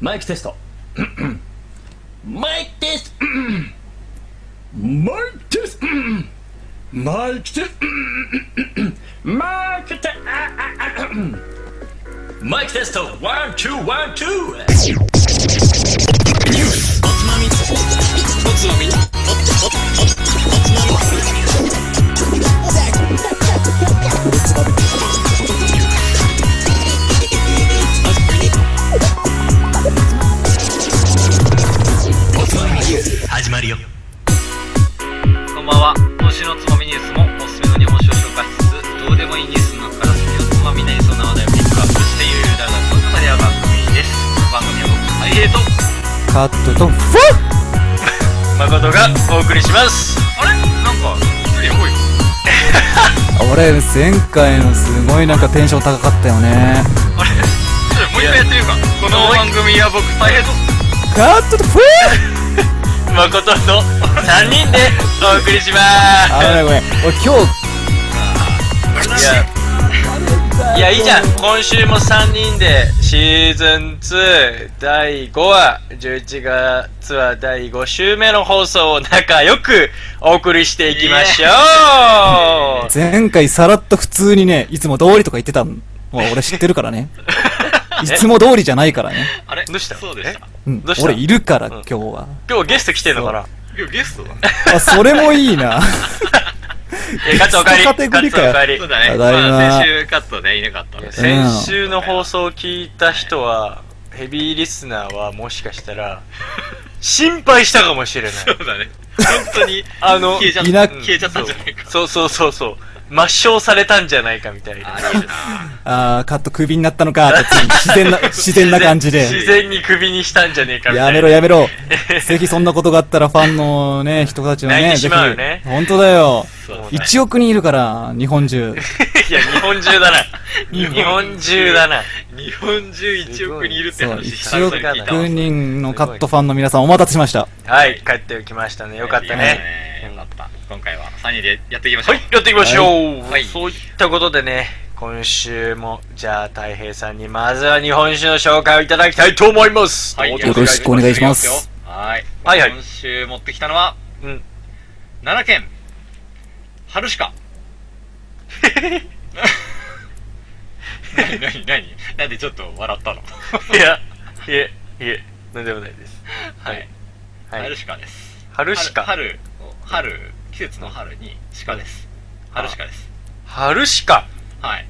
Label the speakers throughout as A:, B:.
A: マイクテスト マイクテスト マイクテスト マイクテスト マイクテスト マイクテストワンツーワンツー
B: 始まるよ
C: こんばんは今週のつまみニュースもおすすめの日本酒を紹介しつつどうでもいいニュースの中から好きなつまみになりそうな話題をピックアップしてゆるゆるだらだらと語り合う番組です番組は僕ハイエイと
D: カットと
C: 誠がお送りしますあれなんか一人多い
D: 俺前回のすごいなんかテンション高かったよね
C: あれちょっともう一回やってみるかこの番組は僕ハイエイと
D: カットとふー
B: 誠の3人でお送りしま
D: あれごめん俺今
B: すいやいやいいじゃん今週も3人でシーズン2第5話11月は第5週目の放送を仲良くお送りしていきましょう
D: 日前回さらっと普通にねいつも通りとか言ってたのは俺知ってるから ねいつも通りじゃないからね、
C: あれ
B: どうしたそうでした
D: うん
B: どう、した
D: 俺いるから
B: ん
D: 今日は、
B: 今日ゲスト来てんのかな
C: 今日ゲストだ
D: あそれもいいな
B: えガッツおかえり
D: ゲストカテゴリーかよ
B: ガッツおかえり
C: そうだね
D: ただいま
C: まあ、先週カットねいなかったので
D: え
B: 先週の放送を聞いた人は、ヘビーリスナーはもしかしたら、心配したかもしれない。
C: そうだね本当に
B: あの
C: 消えちゃっ
D: いな
C: た消えちゃったんじゃないか
B: そうそうそうそう。抹消されたんじゃないかみたいな。
C: ありえるな
D: あーカットクビになったのかって自然な自然な感じで
B: 自然にクビにしたんじゃねえかみたいな。
D: やめろやめろぜひそんなことがあったらファンのね人たちの
B: 泣い
D: ね
B: てしまうよね
D: ぜひ本当だよ
C: そうだね
D: 1億人いるから日本中
B: いや、日本中だな。日本中だな。
C: 日本中1億人いるって
D: そう
C: 話したさ
D: 1
C: っき聞いたわ
D: 億人のカットファンの皆さんお待たせしました
B: はい、帰ってきましたね。よかったね。
C: いいよねよかった。今回は3人でやっていきましょ
B: は
C: う。
B: い、やっていきましょう。
C: はい
B: そういったことでね、今週も、じゃあ、たい平さんにまずは日本酒の紹介をいただきたいと思います。
C: はい
B: どうぞ
D: よろしくお願いします
C: よろしくお願いしますは
B: はい
C: い。
B: はい
C: 今週持ってきたのは、
B: うん
C: 奈良県、春ルシ カ。なになになになんでちょっと笑ったの
B: いや、いえ、いえ、なんでもないです。
C: はい。
B: は
C: 春
B: い。
C: ルシカです。
B: 春しか。
C: 春、春、春季節の春に鹿です。春鹿です。
B: 春しか。
C: はい。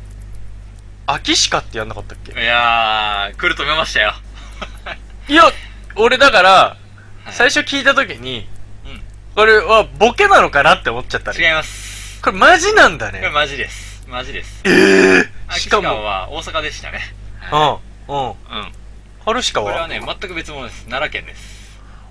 B: 秋しかってやんなかったっけ
C: いやー、来ると思いましたよ。
B: いや、俺だから、
C: はい
B: 最初聞いた時に、
C: うん
B: これはボケなのかなって思っちゃった
C: 違い
B: ね。
C: ます。
B: これマジなんだ
C: これ
B: ね。
C: マジです。マジです。あ
B: し
C: し
B: か
C: か
B: も
C: もは大阪でしたね。
B: うん、うん。
C: うん。
B: 春しか
C: これ
B: は
C: はね、全く別物です。奈良県です。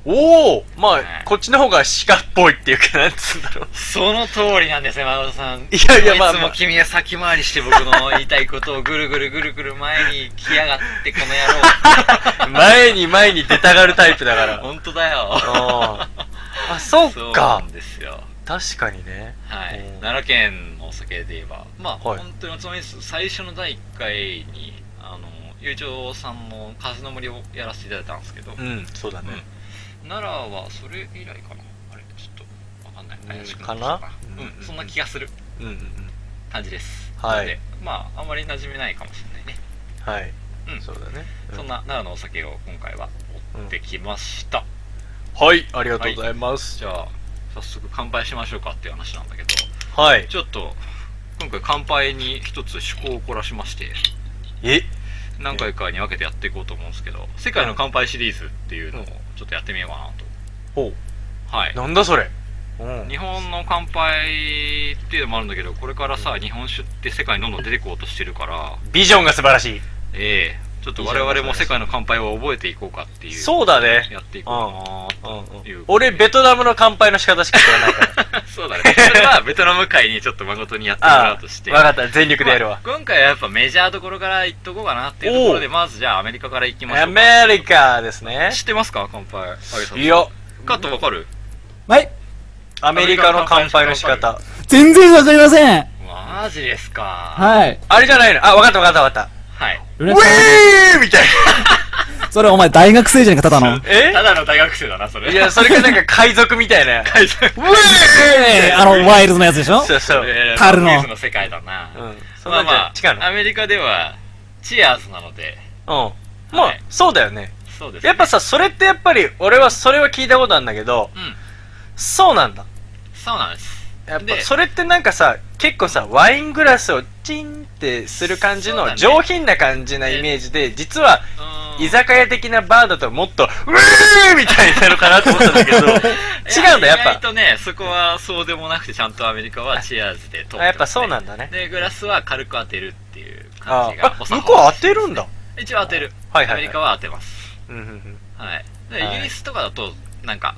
B: おおまあ、
C: はい
B: こっちの方が鹿っぽいっていうか、なんつうんだろ う。
C: その通りなんですね、マドさん。い
B: やいやまあ
C: いつ
B: まあ
C: も君は先回りして僕の言いたいことをぐるぐるぐるぐる前に来やがって、この
B: 前に前に出たがるタイプだか
C: 野郎。
B: ら。
C: 本当だよ。
B: ああ、そっ
C: そうな
B: か
C: ん。ですよ。
B: 確かにね。
C: はい
B: うん。
C: 奈良県のお酒で言えば、まあ、
B: はい
C: 本当におつまみです。最初の第1回に、あの、友情さんの数の森をやらせていただいたんですけど、
B: うん、そうだね。
C: 奈良はそれ以来かなあれちょっとわかんない
B: うん
C: 怪しくなってきた
B: かな
C: うん、そんな気がする
B: うん、うん、うん。
C: 感じです
B: はい
C: なのでまああんまり馴染めないかもしれないね
B: はい。
C: うん
B: そうだね。
C: そんな奈良のお酒を今回は持ってきました、
B: はい、ありがとうございます。
C: じゃあ早速乾杯しましょうかっていう話なんだけど
B: はい。
C: ちょっと今回乾杯に一つ趣向を凝らしまして
B: え
C: 何回かに分けてやっていこうと思うんですけど世界の乾杯シリーズっていうのをちょっとやってみようかなと
B: ほ。
C: はいう
B: なんだそれ。うん。
C: 日本の乾杯っていうのもあるんだけどこれからさ日本酒って世界にどんどん出てこうとしてるから
B: ビジョンが素晴らし
C: ええちょっと我々も世界の乾杯を覚えていこうかってい
B: い。
C: う
B: そうだね。
C: やっていこう
B: う
C: か
B: ん、
C: なという
B: うん。俺、ベトナムの乾杯の仕方しか知ら ないから。
C: そうだねそれはベトナム会にちょっと誠にやってもら
B: あ
C: う
B: あ、
C: として
B: わかった。全力でやるわ。
C: まあ今回はやっぱメジャーどころから行っとこうかなっていうところで
B: お
C: まずじゃあアメリカから行きましょう
B: アメリカですね
C: カ。知ってますか乾杯あげさん
B: いや、
C: カットわかる
D: はい
B: アメリカの乾杯の仕方。
D: 全然わかりません
C: うわマジですか。
D: はい。
B: あれじゃないのあ、わかったわかったわかっ
C: はい。
D: ルネ
B: た。ウ
D: サン
B: ェーみたい
D: それお前大学生じゃねえか、ただの。
B: な。
C: ただの大学生だな、そ
B: え
C: れ。
B: いや、それかなんか海賊みた いな。
C: 大学生。
D: ええあの、ワイルドのやつでしょ
B: そうそう。
D: タルの
C: ニュースの世界だな。
B: うん。そん
C: ま
B: な
C: あ
B: んじゃ
C: ま
B: 違う
C: あ、アメリカでは、チアーズなので、
B: の。うん。ま
C: は
B: あ
C: い、
B: そうだよね。
C: そうですね。
B: やっぱ、さ、それってやっぱり、俺はそれは聞いたことあるんだけど、
C: うん。
B: そうなんだ。
C: そうなんです。
B: やっぱ
C: で
B: それってなんかさ結構さワイングラスをチンってする感じ
C: そう
B: の
C: だね
B: 上品な感じなイメージで実は
C: うーん
B: 居酒屋的なバーだともっとウェーみたいになるかなと思ったんだけど違うんだやっ
C: 意外とね、そこはそうでもなくて、ちゃんとアメリカはチアーズで通ってます、
B: ぱあやっぱそうなんだね
C: で、グラスは軽く当てるっていう
B: あ
C: 感じが。
B: あ
C: お
B: 向
C: 作法
B: こうは当てるんだ
C: 一応当てる。
B: はいはいは
C: ア
B: い
C: メリカは当てます。
B: うんうんうん
C: はい。
B: は
C: で、
B: い
C: イギリスとかだと、なんか、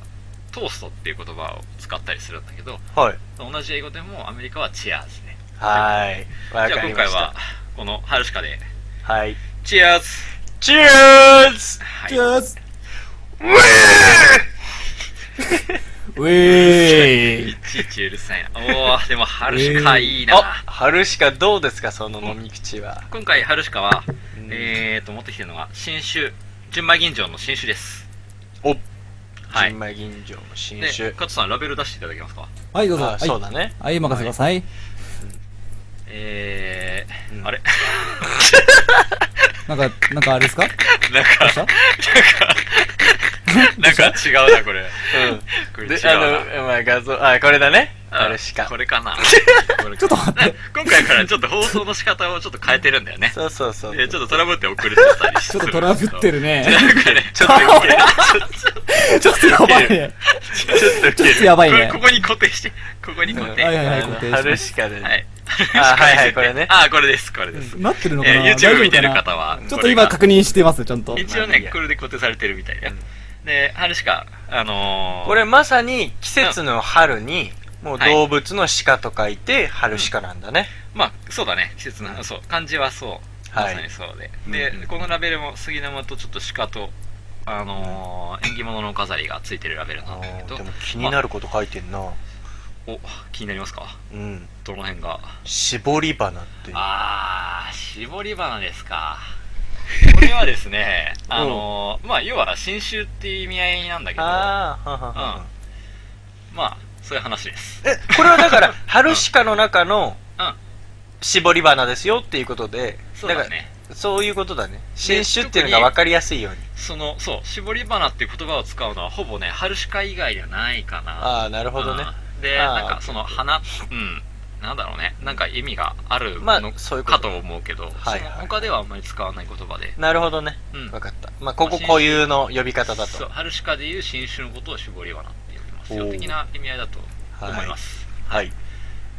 C: トーストっていう言葉を使ったりするんだけど、
B: はい
C: 同じ英語でもアメリカはチアーズで。
B: はーいわ
C: じゃあ
B: か
C: 今
B: りま
C: 回
B: し
C: は
B: た、
C: この、ハルシカで、
B: はい
C: チアーズ
B: チューズ
C: はい。
D: チュース
B: ウェ
D: ウェーイ
C: いちいちうるさいな。お ー、でも、ハルシカいい
B: ー
C: な。
B: あ春しかどうですかその飲み口は
C: 今回、ハルシカは、
B: うん
C: えーと、持ってきてるのが、新種、純米吟醸の新種です。
B: お
C: はい
B: 純米吟醸の新
C: で、
B: 酒
C: カツさん、ラベル出していただけますか
D: はい、どうぞ。
B: あそう
D: は
B: だね
D: い。はい、任せてください。
C: えー、
B: うん
C: あ れ
D: なんか、なんかあれですか
C: なん
D: どう
C: か
D: し、た
C: なんか違うな、これ。
B: うん
C: これ
B: で
C: 違うな。
B: あの、まあ、画像、あ、これだね。
C: うん
B: あれしか。
C: これか な。これ
D: ちょっと待って。
C: 今回からちょっと放送の仕方をちょっと変えてるんだよね。
B: そうそうそう。
C: でちょっとトラブって送るとしたりし
D: ちょっとトラブっ
C: る。
D: て るね。
C: なんかね、ちょっ
D: 顔
C: とウケる
D: ちょっとやばいね。
C: ちょっとウケる
D: ちょっとやばいね
C: こここに固定して、ここに固定。
D: うんはいはいはい
B: あ
D: 固定し
B: の
D: ます
B: 春しかで。
C: はい。
B: あは いはいこれね
C: あ、これです、これです。
D: なってるのか
C: え
D: な
C: ー YouTube 見てる
D: 大丈夫か
C: 方は
D: な。ちょっと今
C: こ
D: 確認してます、ちゃんと
C: れ。が一応
B: まあいい
C: ね
B: や、
C: これで固定されてるみたいだ
B: う
C: よ
B: ん。
C: で、春しか、あのー、
B: これまさに季節の春に、もう
C: はい
B: 動物の鹿と書いて、春鹿なんだね。
C: まあ、そうだね、季節の、そう、漢字はそう、
B: はい
C: まさにそうで。で、
B: うんうん
C: このラベルも杉玉とちょっと鹿と、あのー、縁起物の飾りがついてるラベルな
B: あ
C: んだけ
B: ー
C: ど
B: で、も気になること書いてんな。
C: お、気になりますか
B: うん。
C: どの辺が。
B: 絞り花っていう。
C: あー、絞り花ですか。これはです ね、あのー、まあ、要は新種っていう意味合いなんだけど、ま
B: あー、はははは。
C: あ、そういう話です。
B: え、これは だから、春鹿の中の
C: うん、
B: 絞り花ですよっていうことで、
C: そうだ
B: から
C: ね。
B: そういうことだね。新種っていうのが分かりやすいように。
C: その、そう、絞り花っていう言葉を使うのは、ほぼね、春鹿以外ではないかな。
B: ああ、なるほどね。
C: うんで、
B: あー
C: なんかその花、うん、なんだろうね、なんか意味があるの、
B: まあそういうこと
C: かと思うけど、
B: はいはい
C: その他ではあんまり使わない言葉で、
B: なるほどね。
C: うん
B: 分かった。まあ、ここ固有の呼び方だ
C: そう、
B: と。
C: 春鹿でいう新種のことを絞り花って呼びますよ
B: おー
C: 的な意味合いだと思います。
B: はい。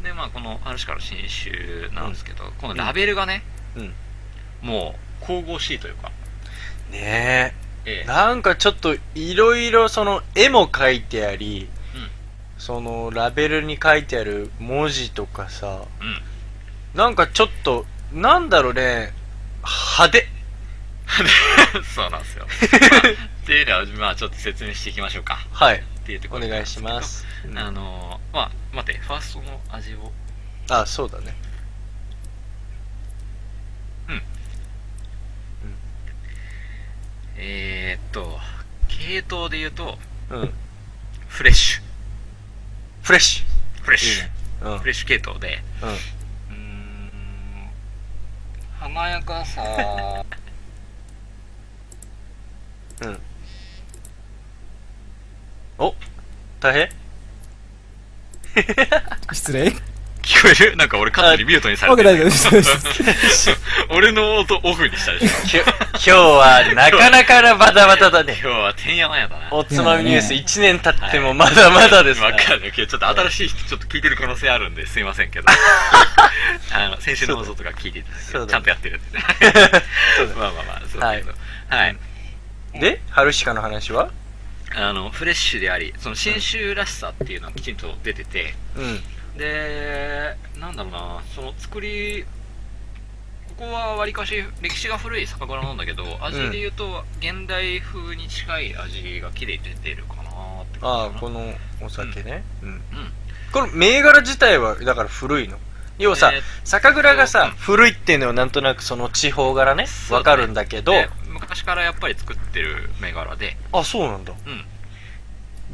C: で、まあ、この春鹿の新種なんですけど、このラベルがね、
B: うん。
C: もう神々しいというか、
B: ね
C: え
B: え。
C: え
B: なんかちょっと、いろいろ、その、絵も描いてあり、
C: うん
B: その、ラベルに書いてある文字とかさ、
C: うん。
B: なんかちょっと、なんだろうね、派手。
C: そうなんです よ。まあ、っていうのは、まあ、ちょっと説明していきましょうか。
B: はい。
C: っていうとこ
B: お
C: ろ
B: 願いしま。す。うん
C: あのーまあ、待って、ファーストの味を。
B: あ、そうだね。
C: えー、っと、系統で言うと、
B: うん。
C: フレッシ
B: フレッシ
C: ュ。フレッ
B: ュ。いい
C: シュ。
B: ね。うん。うん
C: フレッシュ系統で、うーん、華やかさ、
B: うん。お大変
D: 失礼。
C: 聞こえるなんか俺勝手にミュートにされ
D: わ
C: て
D: け
C: る。
D: ないけど、失礼です。
C: 俺の音オフにしたでしょ。
B: きょ今日はなかなかなバタバタだね
C: 今日はてんやわんやだな。
B: おつまみニュース1年経ってもまだまだです
C: わ
B: か
C: かんないけど、ちょっと新しい人ちょっと聞いてる可能性あるんで、すいません けど。あの、先週の放送とか聞いていただいて
B: そうだね
C: ちゃんとやってるんでね。 まあまあまあ、そうだけど。はい。
B: らで春鹿の話は
C: あの、フレッシュであり、その新種らしさっていうのはきちんと出てて、
B: うん
C: で、なんだろうな、その作り、ここはわりかし歴史が古い酒蔵なんだけど、味で言うと、現代風に近い味が綺麗に出てるかなって
B: ああ
C: 感じか
B: こ
C: な。
B: のお酒ねうん
C: うん
B: この銘柄自体はだから古いの要はさ
C: えー、
B: 酒蔵がさ、古いっていうのはなんとなくその地方柄ね、
C: そうだね
B: わかるんだけど、
C: で昔からやっぱり作ってる銘柄で、
B: あ、そうなんだ。
C: うん、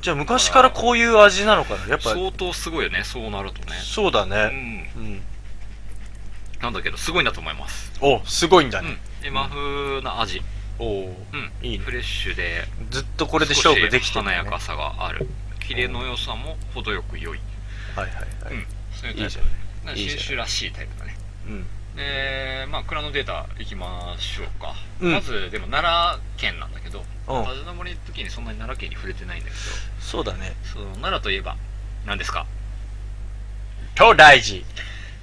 B: じゃあ昔からこういう味なのかなやっぱ、
C: 相当すごいよねそうなるとね
B: そうだ
C: う
B: ね。
C: ん
B: うん。
C: なんだけどすごいんだと思います、
B: お、すごいんだ
C: う
B: ね
C: ん。、今風な味、
B: おー
C: うん、
B: いいね
C: フ。レッシュで
B: ずっとこれで勝負できて
C: る、
B: る、ね。
C: 華やかさがあるキレの良さも程よく良い、
B: はいはいはい。
C: うんそういう
B: い
C: タ
B: い
C: イ
B: じ
C: プ
B: ゃない。
C: なんか
B: いいじゃな
C: 新
B: い
C: 種らしいタイプだね
B: うん。
C: でまあ蔵のデータいきましょうか、
B: うん
C: まずでも奈良県なんだけど
B: うん
C: 風の森の時にそんなに奈良県に触れてないんだけ
B: そうだね。
C: どその奈良といえば何ですか
B: と大事。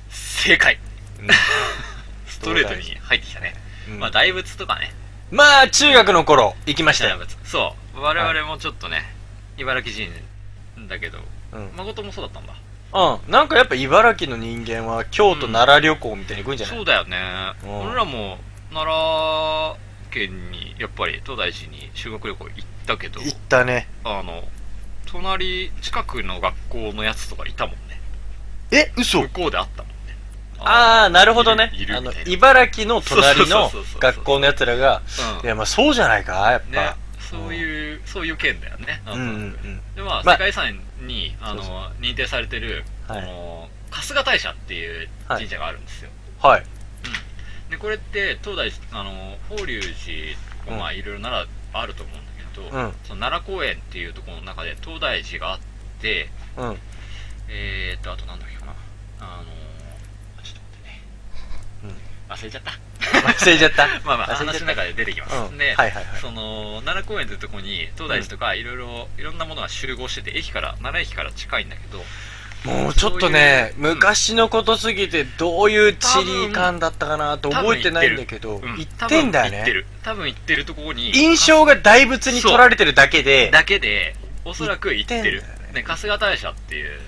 C: 正解
B: うん
C: ストレートに入ってきたね、
B: うん
C: まあ大仏とかね
B: まあ、中学の頃、行きましたよ。
C: そう我々もちょっとね、茨城人だけど
B: うん。
C: 誠もそうだったんだ
B: うん。なんかやっぱ茨城の人間は京都
C: うん
B: 奈良旅行みたいに行くんじゃない、
C: そうだよね
B: うん
C: 俺らも奈良県にやっぱり東大寺に修学旅行行ったけど
B: 行ったね。
C: あの隣近くの学校のやつとかいたもんね
B: え、嘘
C: 向こうであったもんね
B: あー、なるほどね
C: いる。
B: あの
C: いる、み
B: 茨城の隣
C: そ
B: の
C: うそうそうそう
B: 学校の奴らが、
C: たいなうん
B: いや、まあそうじゃないか、やっぱ。
C: ねそういうそういう県だよね
B: うんうんうん。
C: でまあ、
B: まあ
C: 世界遺産にあの
B: そうそ
C: 認定されてる、
B: はい
C: あの春日大社っていう神社があるんですよ、
B: はい。
C: でこれって東大あの法隆寺とか、まあいろいろ奈良あると思うんだけど、
B: うん
C: その奈良公園っていうところの中で東大寺があって
B: うん。
C: えーとあとなんだっけかなあのちょっと待ってね、忘れちゃった
B: 忘れちゃった。
C: まあまあ
B: 忘れ
C: 話
B: ち
C: の
B: ゃっ
C: 中
B: た
C: で出てきます、
B: うん
C: で、
B: はいはいはい
C: その奈良公園というところに東大寺とかいろいろいろんなものが集合してて駅から奈良駅から近いんだけど
B: もうちょっとね、
C: そういううん
B: 昔のことすぎて、どういう地理感だったかなと
C: 多分
B: 覚えてないんだけど、
C: う
B: 言ってんだよ
C: 多分行って
B: ね。
C: る多分行ってるところに
B: 印象が大仏に取られてるだけで、
C: だけでおそらく行ってる
B: 行ってんだよね
C: ね春日大社っていう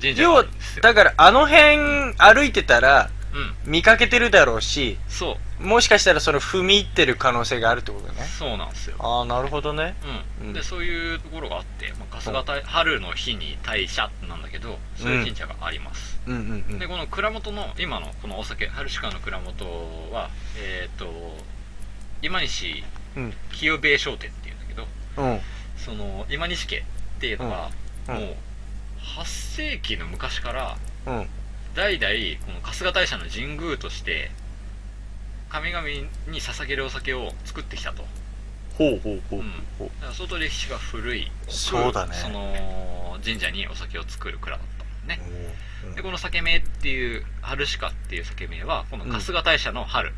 C: 神社
B: 要
C: があ
B: は
C: るんですよ、
B: だからあの辺歩いてたら
C: うん、
B: 見かけてるだろうし、
C: そう
B: もしかしたらその踏み入ってる可能性があるってことだね。
C: そうなんですよ、
B: ああ、なるほどね。
C: うん
B: うん
C: でそういうところがあって、まあ、春日大春の日に大社なんだけどそういう神社があります、
B: うんうんうん
C: で。この蔵元の今のこのお酒春鹿の蔵元はえっ、と今西
B: うん
C: 清兵衛商店っていうんだけど
B: うん。
C: その今西家っていうのは、
B: うんう
C: も
B: ん
C: う8世紀の昔から
B: うん。
C: 代々この春日大社の神宮として神々に捧げるお酒を作ってきたと、
B: ほうほうほ
C: うん、だから相当歴史が古い
B: そうだね
C: その神社にお酒を作る蔵だったんだね
B: うん
C: でこの酒名っていう春鹿っていう酒名はこの春日大社の春、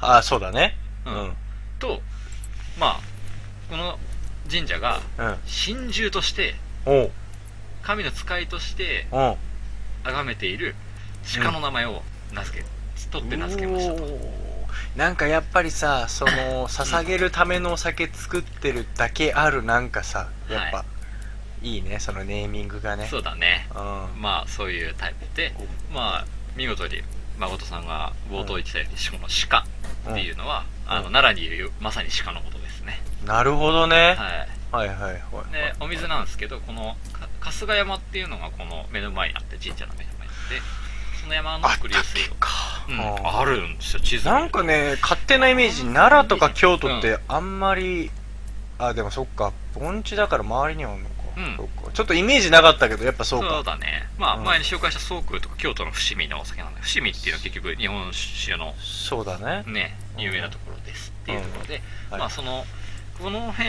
B: ああ、そうだね。う
C: うん
B: ん。うん。
C: とまあこの神社が神獣として
B: おう。
C: 神の使いとして
B: おう。
C: 崇めている鹿の名前を名付け、取って名付けましたと
B: おーなんかやっぱりさその捧げるためのお酒作ってるだけあるなんかさやっぱ、、
C: はい
B: いねそのネーミングがね
C: そうだね
B: うん
C: まあそういうタイプでまあ見事に誠さんが冒頭言ってたように、この鹿っていうのは、あの奈良にいるまさに鹿のことですね、
B: なるほどね、
C: は
B: はい、はいはいはい
C: いでお水なんですけどこのか春日山っていうのがこの目の前にあって神社の目の前にあってその山の伏流水をうん
B: あ
C: あるんですよ地図
B: なんかね勝手なイメージ奈良とか京都っ
C: う
B: てあんまり、あでもそっか盆地だから周りにはあるのか,、
C: うん
B: そっかちょっとイメージなかったけどやっぱそ
C: そう
B: か
C: うだねまあ
B: うん
C: 前に紹介した宗空とか京都の伏見のお酒なんで伏見っていうのは結局日本酒の
B: そうだね
C: ね
B: うん
C: 有名なところですっていうところで、
B: はい
C: まあそのこの辺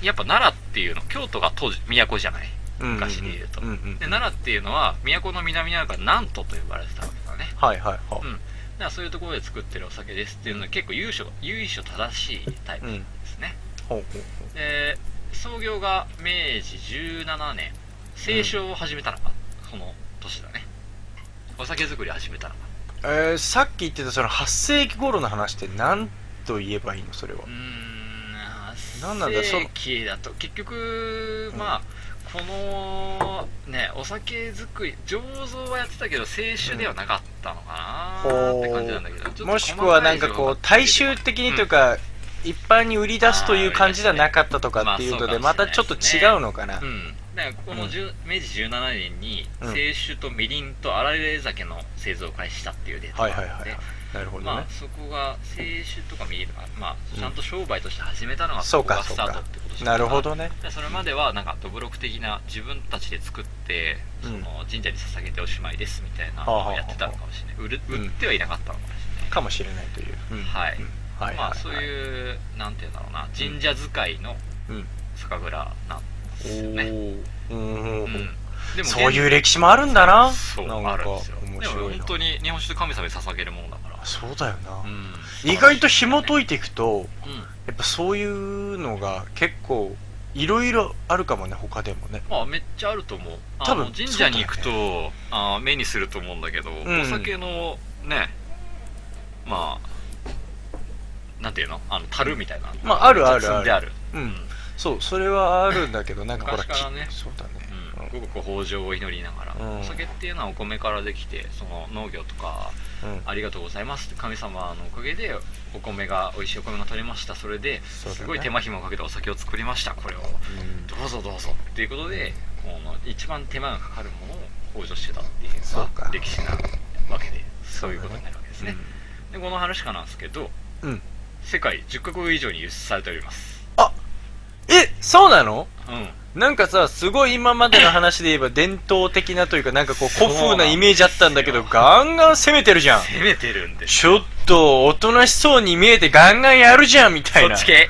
C: やっぱ奈良っていうの京都が当時都じゃない昔で言うと
B: んんん
C: で奈良っていうのは都の南にあるから南都と呼ばれてたわけだね
B: はいはい
C: だ
B: は
C: からそういうところで作ってるお酒ですっていうのは結構由緒由緒正しいタイ
B: い、
C: プ
B: うん
C: ですね、
B: ほうほうほう
C: で創業が明治17年清書を始めたのがこの年だねお酒作り始めたのが
B: えー、さっき言ってたその8世紀頃の話って何と言えばいいのそれは
C: うーん
B: なんなんだその
C: 正規だと結局、まあこのねお酒作り醸造はやってたけど清酒ではなかったのかなって感じなんだけど、ちょっと
B: もしくはなんかこう大衆的にというか、一般に売り出すという感じではなかったとかっていうので
C: うん
B: ま
C: まあ
B: た
C: そうかもしれない
B: ちょっと違うのかな、
C: うんだからこの10明治17年に
B: うん
C: 清酒とみりんとあられ酒の製造を開始したっていうデータ
B: はい
C: が
B: はい
C: あっ
B: はい
C: て
B: はいなるほどね、
C: まあそこが清酒とかみりんとか、まあ、ちゃんと商売として始めたのが
B: そ
C: そうこが
B: か
C: ス
B: そう
C: タート
B: か
C: ってこと
B: なるほ
C: ね
B: どね
C: でそれまではなんかどぶろく的な自分たちで作って
B: う
C: そ
B: ん
C: の神社に捧げておしまいですみたいな
B: はあは
C: の
B: あはあ
C: をやってたのかもしれない売る
B: うん
C: 売ってはいなかったのかもしれない、
B: かもしれないという、うん
C: はい
B: うんはいはい、
C: まあそう
B: う、
C: いうなんていうんだろうな神社使いの
B: うん、
C: 酒蔵なんですよ
B: お
C: ね、
B: ーうん、
C: うん、でも
B: そういう
C: 現
B: 歴史もあるんだな
C: そう
B: なん
C: あ
B: か
C: るんですよ
B: 面
C: でも
B: 白い
C: 本
B: な
C: 当に日本酒と神様に捧げるものだから
B: そうだよな、
C: うん
B: 意外と紐解いていくと
C: うん
B: やっぱそういうのが結構いろいろあるかもね他でもね
C: まあめっちゃあると思うあの
B: 多分
C: 神社に行くと、あー目にすると思うんだけど、
B: ん
C: お酒のねまあなんていうのあの樽みたいな
B: まああるある
C: 積んである
B: うん、
C: うん
B: そうそれはあるんだけどなんかほら
C: 昔からね
B: きそうだね、
C: うん五穀豊穣を祈りながら、
B: うん
C: お酒っていうのはお米からできてその農業とか
B: うんうん
C: ありがとうございますって神様のおかげでお米が美味しいお米が取れましたそれで
B: そうだね
C: すごい手間暇をかけてお酒を作りましたこれをどうぞどうぞっていうことでこの一番手間がかかるものを補助してたっていう
B: そう
C: の
B: か
C: が歴史なわけでそういうことになるわけですねでこの話かなんですけど
B: うん、うん、
C: 世界10カ国以上に輸出されております
B: えそうなの
C: うん
B: なんかさすごい今までの話で言えば伝統的なというかなんかこう古風なイメージあったんだけど
C: そう
B: ガンガン攻めてるじゃん
C: 攻めてるんです
B: ちょっとおとなしそうに見えてガンガンやるじゃんみたい
C: そ
B: な
C: っち系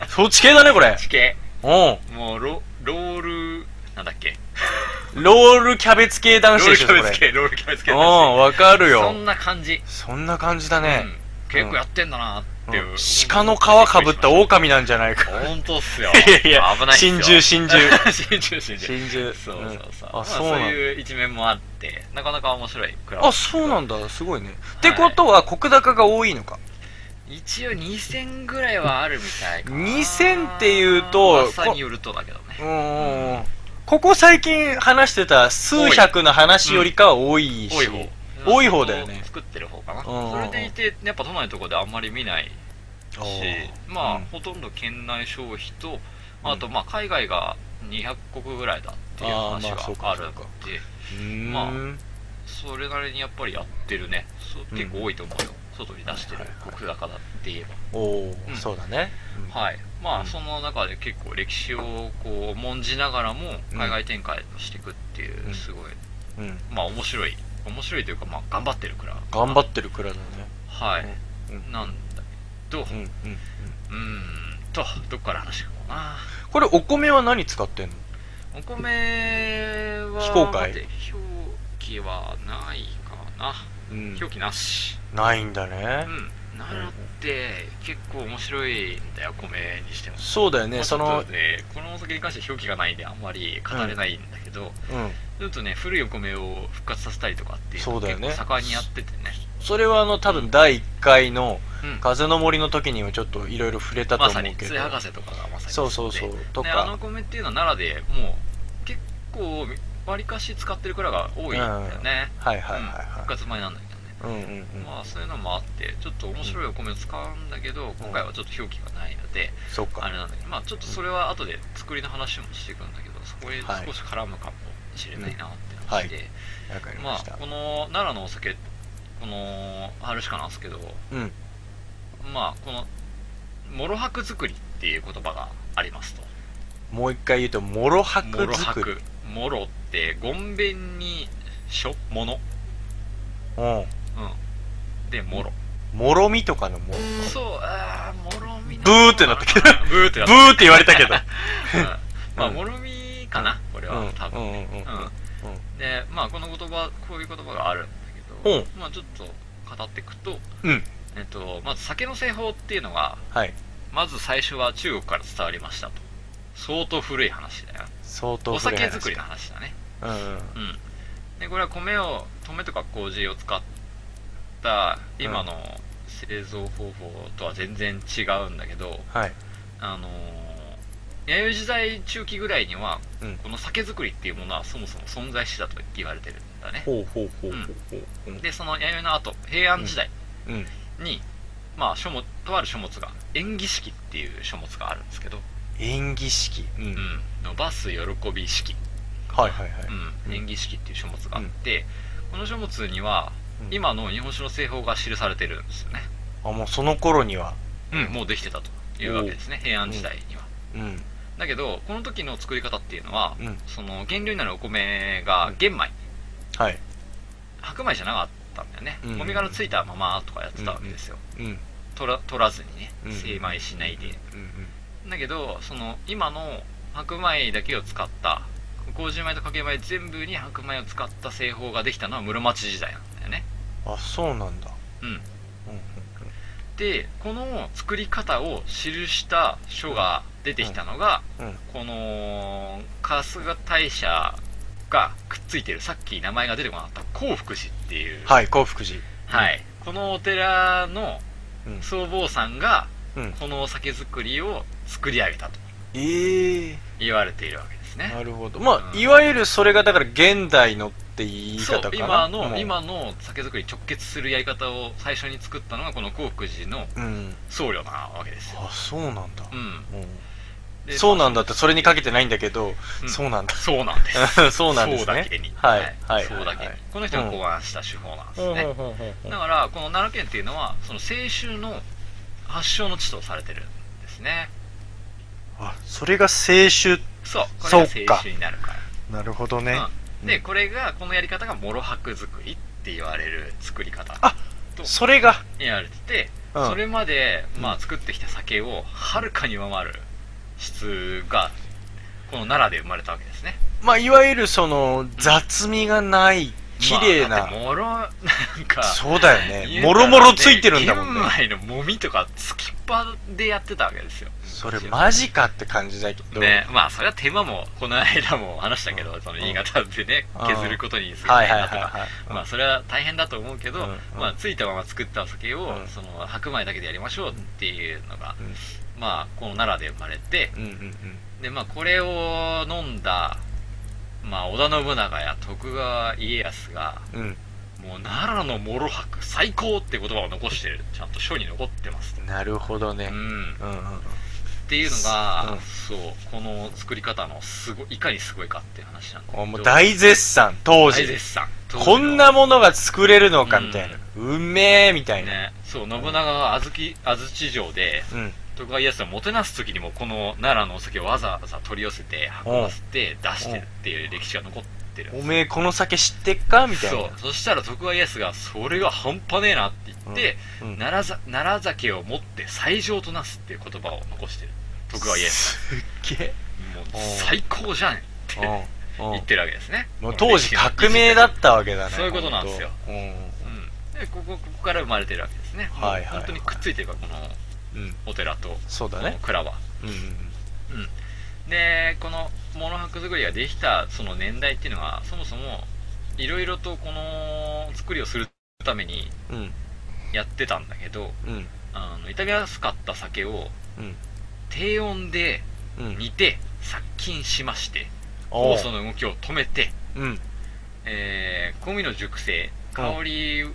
B: うんそっち系だねこれ
C: そっち系
B: うん
C: もうロロールなんだっけ
B: ロールキャベツ系
C: ロ
B: 男
C: ー
B: 子
C: ル
B: で
C: キ
B: し
C: ャ
B: ょ、これ。
C: ベツ系ロールキャベツ系
B: うん、
C: だ
B: わかる
C: し
B: よ
C: そ。んな感じ
B: そんな感じだね。
C: うん結構やってんだなっていう
B: うん鹿の皮かぶった狼なんじゃないか。
C: 本当っすよ
B: いやいや
C: 危ないっすよ
B: 真珠 真珠
C: 真珠真珠
B: 真珠。
C: そうそうそう、
B: ん
C: ま
B: あ、
C: あ、
B: そ
C: そうう
B: なんだ。
C: いう一面もあってなかなか面白いクラブ
B: あ、そうなんだ。すごいね。ってことは、国高が多いのか。
C: 一応2000ぐらいはあるみたいかな
B: 2000っていうと
C: 噂によるとだけどね
B: うんうんうん。ここ最近話してた数百の話よりかは多いし。
C: 多い方
B: 多い方だよね
C: 作ってる方かな
B: うん
C: それでいてやっぱ都内のとこであんまり見ない
B: お
C: し
B: ー
C: まあ、
B: うん
C: ほとんど県内消費とあとまあ海外が200国ぐらいだっていう
B: あ
C: 話
B: ーまあ
C: が
B: そうか
C: ある
B: そうか
C: ので
B: うーん
C: まあそれなりにやっぱりやってるねそう結構多いと思うよ、外に出してる
B: はいはいはい
C: 国高だって言えば
B: おー
C: うん
B: そうだね。
C: はい、ま
B: うん
C: あその中で結構歴史をこう重んじながらも海外展開をしていくってい
B: うん
C: うすごい、
B: うん。うん
C: まあ面白い面白いというかまあ頑張ってるから
B: 頑張ってる蔵だね。
C: はい、
B: うん
C: なんだけどう
B: うんう
C: ん
B: んうん。
C: とどっから話していこうかな
B: これ、お米は何使ってんの
C: お米は
B: 非公開
C: 待って表記はないかな
B: うん
C: 表記なし
B: ないんだ
C: う
B: ね。
C: ん奈良って結構面白いんだよ米にしても
B: そうだよ
C: ま
B: ね、
C: あ
B: そ
C: ちょ
B: の
C: っと、ねこのお酒に関して表記がないんであんまり語れないんだけど、
B: うん。
C: ちょっとね古いお米を復活させたりとかっていうの
B: そうだよね
C: 結構盛んにやっててね
B: それはあの、多分第1回の
C: うん
B: 風の森の時にもちょっといろいろ触れたと
C: ま
B: 思
C: さ
B: う
C: に
B: け
C: 杖
B: ど。
C: 博士とかがまさに
B: そうそうそう
C: で。
B: と
C: であの
B: か
C: お、米っていうのは奈良でもう結構わりかし使ってる蔵が多いんだよね、
B: はいはいはい
C: うん復
B: は
C: 活前なんだけどね
B: い。うんうんうん。
C: まあそういうのもあってちょっと面白いお米を使うんだけど、今回はちょっと表記がないので、
B: そうか
C: あ。れなんだけどまあちょっとそれは後で作りの話もしていくんだけどそこに少し絡むかもしれないなって話で、
B: わかりま
C: ま
B: し
C: あ
B: た
C: こ。の奈良のお酒この春しかなんですけど
B: うん。
C: まあこの「もろ箔作り」っていう言葉がありますと
B: もう一回言うと、もろは
C: もろ
B: く作り。
C: 箔もろってごんべんに書もの
B: うん。
C: うんでもろ
B: もろみとかのもろ。
C: そうああもろみな
B: ブーってなったけど
C: ブーってな
B: ブ
C: った
B: ーって言われた けど。
C: うん まあ
B: うん
C: もろみかなこれ
B: うん
C: は多分
B: うんうんうん
C: うんでまあこの言葉こういう言葉があるんだけ
B: う
C: ど
B: ん
C: まあちょっと語っていくと
B: うん。
C: えっとまず酒の製法っていうのが
B: はい。
C: まず最初は中国から伝わりましたと相当古い話だよ
B: 相当
C: お
B: 古い
C: 酒
B: 話
C: 作りの。話だね
B: うんうん。
C: うんでこれは米を米とか麹を使った今の製造方法とは全然違うんだけど、
B: はい。
C: あのー弥生時代中期ぐらいには、
B: うん
C: この酒造りっていうものはそもそも存在してたと言われてるんだね
B: ほうほうほうほうほう。
C: でその弥生の後平安時代
B: うん。うん
C: に、まあ書物とある書物が「縁起式」っていう書物があるんですけど
B: 演技式。うん。
C: うん、伸ばす喜び式、
B: はいはいはい。
C: うん、演技式っていう書物があって、この書物には
B: うん、
C: 今の日本史の製法が記されてるんですよね、
B: あ、もうその頃には。
C: うん、もうできてたというわけですね平安時代には、
B: うん。
C: だけどこの時の作り方っていうのは、
B: うん
C: その原料になるお米が玄米
B: はい。
C: 白米じゃなかったんだよね、
B: うん
C: お米からついたままとかやってたわけですよ、
B: うん。うん
C: 取ら取らずにね
B: うん
C: 精米しないで、
B: うん。
C: だけどその今の白米だけを使った麹米と掛け米全部に白米を使った製法ができたのは室町時代なんだよね
B: あ、そうなんだ。
C: うん
B: うんうん
C: でこの作り方を記した書が出てきたのが、
B: うんうん
C: この春日大社がくっついてるさっき名前が出てこなかった興福寺っていう
B: はい、幸福寺。
C: はい、このお寺の
B: うん
C: 僧帽さんが
B: うん
C: このお酒造りを作り上げたと
B: ええ
C: 言われているわけですね
B: なるほど。ま
C: う
B: あ、
C: ん
B: いわゆるそれがだから現代のって言い
C: そう
B: 方かな。
C: 今
B: も
C: の
B: う
C: 今の酒造りに直結するやり方を最初に作ったのがこの興福寺の
B: うん。
C: 僧侶なわけですよ、
B: あ、そうなんだ。
C: うん、
B: うん
C: で
B: そうなんだっ
C: ま
B: て、それにかけてないんだけ
C: あ
B: ど、
C: うん
B: そうな んだ。
C: そうなんです
B: そうなんです
C: そうだ
B: ね
C: けに。
B: はい。はい。
C: そうだけに
B: はい
C: この人が考案した手法なんですね、
B: うん
C: だからこの奈良県っていうのはその清酒の発祥の地とされてるんですね
B: あ、それが青春。
C: そうこれが
B: そっ
C: 清
B: か
C: 酒になるから
B: なるほどね。
C: うん、でこれがこのやり方が諸白作りって言われる作り方
B: あ
C: と
B: それが、
C: 言われてて、
B: うん
C: それまで、ま
B: う
C: あ、作ってきた酒をはるかに上回る質がこの奈良で生まれたわけですね
B: まあ、いわゆるその、雑味がない、綺麗
C: まあだ
B: な
C: って、もろなんか
B: そうだよね。
C: 言
B: も
C: うた
B: ろ
C: ら
B: もろついてるんだもんね。
C: 玄米のもみとかつきっぱでやってたわけですよ
B: それマジかって感じだけど。
C: ね、まあそれは手間もこの間も話したけど、その新潟でね
B: うん
C: 削ることにすごい
B: はい
C: 大
B: は
C: 変
B: いはい
C: だとか
B: はい。
C: まあそれは大変だと思うけど、
B: うん
C: まあついたまま作ったお酒を、
B: うん
C: その白米だけでやりましょうっていうのが、
B: うん
C: まあこの奈良で生まれて
B: うんうんうん。
C: でまあこれを飲んだまあ織田信長や徳川家康が
B: うん
C: もう奈良の諸白最高って言葉を残してるちゃんと書に残ってますね
B: なるほど
C: う
B: ね。
C: ん
B: うんうんうん。
C: っていうのが、
B: うん
C: そうこの作り方のすごいいかにすごいかっていう話なんだけど
B: あもう大絶賛、当
C: 大
B: 時
C: 絶。賛
B: こんな
C: も
B: ものが作れるのかみたいな。うめえみたいな。
C: ねそう信長が小豆安土城で
B: うん。
C: 徳川家康をもてなす時にもこの奈良のお酒をわざわざ取り寄せて運ばせて出してるっていう歴史が残ってるんで
B: お
C: す
B: めえこの酒知ってっかみたいな。
C: そうそしたら徳川家康がそれが半端ねえなって言って、
B: うん。
C: 奈良ざ奈良酒を持って最上となすっていう言葉を残してる徳川家康
B: すっげえ。
C: もう
B: おう
C: 最高じゃんって
B: うんう
C: 言
B: ん
C: ってるわけですね
B: もう当時革命だったわけだね。
C: そういうことなんですよ
B: ほん
C: う
B: と。
C: んでここここから生まれてるわけですね、
B: はいはいはい
C: もう本当にくっついてるからこの
B: うん。うん。
C: お寺と
B: そう
C: こ
B: だ
C: の
B: ね。
C: 蔵は、
B: うんうんうん。
C: でこのモノハク作りができたその年代っていうのはそもそもいろいろとこの作りをするために
B: うん。
C: やってたんだけど
B: うん。
C: あの傷みやすかった酒を
B: うん。
C: 低温で
B: うん。
C: 煮て殺菌しまして
B: お
C: 酵
B: う
C: 素の動きを止めて、
B: うん。
C: えー、小麦の熟成香りを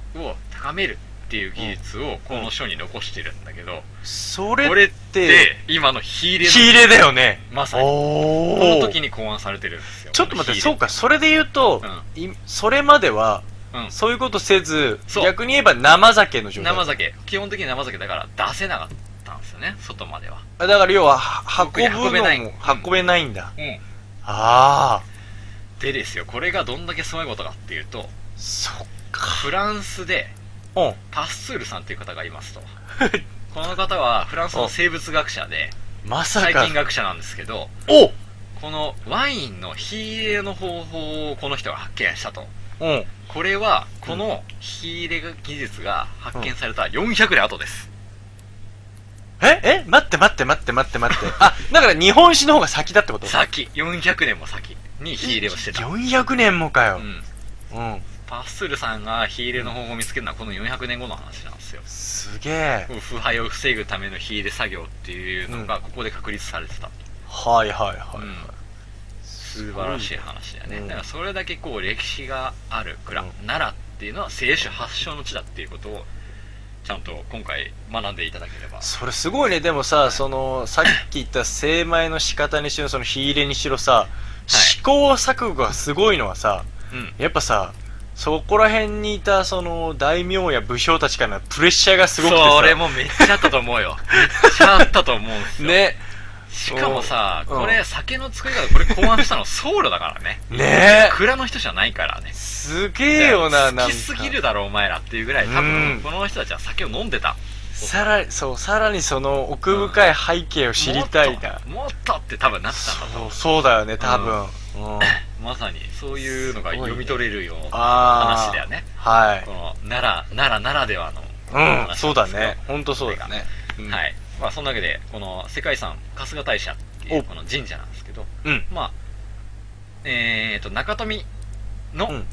C: 高めるっていう技術をこの書に残してるんだけど、
B: それ
C: これっ
B: って
C: て、今の火入れの
B: 火入れだよね。
C: まさに
B: お
C: こ
B: お。
C: の時に考案されてるんですよ
B: ちょっと待って、
C: こ
B: そ
C: の
B: うか、それで言うと、いそれまでは、
C: 火入れうん
B: そういうことせず、
C: そう
B: 逆に言えば生酒の状態。
C: 生酒基本的に生酒だから出せなかったんですよね外までは
B: だから要は、は運ぶのも
C: 運べない
B: 運べないんだ。
C: うん
B: ああ、
C: でですよこれがどんだけすごいことかっていうと
B: そっ
C: フランスで
B: うん。
C: パスツールさんっていう方がいます とこの方はフランスの生物学者で
B: まさ
C: 細
B: か
C: 菌。学者なんですけど
B: お
C: このワインの火入れの方法をこの人が発見したと
B: うん。
C: これはこの火入れ技術が発見された400年後です
B: ええ待って待って待って待って待って。あ、だから日本史の方が先だってこと
C: 先400年も先に火入れをしてた、う
B: 400年もかよ。
C: ん、
B: うん。
C: パッスルさんが火入れの方法を見つけるのはこの400年後の話なんですよ
B: すげえ。
C: 腐敗を防ぐための火入れ作業っていうの
B: う
C: がここで確立されてた、
B: はいはいは
C: うん
B: い。
C: 素晴らしい話だよね、
B: うん
C: だからそれだけこう歴史がある蔵、
B: うん
C: 奈良っていうのは清酒発祥の地だっていうことをちゃんと今回学んでいただければ。
B: それすごいねでもさそのさっき言った精米の仕方にしろその火入れにしろさ、試行錯誤がすごいのはさ
C: うん。
B: やっぱさそこら辺にいたその大名や武将たちからのプレッシャーがすごくてさ
C: それもめっちゃあったと思うよ。めっちゃあったと思うん ですよ。
B: ね
C: しかもさ、
B: うん
C: これ酒の作り方、これ考案したの僧侶だからね。
B: ね
C: 蔵の人じゃないからね。
B: すげえよななん
C: 好
B: か
C: きすぎるだろお前らっていうぐらい、多
B: うん
C: 分この人たちは酒を飲んでた。
B: さらにそうさらにその奥深い背景を知りたいな、
C: もっともっとって多分なってたんだと
B: そ
C: 思う
B: う。そうだよね多分、うん
C: まさにそういうのが読み取れるような
B: あー
C: 話だよね。
B: は
C: この奈良、奈良ならではの。
B: いうんそうだね本当そうだね、うん
C: はい。まあ、そんなわけで、この世界遺産、春日大社ってい
B: お
C: うこの神社なんですけど、
B: うん
C: まあ、えーと、中富の、
B: うん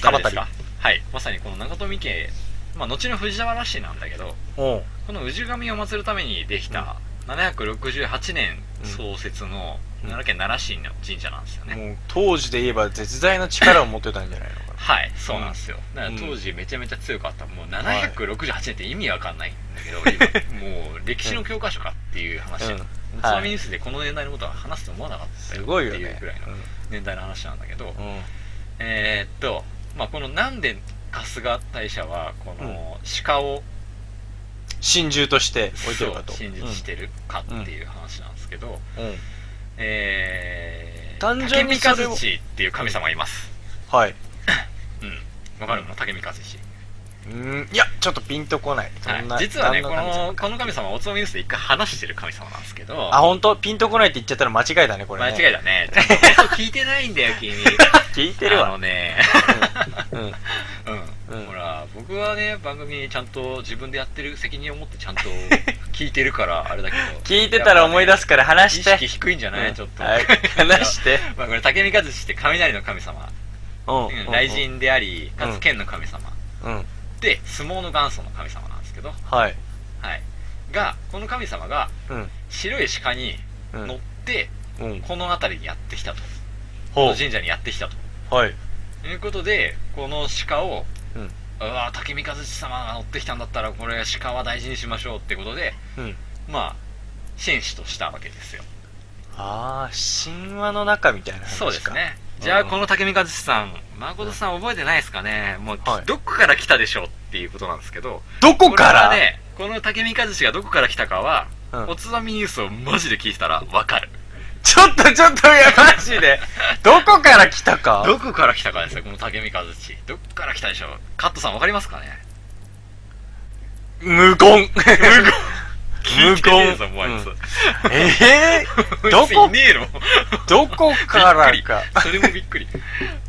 C: 誰ですかはい。まさにこの中富家、まあ、後の藤沢らしいなんだけど、
B: うん
C: この氏神を祀るためにできた、768年創設の
B: うん
C: 奈良県奈良市の神社なんですよね。
B: もう当時で言えば絶大な力を持ってたんじゃないのかな
C: はい、そうなんですよ。だから
B: うん
C: 当時めちゃめちゃ強かった。もう768年って意味わかんないんだけ ど、今、もう歴史の教科書かっていう話
B: うん
C: や。津波ニュースでこの年代のことは話すと思わなかった
B: す
C: よ
B: ごい
C: っ
B: よ
C: て
B: ね
C: いうぐらいの年代の話なんだけど
B: う、んうん
C: えーっと、まあこのなんで春日大社はこの鹿を
B: 真珠として置いてるかと
C: 真実してるかっていう話なんですけど、
B: うんうん
C: えー、
B: 単純にそれを
C: 竹三一っていう神様がいます。
B: はい
C: うん。わかるかな竹三一。
B: うんいやちょっとピンとこないそんな、
C: はい、実はね
B: 何
C: こ
B: 神様
C: のこの神様はおつまみニュースで一回話してる神様なんですけど
B: あ本当ピンとこないって言っちゃったら間違いだねこれ
C: 間
B: ね
C: 違いだ ねちゃんと放送聞いてないんだよ君
B: 聞いてる
C: あ
B: わ
C: のね
B: うんうん
C: うん、
B: うん
C: ほら僕はね番組ちゃんと自分でやってる責任を持ってちゃん と聞いてるからあれだけど
B: 聞いてたら思い出すから
C: やっ
B: 話
C: ぱね
B: して
C: 意識低いんじゃない、ちょっと、
B: はい話して
C: まあこれ竹三一って雷の神様、
B: うん
C: うん雷神でありか
B: うん
C: つ剣の神様、
B: うん
C: で相撲の元祖の神様なんですけどは
B: はい
C: いがこの神様が
B: うん
C: 白い鹿に
B: う
C: 乗っ
B: ん
C: て、
B: うん
C: この辺りにやってきたと。こ
B: ほ
C: の神社にやってきたと。
B: うはい
C: いうことで、この鹿を、
B: うん
C: うわぁ、竹三一様が乗ってきたんだったら、これ鹿は大事にしましょうってことで、
B: うん
C: まあ、紳士としたわけですよ。
B: ああ神話の中みたいな話か
C: そうですね。
B: うん
C: じゃあ、この竹三一さん、誠さん覚えてないですかねもう、
B: はい
C: どこから来たでしょうっていうことなんですけど、
B: どこか
C: こ
B: ら
C: れはね、この竹三一がどこから来たかは、
B: うん
C: おつまみニュースをマジで聞いてたらわかる。
B: ちょっとちょっといやマジでどこから来たか
C: どこから来たかですよ、この竹三一。どこから来たでしょうカットさんわかりますかね
B: 無言無言
C: 聞いてねえぞ、もうあいつ
B: うん えー、ど
C: こ
B: こ
C: ねえの
B: どこからか
C: それもびっくり。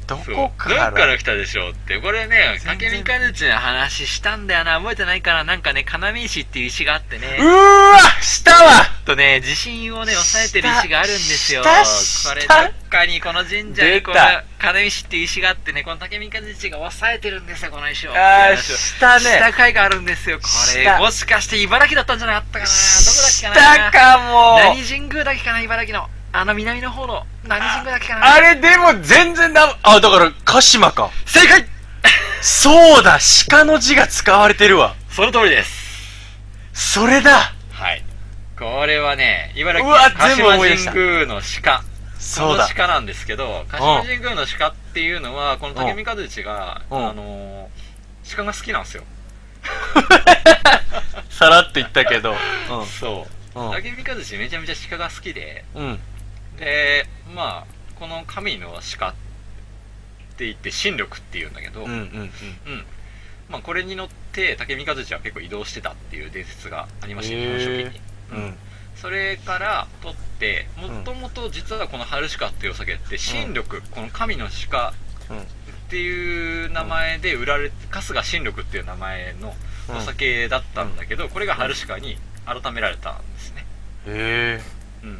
B: ど
C: そう
B: こか
C: ど
B: ら
C: っから来たでしょうって。これね、竹三一の話したんだよな。覚えてないかななんかね、金見石っていう石があって
B: うー
C: ね。
B: わした
C: ち
B: わ
C: ょっとね、地震をね、抑えてる石があるんですよ。こ
B: 下下
C: れ、どっかにこの神社
B: 出
C: に
B: た
C: この金見石っていう石があってね、この竹三一が抑えてるんですよ、この石を。
B: あー
C: っていう話を
B: した
C: 下
B: ね
C: 階があるんですよ、こ
B: 下
C: れ。もしかして茨城だったんじゃなかったかなどこだっけかな
B: 下かも
C: 何神宮だっけかな茨城の。あの南の方の、何神宮だっけかな
B: あれでも全然だあだから鹿島か
C: 正解
B: そうだ鹿の字が使われてるわ
C: その通りです。
B: それだ
C: はい。これはね、茨
B: うわ
C: 城鹿
B: 全部
C: 島
B: 思い出した
C: 神宮の鹿。
B: そ
C: こ
B: う
C: の
B: だ
C: 鹿なんですけど、鹿島神宮の鹿っていうのは、この竹三一が、
B: うん
C: あのー、鹿が好きなんですよ。
B: さらっと言ったけど
C: そう。
B: うん
C: 竹三一めちゃめちゃ鹿が好きで、
B: うんうん
C: で、まあ、この神の鹿って言って、神力って言うんだけど、
B: うんうん
C: うん。まあ、これに乗って、竹三一は結構移動してたっていう伝説がありましたね、
B: へ
C: こ
B: ー
C: の初期に。
B: うんうん
C: それから取って、もともと実はこの春鹿っていうお酒って、新緑、この神の鹿っていう名前で売られて、春日新緑っていう名前のお酒だったんだけど、これが春鹿に改められたんですね。
B: へえ
C: うん。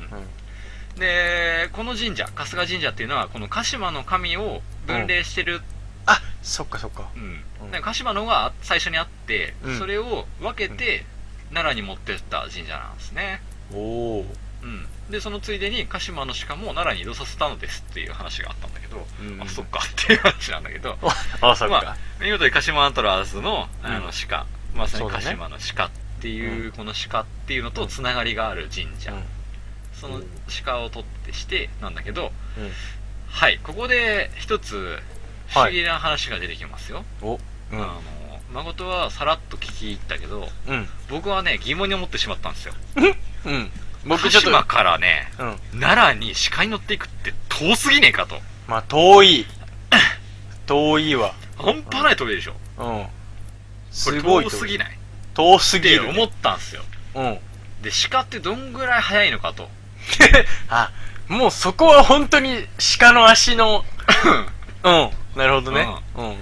C: で、この神社、春日神社っていうのは、この鹿島の神を分霊してる
B: あそっかそっか
C: う、
B: うんん
C: なんか鹿島のが最初にあって、
B: うん
C: それを分けて奈良に持ってった神社なんですね、
B: おお
C: うん、でそのついでに鹿島の鹿も奈良に移動させたのですっていう話があったんだけど、
B: うん
C: あそっかっていう話なんだけど
B: あそっ
C: まあ
B: か
C: 見事に鹿島アントラーズのあの
B: うん
C: 鹿まさに
B: そうだ
C: 鹿
B: ね
C: 島の鹿っていう、この鹿っていうのとつながりがある神社、
B: うん
C: その鹿を取ってしてなんだけど、はいここで一つ不思議な話が出てきますよ、
B: おう
C: あの誠はさらっと聞き入ったけど
B: うん
C: 僕はね疑問に思ってしまったんですよ
B: うん
C: 鹿
B: 僕ちょっと
C: 島からね
B: うん
C: 奈良に鹿に乗っていくって遠すぎねえかと
B: まあ遠い遠いわ
C: 半端ない飛びでしょ
B: うん
C: これ
B: すごい
C: 遠すぎ
B: い
C: ない
B: 遠す
C: っ
B: ぎ
C: て
B: る
C: 思ったんですよ
B: うん
C: で鹿ってどんぐらい速いのかと
B: あもうそこは本当に鹿の足 のうんなるほどねうん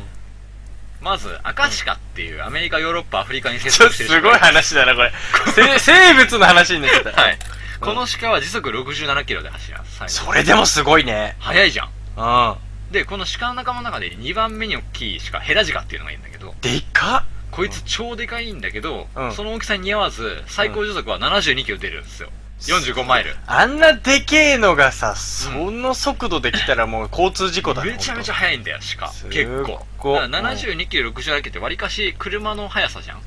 C: まず赤鹿っていうアメリカヨーロッパアフリカに生
B: ちょっ
C: 息
B: と
C: してる
B: すごい
C: い
B: 話だなこれ せ生物の話になっちゃった、
C: はいこの鹿は時速67キロで走ります
B: それでもすごいね
C: 速いじゃん
B: うん
C: でこの鹿の仲間の中で2番目に大きい鹿ヘラジカっていうのがいるんだけど
B: でか
C: こいつ超でかいんだけど、
B: うん
C: その大きさに似合わず最高時速は72キロ出るんですよ45マイル
B: っあんなでけえのがさその速度できたらもう交通事故だね
C: めちゃめちゃ
B: ゃ
C: 速いんだよ鹿
B: すっごい
C: 結構だから72キロ67キロってわりかし車の速さじゃん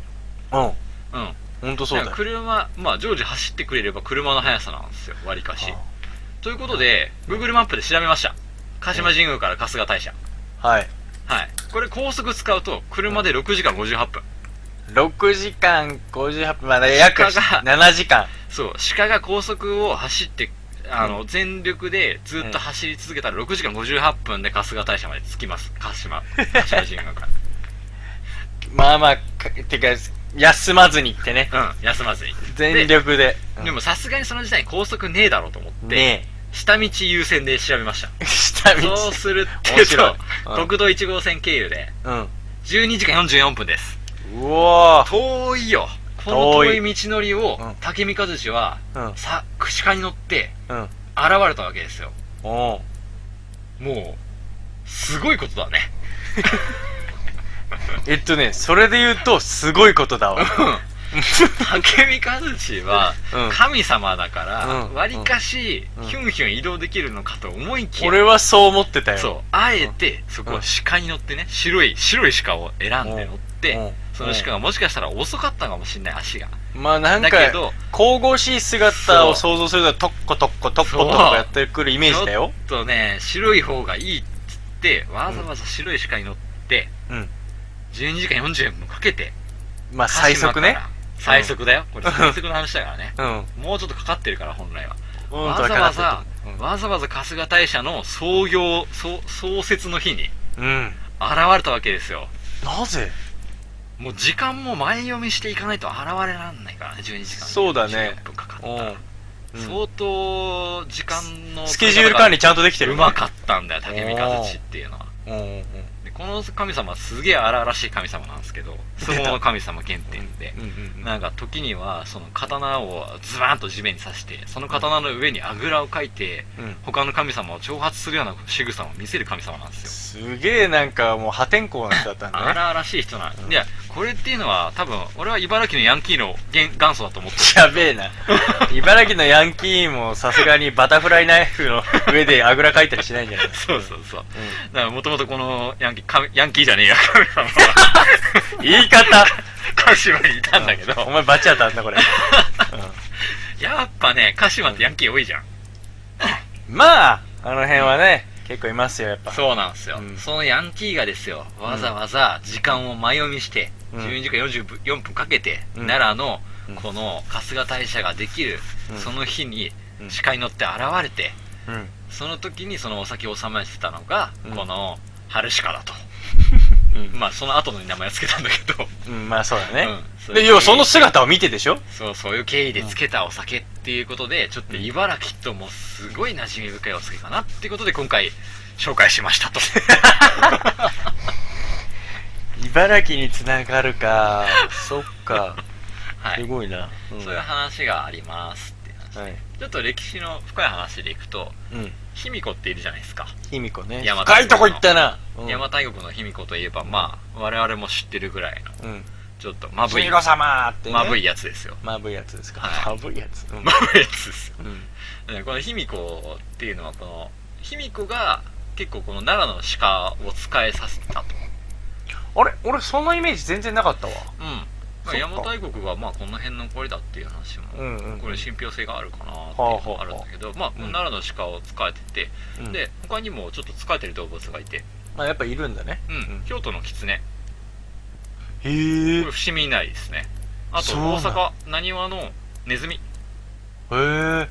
B: うん
C: うん
B: 本当そうだ
C: だ
B: よ
C: から車まあ常時走ってくれれば車の速さなんですよわりかしということで Google マップで調べました鹿島神宮から春日大社
B: はい
C: はいこれ高速使うと車で6時間58分
B: 6時間58分まだ約
C: 鹿が
B: 7時間
C: そう鹿が高速を走ってあの、全力でずっと走り続けたら6時間58分で春日大社まで着きます鹿島鹿島神宮か
B: まあまあかてか休まずに行ってね
C: らうん休まずに
B: 全力で
C: でもさすがにその時代に高速ねえだろうと思って、
B: ね
C: 下道優先で調べました
B: え 下道
C: そうする
B: 面
C: と
B: 白いうん
C: 国道1号線経由で
B: うん
C: 12時間44分です
B: うわ
C: 遠いよこの
B: 遠
C: 遠
B: い
C: い道のりを
B: うん
C: 竹三和氏は
B: うん
C: さ鹿に乗って
B: うん
C: 現れたわけですよ
B: おう
C: もうすごいことだね
B: えっとねそれで言うとすごいことだわ
C: 竹三和氏は
B: うん
C: 神様だから
B: うん
C: わりかし
B: うん
C: ヒュンヒュン移動できるのかと思いきや
B: 俺はそう思ってたよ
C: そうあえてそこは鹿に乗ってね白い白い鹿を選んで乗っ
B: うん
C: てその鹿がもしかしたら遅かったかもしれない足が
B: まあなんか
C: だけど
B: 神々しい姿を想像するとトッコトッコトッコトッコやってくるイメージだよ
C: ちょっとね白い方がいいっつってわざわざ白い鹿に乗って、
B: うん
C: 12時間40分かけて
B: まあ最速ね
C: 鹿島から最速だよこれ最速の話だからね
B: うん
C: もうちょっとかかってるから本来は
B: うん
C: わざわざ
B: うん
C: わざわざ春日大社の創業そう創設の日に
B: うん
C: 現れたわけですよ
B: なぜ
C: もう時間も前読みしていかないと現れらんないからね12時間
B: そうだね
C: 40分かかった
B: う
C: ら、
B: ん
C: 相当時間の
B: スケジュール管理
C: し
B: ちゃんとできてる
C: うまかったんだよ竹三和地っていうのは
B: うんうんうん
C: でこの神様はすげえ荒々しい神様なんですけど相撲の神様原点で
B: うんうん
C: なんか時にはその刀をズバーンと地面に刺してその刀の上にあぐらをかいて
B: うん
C: 他の神様を挑発するような仕草を見せる神様なんですよ
B: すげえなんかもう破天荒な人だったんだね
C: 荒々しい人なんいやこれっていうのは多分俺は茨城のヤンキーの原元祖だと思って
B: やべえな茨城のヤンキーもさすがにバタフライナイフの上であぐらかいたりしないんじゃない
C: そうそうそう
B: う
C: だからもともとこのヤンキー神ヤンキーじゃねえや神様 は
B: 言い方
C: 鹿島にいたんだけど
B: お前バチ当たんな これ、
C: やっぱね鹿島ってヤンキー多いじゃん
B: うんまああの辺はね、結構いますよやっぱ
C: そうなんですよ、
B: うん
C: そのヤンキーがですよわざわざ時間を前読みして、
B: うん
C: 12時間44分かけて、
B: うん
C: 奈良の
B: うん
C: この春日大社ができる、
B: うん
C: その日に
B: うん
C: 鹿に乗って現れて
B: うん
C: その時にそのお酒を収めてたのが、
B: うん
C: この春鹿だと、
B: うん
C: まあその後の名前を付けたんだけど、
B: うんまあそうだ
C: う
B: ね、
C: んそう
B: で
C: いう
B: 要はその姿を見てでしょ
C: そうそういう経緯で付けたお酒っていうことでちょっと茨城ともすごい馴染み深いお酒かなっていうことで今回紹介しま したと
B: 茨城につながる かそっか
C: はい
B: すごいな、うん
C: そういう話がありますって話
B: はい
C: ちょっと歴史の深い話でいくと
B: うん
C: 卑弥呼っているじゃないですか、
B: 卑弥呼ね
C: 邪馬
B: 深いと
C: 台
B: こ
C: 国
B: 行
C: の
B: ったな、うん、
C: 邪馬台国の卑弥呼といえばまあ我々も知ってるぐらいの
B: うん
C: ちょっとまぶい
B: 卑弥呼様ってね
C: まぶいやつですよ
B: まぶいやつですか、
C: はい
B: まぶいやつ、うん
C: まぶいやつですよ
B: うん
C: でこの卑弥呼っていうのはこの卑弥呼が結構この奈良の鹿を使えさせたと
B: あれ俺そのイメージ全然なかったわ
C: うんまあ、邪馬台国がまあこの辺の残りだっていう話も、
B: うんうん
C: これ信憑性があるかなって
B: はあ
C: いうの
B: はあ
C: があるんだけど、まあ、
B: うん
C: 奈良の鹿を使えてて、
B: うん
C: で他にもちょっと使えてる動物がいて、
B: あやっぱいるんだね
C: うん京都の狐こ
B: へえ
C: れ伏見ないですねあと
B: そうなん
C: 大阪浪速のネズミ
B: へえ
C: うん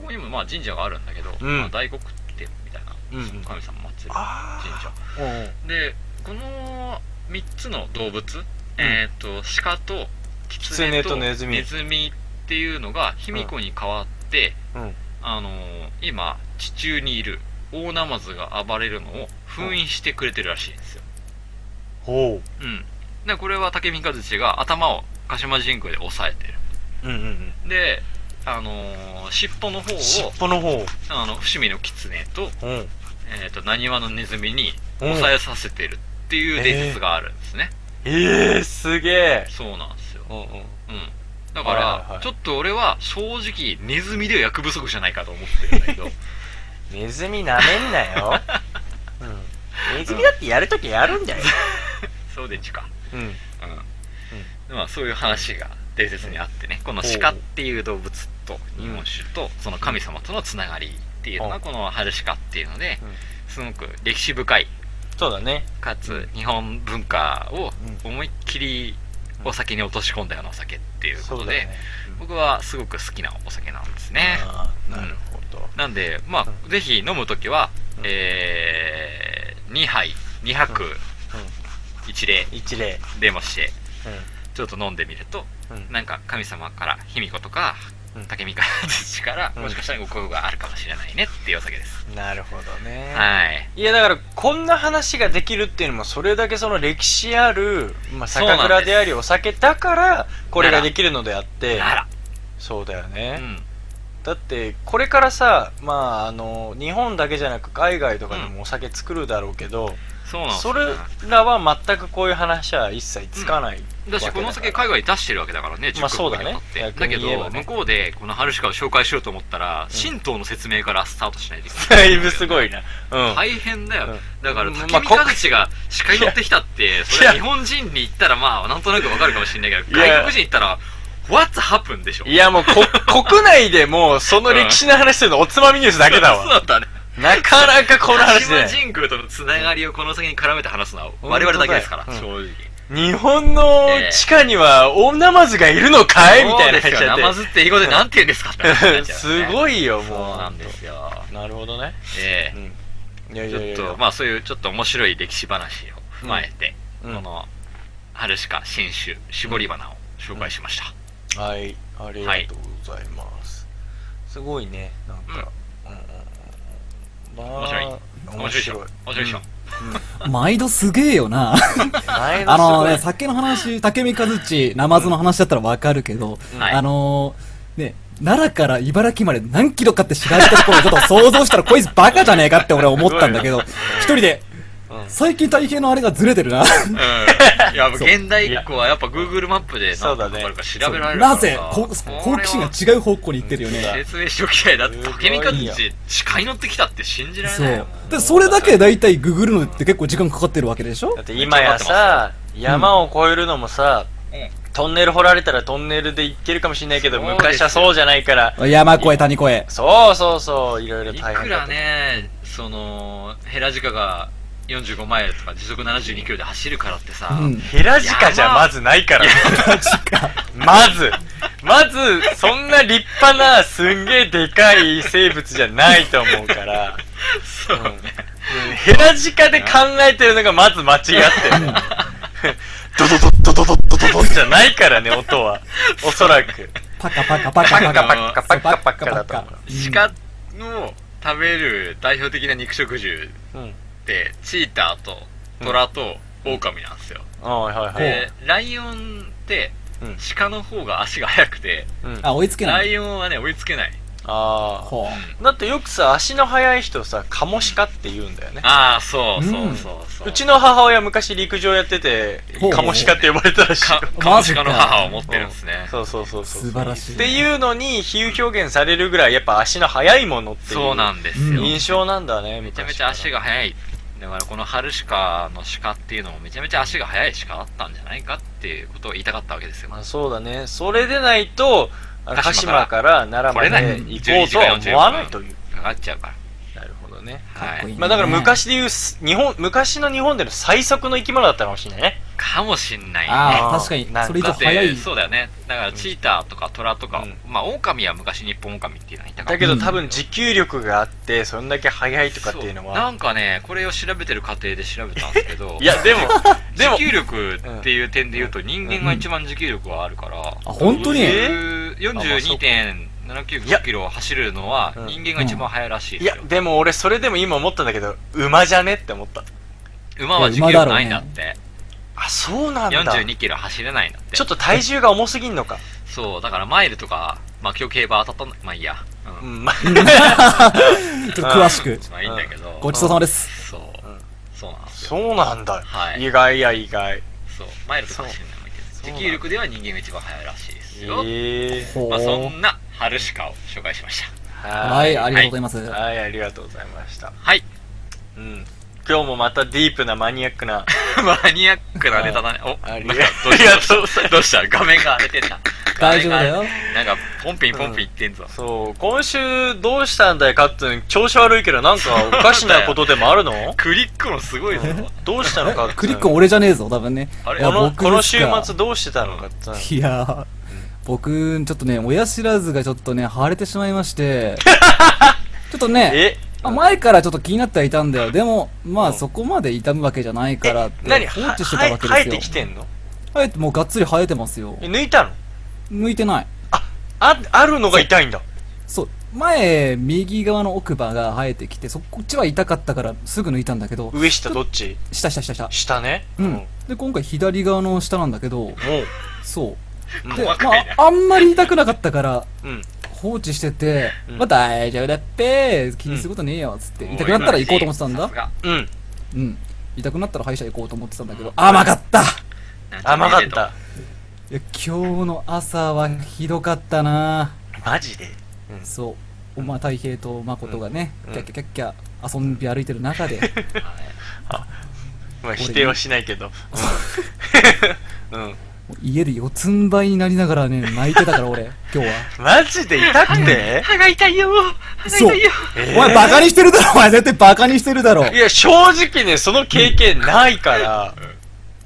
C: ここにもまあ神社があるんだけど、
B: うん
C: まあ、大黒天みたいな
B: うんうん
C: 神様祭る
B: あ
C: 神社
B: あうん
C: でこの3つの動物、えっ、と鹿と狐
B: 狐とネズミ
C: ネズミっていうのが卑弥呼に代わって、
B: うん
C: あのー今地中にいる大ナマズが暴れるのを封印してくれてるらしいんですよ、
B: ほ
C: うん、でこれは武見和志が頭を鹿島神宮で押さえてる
B: ううんうんうん
C: であのー尻尾の方を
B: 尻尾の方
C: あの伏見の狐と
B: うん
C: えっ、となにわのネズミに抑えさせてるっていう伝説があるんですね、
B: ええすげえ
C: そうなんですよ
B: うんうん
C: うん。だか
B: はいはいは
C: ら、
B: い
C: ちょっと俺は正直、ネズミでは役不足じゃないかと思ってるんだけ ど、
B: ネズミなめんな よ、うん、ネズミだってやるときやるんだよ、
C: そうでちゅか。
B: うん、
C: うん。まあ、そういう話が伝説にあってね、この鹿っていう動物と日本酒とその神様とのつながりっていうの
B: う
C: が、
B: ん
C: この春鹿っていうので
B: うん、
C: すごく歴史深い、
B: そうだね
C: かつ日本文化を思いっきりお酒に落とし込んだようなお酒っていうこ
B: そ
C: と
B: うだ
C: で、
B: ね
C: 僕はすごく好きなお酒なんですね。
B: ああなるほど、
C: なんで、まあ、ぜひ飲むときは、えー、2杯、2泊、一礼
B: 一例
C: 出まして、
B: う
C: ちょっと飲んでみると、
B: んうん
C: なんか神様から、卑弥呼とか
B: うん、
C: 竹見から、土から、
B: うん
C: もしかしたらご幸運があるかもしれないねっていうお酒です。
B: なるほどね
C: はい。
B: いやだからこんな話ができるっていうのもそれだけその歴史ある、まあ、
C: そうなん
B: 酒
C: です
B: 蔵でありお酒だからこれができるのであって
C: なら、
B: そうだよ
C: う
B: ね、
C: ん。
B: だってこれからさ、まあ、あの日本だけじゃなく海外とかでもお酒作るだろうけど、
C: そうなんです
B: そ
C: よ
B: れらは全くこういう話は一切つかない、
C: だし、このお酒海外に出してるわけだからね、
B: まあ
C: 10国にわたって。
B: そうだね
C: だけ
B: 逆に言えば
C: ど、
B: ね
C: 向こうでこの春鹿を紹介しようと思ったら、神道の説明からスタートしないといけ ない。
B: だいぶすごいな、うん
C: 大変だよ、
B: うん
C: だから
B: うん
C: 滝
B: まあ
C: 見和志が鹿に乗ってきたってそれは日本人に言ったらまあなんとなくわかるかもしれないけど
B: いや
C: 外国人に言ったら「What's happen?」でしょ
B: いやも うこ国内でもうその歴史の話するのおつまみニュースだけ だ
C: そう
B: わ
C: だったね
B: なかなかこの話
C: 鹿島
B: で
C: 神宮とのつながりをこの先に絡めて話すのは
B: うん
C: 我々だけですから、
B: 本当
C: 正
B: だ
C: 直
B: 日本の地下には大ナマズがいるのかいみたいな
C: そう
B: 話
C: ですよナマ
B: し
C: ズって英語でなんて言うんですかって話に
B: ちゃ
C: な
B: っ
C: ってちゃう
B: す
C: ね
B: ごいよ
C: そ
B: も
C: う
B: う
C: なんですよ
B: なるほどね
C: ええ
B: うんいやいやいやいや
C: ちょっとまあそういうちょっと面白い歴史話を踏まえて、
B: うん
C: この春鹿新種絞り花を紹介しました、
B: はい、ありがとうございます。すごいね、なんか。うんうんうん
C: 面白い
B: まあ
C: 面白いでしょ面白いでしょ、
D: 毎度すげえ よな。
B: 前
D: あ
B: の
D: のね、
B: す
D: 酒の話、竹見和地、ナマズの話だったらわかるけど、
C: はい
D: あのーね、奈良から茨城まで何キロかって知られたところをちょっと想像したら、こいつバカじゃねえかって俺は思ったんだけど、一人で、
B: うん
D: 最近体型のあれがずれてるな。
C: うんいや、
D: そう
C: 現代以降はやっぱ Google マップで
B: そう
C: 何
B: だ
C: かか
B: ね
C: かるか調べられるから
D: なぜこ好奇心が違う方向に行ってるよ
B: うん
D: ね。
C: 説明しときゃいいだって、
B: すごいよ
C: 竹見和地、鹿に乗ってきたって信じられ
D: そ
C: ないうよ。
D: で、それだけで大体ググるのって結構時間かかってるわけでしょ
B: ごいだって今やさ、山を越えるのもさ、
C: う
B: トンネル掘られたらトンネルで行けるかもしれないけど、
C: そうですよ
B: 昔はそうじゃないから、
D: 山越え谷越え。
B: そうそうそう、いろいろ
C: んい
B: 大
C: く
B: 変だ
C: ら
B: った。
C: ね、その、ヘラジカが45マイルとか時速72キロで走るからってさ、
D: うん。
B: ヘラジカじゃまずないからね。まず、まず、そんな立派な、すんげえでかい生物じゃないと思うから。
C: そうね。
B: ヘラジカで考えてるのがまず間違ってるね。ドドドドドドドドドじゃないからね、音は。おそらく。
D: パカパカパカ
B: パ
D: パ
B: ッ
C: ッカ
B: カパ
D: カ。
C: ッ
B: ッ
C: カ
B: カパッカパッカだと思
C: 鹿の食べる代表的な肉食獣
B: う。うん。
C: って、チーターとトラと狼なんですよ。
B: はいはいはい。
C: で、ライオンって
B: うん、
C: 鹿の方が足が速くて、
B: うん、あ
D: あ、追いつけな
C: ラ
D: い。
C: イオンはね、追いつけない。
B: あー。
D: ほう。
B: だってよくさ、足の速い人さ、カモシカって言うんだよね。
C: ああ、そうそう
D: うん
C: そうそう。
B: うちの母親昔陸上やってて
D: ほう、
B: カモシカって呼ばれたらしいよ
C: か、。カモシカの母を持ってるんですね。
B: そうそうそうそう。
D: 素晴らしい。
B: っていうのに比喩表現されるぐらいやっぱ足の速いものっていう
C: そうなんですよ。
D: うん
C: め
B: 印象なんだね、め
C: ちゃめちゃ足
B: が。
C: が速い。だからこの春鹿の鹿っていうのもめちゃめちゃ足が速い鹿だったんじゃないかっていうことを言いたかったわけですよ。
B: まあそうだね。それでないと、あの鹿
C: 鹿
B: 島
C: 島
B: か
C: から
B: 奈良ま
C: 来れな
B: で
C: い
B: 行こうとは思わないという。
C: かかっちゃうから。
B: なるほどね。
D: かっこいい、ね。
B: まあだから昔で言うす、日本、昔の日本での最速の生き物だったかもしれないね。
C: かもしんないね。
D: あ
B: あー
D: あ、確かに
B: なんか。
D: それ以
C: だ
D: 上
C: って
D: 早い。
C: そうだよね。だからチーターとかトラとか、
B: う
C: まあ狼は昔日本狼っていうのがいたから。
B: だけど
D: うん
B: 多分持久力があって、そんだけ速いとかっていうの
C: そな
B: は。、
C: んかね、これを調べてる過程で調べたんですけど
B: いや、でも、でも
C: 持、久力っていう点で言うと人間が一番持久力はあるから、
D: あ、本当に
B: えいや
C: 42.795キロを走るのは
B: うん
C: 人間が一番速いらしい
B: い
C: です
B: や
C: よ、、
B: でも俺それでも今思ったんだけど、馬じゃねって思った。
C: 馬は持久力ないんだって。
B: あ、そうなんだ。
C: 42キロ走れないんだって。
B: ちょっと体重が重すぎんのか。
C: そう、だからマイルとか、まあ今日競馬当たったんまあいいや。
B: う
C: うん。
B: ん、まあ、
D: ちょっと詳しく。
C: まあいいんだけど。
D: ごちそうさまです。
C: そう
B: うん。
C: そうなんですよ。
B: そうなんだ。
C: はい
B: 意外や意外。
C: そう。マイルとか走れないもんいいけ
B: そう
C: ど持久力では人間が一番速いらしいですよ。
B: ええ
D: ほ
C: まあそ
D: ー
C: んな、春鹿を紹介しました。
D: は、
B: はい
D: ありがとうございます。
B: はい、ありがとうございました。
C: はい。
B: うん。今日もまたディープなマニアックな。
C: マニアックなネタだね。お、
B: あり
C: なんかどう
B: ありが
C: したどうしたどうした画面が荒れてんだ。
D: 大丈夫だよ。
C: なんか、ポンピンポンピン言ってんぞ。
B: そう、今週どうしたんだい、カッツン。調子悪いけど、なんかおかしなことでもある の
C: クリックもすごいぞ。
B: どうしたのか
D: クリックン俺じゃねえぞ、多分ね。
C: あれ
D: いや
B: この、
D: 僕ですか
B: この週末どうしてたのかって。
D: いやー、僕、ちょっとね、親知らずがちょっとね、腫れてしまいまして、ちょっとね、
B: え
D: まあ前からちょっと気になってはいたんだよ。でも、ま
B: うん
D: あそこまで痛むわけじゃないからって、
B: 何
D: 放
B: は
D: 置してたわけ
B: 生えて
D: で
B: き
D: すよ。
B: てんの
D: 生えて、もうがっつり生えてますよ
B: え。抜いたの
D: 抜いてない。
B: あ、あるのが痛いんだ。
D: そう。前、右側の奥歯が生えてきて、そこっちは痛かったからすぐ抜いたんだけど、
B: 上下どっち
D: 下下下下。
B: 下ね。
D: うん。で、今回左側の下なんだけど、
B: もう。
D: そう。
B: うん
D: で、ま
C: 細かいね
D: あ、あんまり痛くなかったから、
B: うん。
D: 放置してて、
B: うん
D: まあ大丈夫だって、気にすることねえよ、つって。痛くなったら行こうと思ってたんだ。
C: だ。
B: うん。
D: うん。痛くなったら歯医者行こうと思ってたんだけど、甘かったい
B: 甘かった。。
D: や、今日の朝はひどかったな
B: マジで
D: そう。おまあ、太平と誠がね、
B: うん
D: キャッキャキャッキャ遊んで歩いてる中で、
B: まあ否定はしないけど。うん。
D: もう家で四つん這いになりながら ね、泣いてたから俺、今日は。
B: マジで痛くて
C: 歯が痛いよ歯が
D: そう
C: 痛いよ。
D: お前バカにしてるだろお前絶対バカにしてるだろ
B: いや、正直ね、その経験ないから。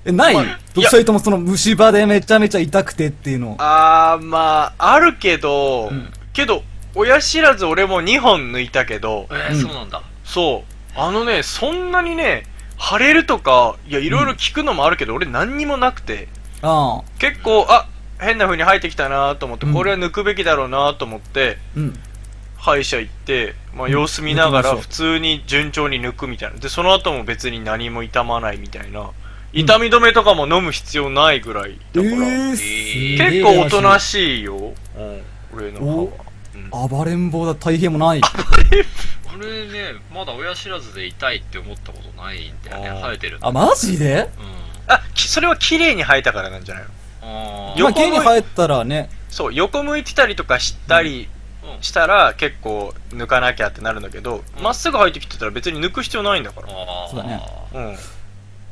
D: え、ない
B: お前いや
D: それともその虫歯でめちゃめちゃ痛くてっていうのを。
B: あー、まあ、あるけど、
D: うん
B: けど、親知らず俺も2本抜いたけど
C: え、ー、そうなんだ。
B: そう、あのね、そんなにね、腫れるとか、いや、いろいろ聞くのもあるけど、俺何にもなくて、
D: ああ。
B: 結構、あ、変な風に生えてきたなと思って、
D: うん
B: これは抜くべきだろうなと思って、
D: うん。
B: 歯医者行って、まあ、
D: うん
B: 様子見なが
D: 抜き
B: ら
D: ましょう
B: 普通に順調に抜くみたいなでその後も別に何も痛まないみたいな痛み止めとかも飲む必要ないぐらいだから、
D: ー、
B: 結構おとな
D: し
B: しいよ、うん、俺の
D: お
B: 歯は
D: 暴れん坊だ、大変もない。
C: 俺ね、まだ親知らずで痛いって思ったことないんだよ
B: あ
C: ね。
B: ー
C: 生えてる。
D: あ、マジで
C: うん。
B: あきそれは綺麗に生えたからなんじゃないの
C: あー
D: 今、
B: よ横向い
D: 家に入ったらね、
B: そう横向いてたりとかしたり
C: うん
B: したら結構抜かなきゃってなるんだけど
C: うん
B: まっすぐ生えてきてたら別に抜く必要ないんだから
C: あー
D: そうだね
B: うん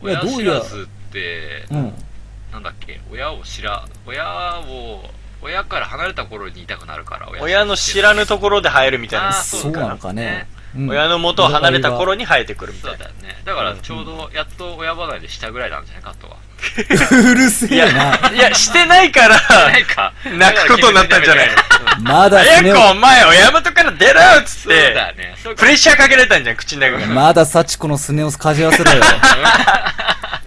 D: いや
C: 親知らずって、
D: うん。
C: なんだっけ、親を知ら、親を、親から離れた頃に痛くなるから、
B: 親の知らぬところで生えるみたい
C: あー
B: な、
C: そう
D: そうなのかね。うん
B: 親の元を離れた頃に生えてくるみた
C: そう
B: いな
C: だよね。だから、ちょうど、やっと親離れでしたぐらいなんじゃないカットは。
D: うるせ
B: い
D: え
B: や
D: な。、
B: いや、してないから、
C: ないか。
B: 泣くことになったんじゃ ないの
C: だから
D: まだ
B: 早
D: ね
B: くお前、親元から出ろっつっ
C: 君のそうだ
B: て、
C: よね。そう
B: プ
C: か
B: レッシャーかけられたんじゃん、口の中から。
D: まだ幸子のスネオスかじわせろよ。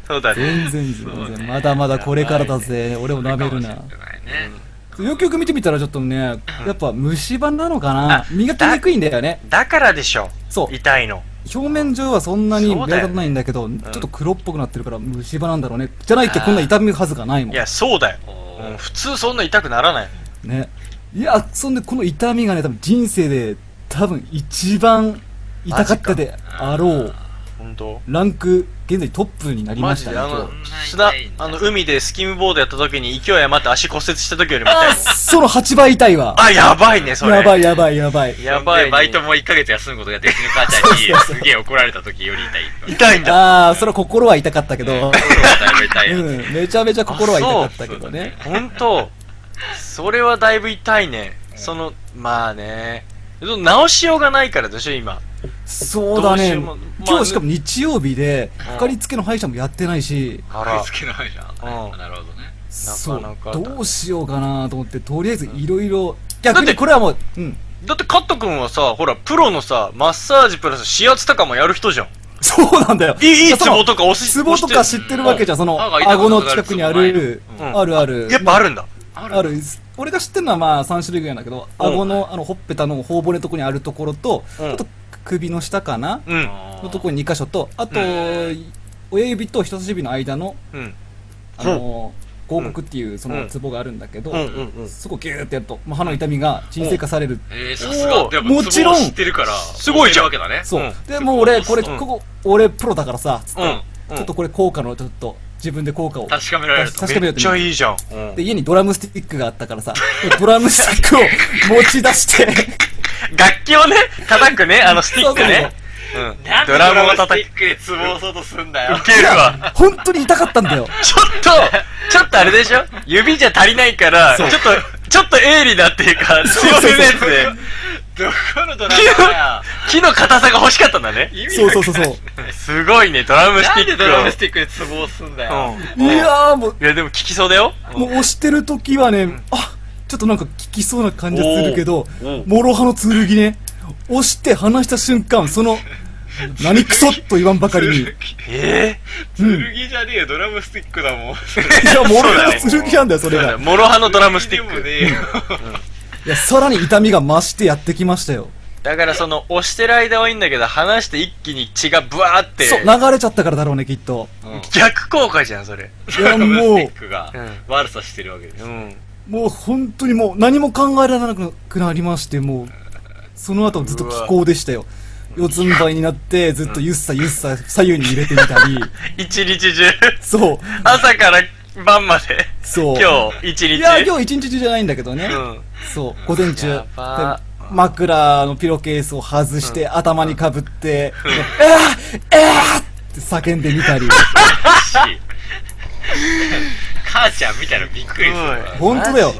B: そうだね。
D: 全然全然。まだまだこれからだぜ。俺を舐めるな。
C: かも
D: よ
C: しれないね
D: くよく見てみたらちょっとね、やっぱ虫歯なのかな磨きにくいんだよね。
B: だからでしょ、
D: そう。
B: 痛いの。
D: 表面上はそんなに目立たないんだけど、ちょっと黒っぽくなってるから虫歯なんだろうね。じゃないとこんな痛みはずがないもん
B: い。や、そうだよ。
C: お
B: うん
C: ー
B: 普通そんな痛くならない。
D: ね。いや、そんでこの痛みがね、多分人生で多分一番痛かったであろう
B: 本当
D: ランク現在トップになりま
B: マ
D: し
B: ジ
D: た
B: で、
D: ね、
B: あ
D: 今
B: の
D: 日。、
B: 砂、あの、海でスキムボードやった時に勢い余って足骨折した時よりも痛い
D: あ
B: もん。
D: その8倍痛いわ。
B: あ、やばいね、それ。
D: やばいやばいやばい。
B: やばい、
C: でバイト。も1ヶ月休むことができる母ちゃんに、すげえ怒られた時より痛い。
B: 痛いんだ。
D: ああ、それは心は痛かったけど、
C: だいぶ痛いや
D: う
C: つ。
D: ん、めちゃめちゃ心は痛かったけどね。
B: 本当それはだいぶ痛いね。その、まあね。直しようがないからでしょ、今。
D: そうだね。
B: どうしようもまあ
D: 今日しかも日曜日で、
B: うん
D: かかりつけの歯医者もやってないし、
B: あ
C: 食
B: ら
C: いつ。けのないじゃん。なるほどね。
D: そう
B: なかなかだね
D: どうしようかなと思って、とりあえずいろいろ、
B: だ
D: 逆
B: っ
D: に
B: て
D: これはもう、うん。
B: だって、カット君はさ、ほら、プロのさ、マッサージプラス指圧とかもやる人じゃん。
D: そうなんだよ。
B: いい、いい
D: やそ
B: ツ
D: の
B: ボとか押し、
D: ツボとか知ってるわけじゃん、その、
C: 歯が痛くなる
D: 顎の近くにある、
B: う
D: あ
B: ん
D: るあるある。
B: やっぱあるんだ。
C: あ
D: ある。俺が知ってるのはまあ3種類ぐらいなんだけど、
B: うん
D: 顎のあのほっぺたの頬骨のとこにあるところと、
B: うん
D: あと首の下かな、
B: うん。
D: のとこに2箇所と、あと、
C: うん
D: 親指と人差し指の間の、
B: うん。
D: あのー、合谷っていうそうの
B: ん
D: ツボがあるんだけど、
B: うんうんうん。
D: そこをギューってやると、まあ、歯の痛みが沈静化される。
C: えー、さすが。でも、
D: もちろん
C: ツボを知ってるから、
B: すごいじゃん
C: 知ってるわけだね。
D: そう。
B: うん
D: で、もう俺、これ、
B: うん
D: ここ、俺プロだからさ、つって
B: うん。うん
D: ちょっとこれ効果の、ちょっと、自分で効果を。
C: 確かめられると。
D: 確かめ
B: め
D: よう
B: っ
D: と
B: ち
D: 思
B: ゃ
D: って
B: いいじゃん。うん
D: で、家にドラムスティックがあったからさ、ドラムスティックを持ち出して、
B: 楽器をね、叩くね、あのスティックね。うん
C: なんで
B: ドラムを叩
C: ドラムスティ
B: く。
C: ックでツボを押そうとすんだよ
B: い。けるわ。
D: 本当に痛かったんだよ。
B: ちょっと、ちょっとあれでしょ指じゃ足りないから、ちょっと、ちょっと鋭利だっていうか、
D: そう
B: 強
D: そうそう
B: めのやつで、
C: どこのドラムだ
B: 木の硬さが欲しかったんだね。
C: よ。
D: そうそうそうそう。
B: すごいね、ドラムス
C: な
B: ティ
C: んで
B: ック
C: ド
B: を。
C: ラムスティックでツボを押すんだよ。
B: うん
D: いやーもう、
B: いや、でも効きそうだよ。
D: もう押してる時はね、あ、ちょっとなんか効きそうな感じはするけど
B: おーお、ー
D: もろ刃の剣ね、押して離した瞬間、その、何クソっと言わんばか りに、い
B: え
C: 剣じゃねえよ、ドラムスティックだもん。
D: や、もろ刃
B: そうだ
D: の
B: ね
D: 剣なんだよ、そ
B: え
D: れが。
B: もろ刃のドラムスティッ
C: でもね
B: ク。
C: えよ。
D: いや、さらに痛みが増してやってきましたよ。
B: だからその、押してる間はいいんだけど、離して一気に血がブワーって。
D: そう、流れちゃったからだろうね、きっと。
B: 逆効果じ ゃん、それ。
D: い
C: ド
D: や、
C: ラムス
D: も
C: ティ
D: う
C: ッ、クが
B: うん
C: 悪さしてるわけです
B: う。ん。
D: もう本当にもう何も考えられなくなりまして、もう、その後ずっと気候でしたよ。四つん這いになって、ずっとゆっさゆっさ左右に揺れてみた り、
B: 一日中、
D: そう、
B: 朝から晩まで、
D: そう。
B: 今日、一日。
D: いや、今日一日中じゃないんだけどね。
B: うん。
D: そう、午前中
B: やば。
D: で枕のピロケースを外して、頭にかぶって、えー、えーって叫んでみた り。
C: し、母ちゃん見たらびっくりするわ。
D: 本当だよ。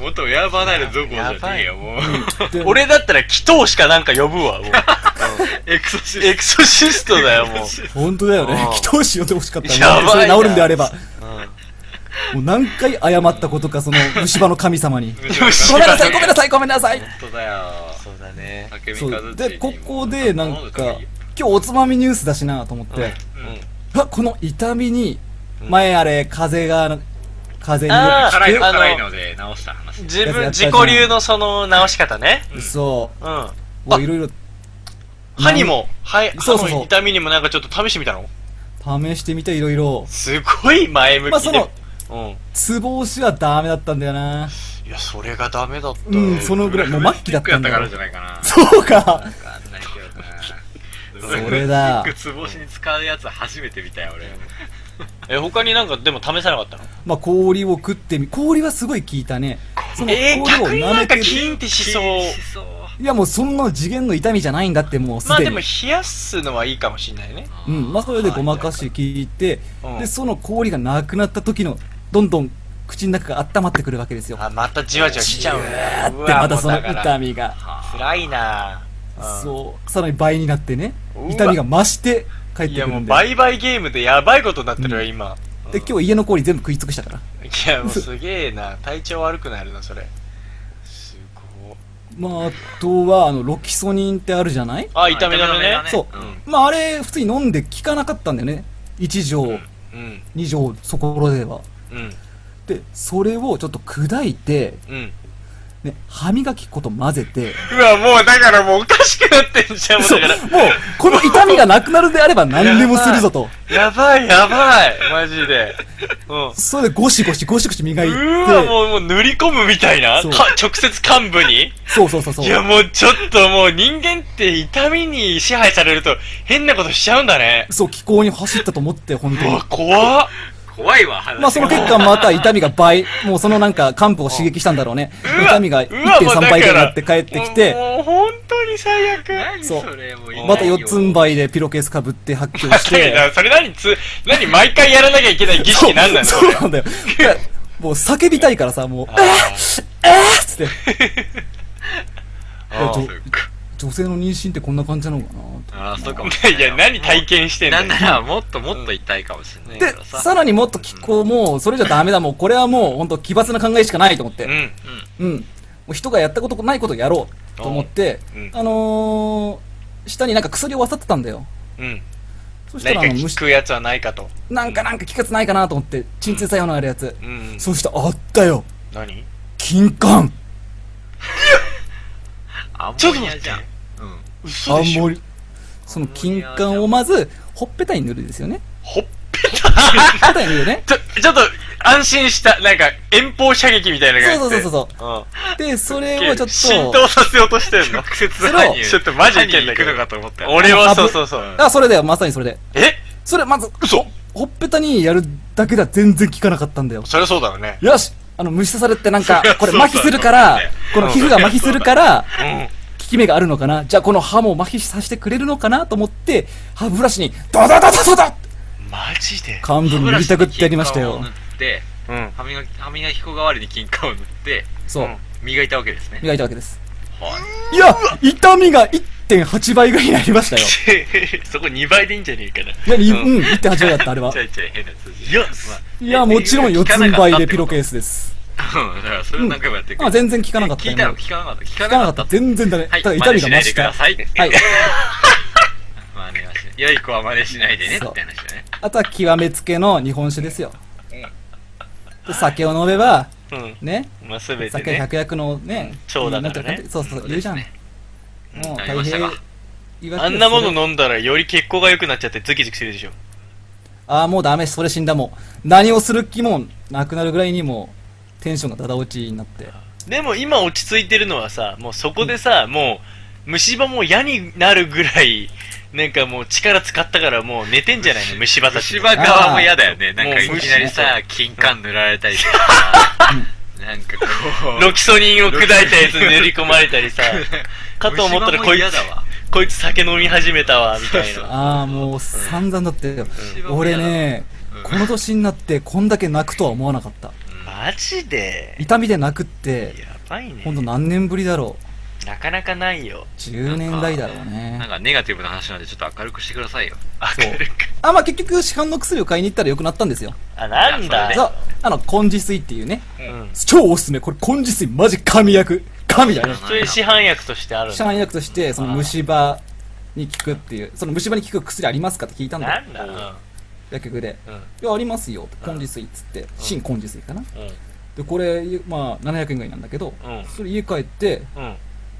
C: 元親離れどころじゃねえよ、もう。
D: で
B: 俺だったら祈祷しかなんか呼ぶわ、もう。
C: エクソシ
B: エ
C: ス
B: クソシストだよ、もう。
D: 本当だよね
B: あ。あ
D: 祈祷師呼んでほしかったね。
B: やばいな
D: それ治るんであれば。もう何回謝ったことか、その虫歯の神様に。
C: ト。よ
D: ごめんなさい、ごめんなさい、ごめんなさい。
C: 本当だよ。
B: そうだね。
C: 竹見
D: そ
C: 和
D: う。
C: 樹
D: で、ここでなんか、今
C: うん
D: 日おつまみニュースだしなと思って、うわこの痛みに、前あれ、風が、風に
B: あ
C: 辛いの
B: あの
C: 辛いので直した話。
B: 自分、自己流のその直し方ね。
D: そ
B: うん。
D: う、もういろいろ
B: 歯にも、はい、歯
D: そうそうそう
B: の痛みにもなんかちょっと試してみたの
D: 試してみていろいろ。
B: すごい前向
D: まあ
B: き
D: そ
B: で。
D: の、
B: うん。
D: ツボ押しはダメだったんだよな。
B: いや、それがダメだったよ。
D: うん、そのぐらい、もう末期だったんだ
C: ドラ
D: よ
C: ムスティックやったからじ
D: そうか。
C: ゃないかな。わかんないけどな。
D: それだ
C: ドラムスティックつぼしに使うやつ初めて見たよ、俺。
B: え、他になんかでも試さなかったの
D: まあ、氷を食ってみ、氷はすごい効いたね。その
B: えー、逆になんか
D: る
B: キーンってしそう。
C: しそう。
D: いや、もうそんな次元の痛みじゃないんだって、もうす
B: まあ
D: で
B: でも
D: に。
B: 冷やすのはいいかもしんないね。
D: うん、まあ、それでごまかし効いて
B: う、ん
D: で、その氷がなくなった時の、どんどん口の中が温まってくるわけですよ。
B: あ、またじわじわ来ちゃうね。う
D: で、また
B: もう
D: その
B: だから
D: 痛みが、
B: 辛いなぁうん
D: そう、さらに倍になってね
B: う、わ
D: 痛みが増して帰って
B: い
D: く
B: や
D: る
B: もうん
D: で。
B: 売買ゲームでやばいことになってるよ、
D: うん
B: 今。
D: で、今日家の氷全部食い尽くしたから。
B: いやもうすげえな体調悪くなるな、それ。すごい。
D: まあ、あとは、あの、ロキソニンってあるじゃない
B: あ、痛み止めね。
D: そう
C: うん
D: まあ、あれ、普通に飲んで効かなかったんだよね。1錠、
B: うん、
D: 2錠、そこらでは。
B: うん、
D: で、それをちょっと砕いて、
B: うん。
D: ね、歯磨き粉と混ぜて、
B: うわ、もうだからもうおかしくなってんじゃん、もう
D: そう、
B: だ
D: も
B: か
D: う
B: ら。、
D: この痛みがなくなるであれば何でもする ぞと。
B: やばい、やばい、マジで。うん。
D: それでゴシゴシゴシゴシ磨いうて、
B: ーわ、もう、もう塗り込むみたいな
D: そう
B: か直接幹部に
D: そうそうそうそう。
B: いや、もうちょっともう人間って痛みに支配されると変なことしちゃうんだね。
D: そう、気候に走ったと思って、本当
B: う
D: に
B: わ、。怖っ。
C: 怖いわ、話。
D: まあその結果また痛みが倍、もうそのなんか漢方を刺激したんだろうね。
B: うわ
D: 痛みが
B: うわもうだか
D: 1.3
B: ら
D: 倍ぐらいになって帰ってきて、
B: もうもう本当に最悪。
C: 何
D: そう
C: それ、もういいよ
D: また四つん這いでピロケース被って発狂
B: だ
D: し
B: け
D: て
B: ど、。それ何つ、何毎回やらなきゃいけない儀式なんなの
D: そうなんだよ。いやもう叫びたいからさ、もう、えー、えー、っつって。
B: あー
D: いや女女性の妊娠ってこんな感じなのかなと
C: ああ、そうかもしれない
B: いや、何体験してんだ
C: なん
B: よ。
C: なら、もっともっと痛いかもしれないか
D: で
C: ら、さ。
D: さらにもっと気候も、それじゃダメだ、もうこれはもう本当奇抜な考えしかないと思っ
B: う
D: て。
B: ん。
D: うん。もう人がやったことないことをやろうと思って
B: うんうん、
D: あのー、下になんか薬をわさってたんだよ。
B: うん。
D: そした
B: 何
D: らあ
B: か
D: の、虫
B: 聞くやつはないかと。
D: なんかなんか気がつないかなと思って、鎮痛作用のあるやつ。
B: うん。
D: そうしたら、あったよ
B: 何
D: 金柑
C: アン
B: ちょっ
C: モニ
B: と
C: ア
B: 待っ
C: じ
B: て
C: ゃん。。
B: 嘘
D: あ
B: で
D: ん
B: しょ
D: まり。その金柑をまず、ほっぺたに塗るんですよね。
B: ほっ
D: ほっぺたに塗るね
B: 。ちょ、ちょっと、安心した。なんか、遠方射撃みたいな
D: そうそ
B: 感じ
D: う
B: で。
D: そうそうそう。
B: うん。
D: で、それをちょっ
B: 浸
D: と、
B: 透させようとして んの
C: 直接
D: れを
C: 何
B: ちょっとマジいけんだけど
C: 行くのかと思ったよ。
B: 俺はそうそうそう。
D: あ、それだよ、まさにそれで。
B: え
D: それ、まず、
B: 嘘
D: ほっぺたにやるだけでは全然効かなかったんだよ。
B: そりゃそうだろうね。
D: よしあの、虫刺されってなんか
C: そりゃ、
D: これ
C: そうだ
D: 麻痺す るから、この皮膚が麻痺するから、
B: うん。
D: 効き目があるのかなじゃあこの歯も麻痺させてくれるのかなと思って、歯ブラシに、ダダダダダダ
B: マジで
D: 幹部に塗りたくってやりましたよ
C: 歯ブラシに金。柑を塗って
B: うん。。
C: 歯磨き、歯磨き粉代わりに金貨を塗って、
D: そううん
C: 磨いたわけですね。
D: 磨いたわけです。
C: はい
D: や、痛みが1.8倍ぐらいになりましたよ。
C: い。 そこ2倍でいいんじゃねえかな。
D: いや、にうん、1.8倍だった、あ れは
C: ち。ゃいちゃい変な数字。いや、
D: いや、もちろん四つん這いでピロケー
C: ス。
D: ス です。
C: うん、だからそれを何回もやっていく。
D: まあ、全然効かなかった
C: 聞
D: よ。
C: いたの
D: もう
C: 聞かなかった。聞
D: 効
C: か
D: かな
C: な
D: か
C: か
D: っ。
C: ったた。
D: 全然ダメ。
C: はい、
D: ただ痛
C: 真似
D: みが増
C: しないで
D: し
C: くだ
D: た。
C: さい。
D: はい。
C: 真似はしない。良い子は真似しないでねって
D: そう
C: 話だね。
D: あとは極めつけの日本酒ですよ。で酒を飲めば、
B: うん。
D: ね、
B: まあ、すべて
D: 酒
B: ね。
D: 百薬のね、
B: 長だか
D: なん
B: らね
D: ていうなんてそうそう、言うじゃん。
C: そう
D: もう
C: なり
D: 大
C: ました
D: 変
C: が。
D: いいわけですよ
B: あんなもの飲んだらより血行が良くなっちゃってズキズキす るでしょ。
D: ああ、もうダメ、それ死んだもう。何をする気もなくなるぐらいにもう、テンションがダダ落ちになって。
B: でも今落ち着いてるのはさ、もうそこでさ、もう、虫歯も嫌になるぐらい、なんかもう力使ったからもう寝てんじゃないの虫歯たち。
C: 虫歯側も嫌だよね。なんか
B: もう
C: いきなりさ、金管塗られたりとか さ、なんかこう。
B: ロキソニンを砕いたやつ練り込まれた りさ、かと思ったらこい
C: 虫歯も嫌
B: つ
C: だわ、
B: こいつ酒飲み始めたわ、みたい
C: そう
B: な。
D: ああ、もう散々だったよ。俺ね、
C: うん
D: この年になってこんだけ泣くとは思わなかった。
B: マジで
D: 痛みで泣くって、
B: やばいね
D: ほんと何年ぶりだろう。
B: なかなかないよ
D: 10年来だろうね
C: なん。かネガティブな話なんでちょっと明るくしてくださいよ。
B: 明るく
D: あ、まあ結局市販の薬を買いに行ったら良くなったんですよ。
B: あなんだ
C: ね
D: そう、あの、根治水っていうね。
B: うん
D: 超おすすめ。これ根治水マジ神薬。神だね。
B: 普通に市販薬としてあるん
D: 市
B: だ
D: 販薬として、その虫歯に効くっていう、その虫歯に効く薬ありますかって聞いたんだ
B: な
D: よ。
B: んだろ
D: 薬局で。
B: ううん
D: いや、ありますよ。根治水っつって。新根治水かな。
B: う
D: で、これ、まあ、700円ぐらいなんだけど、
B: うん
D: それ家帰って、
B: んうん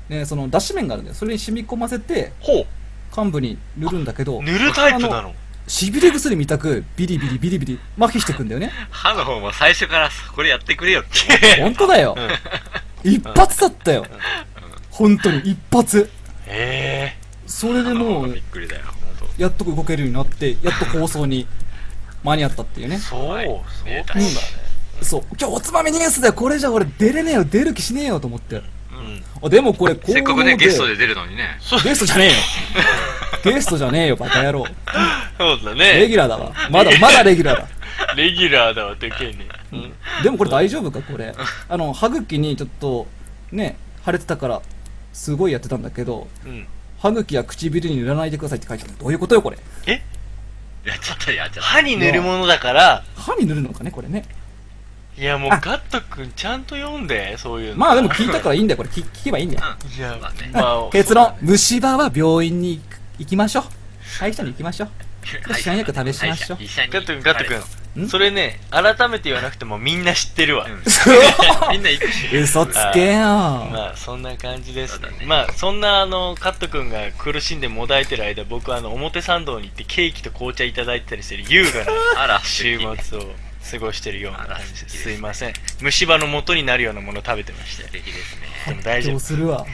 D: ね、その脱脂麺があるんだよ。それに染み込ませて、
B: ほ
D: 幹部に塗るんだけど
B: う、塗るタイプな
D: あ
B: の
D: 痺れ薬みたく、ビリビリビリビリ、麻痺してくんだ よね。
C: 歯の方も最初からさこれやってくれよって
D: 本当だよ。一発だったよ。本当に、一発。
B: え
D: それで
C: 思
D: も
C: う。
D: う
C: びっ、くりだよ。
D: やっと動けるようになって、やっと放送に間に合ったっていうね
B: え。そう
C: はい
B: そう
C: め
B: だ
C: で
B: ね
C: たい
D: そう。今日おつまみニュースだよ。これじゃ俺出れねえよ。出る気しねえよと思って。
B: うん
D: あ、でもこれ、こう
C: せっかくね、ゲストで。出るのにね。
D: ゲストじゃ ねえよ。ゲストじゃねえよ、バカ野郎。
B: そうだ
D: レギュ
B: ね
D: ラーだわ。まだ、まだレギュラーだ。
B: レギュラーだわでけえねうん
D: でもこれ大丈夫かこれ。あの、歯茎にちょっと、ね、腫れてたから、すごいやってたんだけど、
B: うん
D: 歯茎や唇に塗らないでくださいって書いてある。どういうことよ、これ。
B: え
C: やっちゃったやっちゃっ
B: 歯に塗るものだから
D: 歯に塗るのかね、これね。
B: いやもう
D: あ
B: ガット君ちゃんと読んでそういうの
D: まあでも聞いたからいいんだよ、これ。聞聞けばいいんだよ。
B: いや
C: まあね
B: まあ
D: 結論、虫歯は病院に行く行きましょう。歯医者に行きましょう。
C: た。
D: 市販薬試しましょう
C: 医者に
B: ガット君ガット君
D: ん
B: それね、改めて言わなくてもみんな知ってるわ。
C: みんな行くし。
D: 嘘つけよ。
B: まあ、そんな感じですね。まあ、そんな、あの、カット君が苦しんでもだえてる間、僕は、あの、表参道に行ってケーキと紅茶いただいてたりしてる優雅 な
C: あら、
B: 週
C: 素
B: 末を過ごしてるような感じです。すいません。虫歯の元になるようなもの食べてまして。
C: 敵ですね。
B: でも大丈
D: どう
B: 夫。
D: するわ。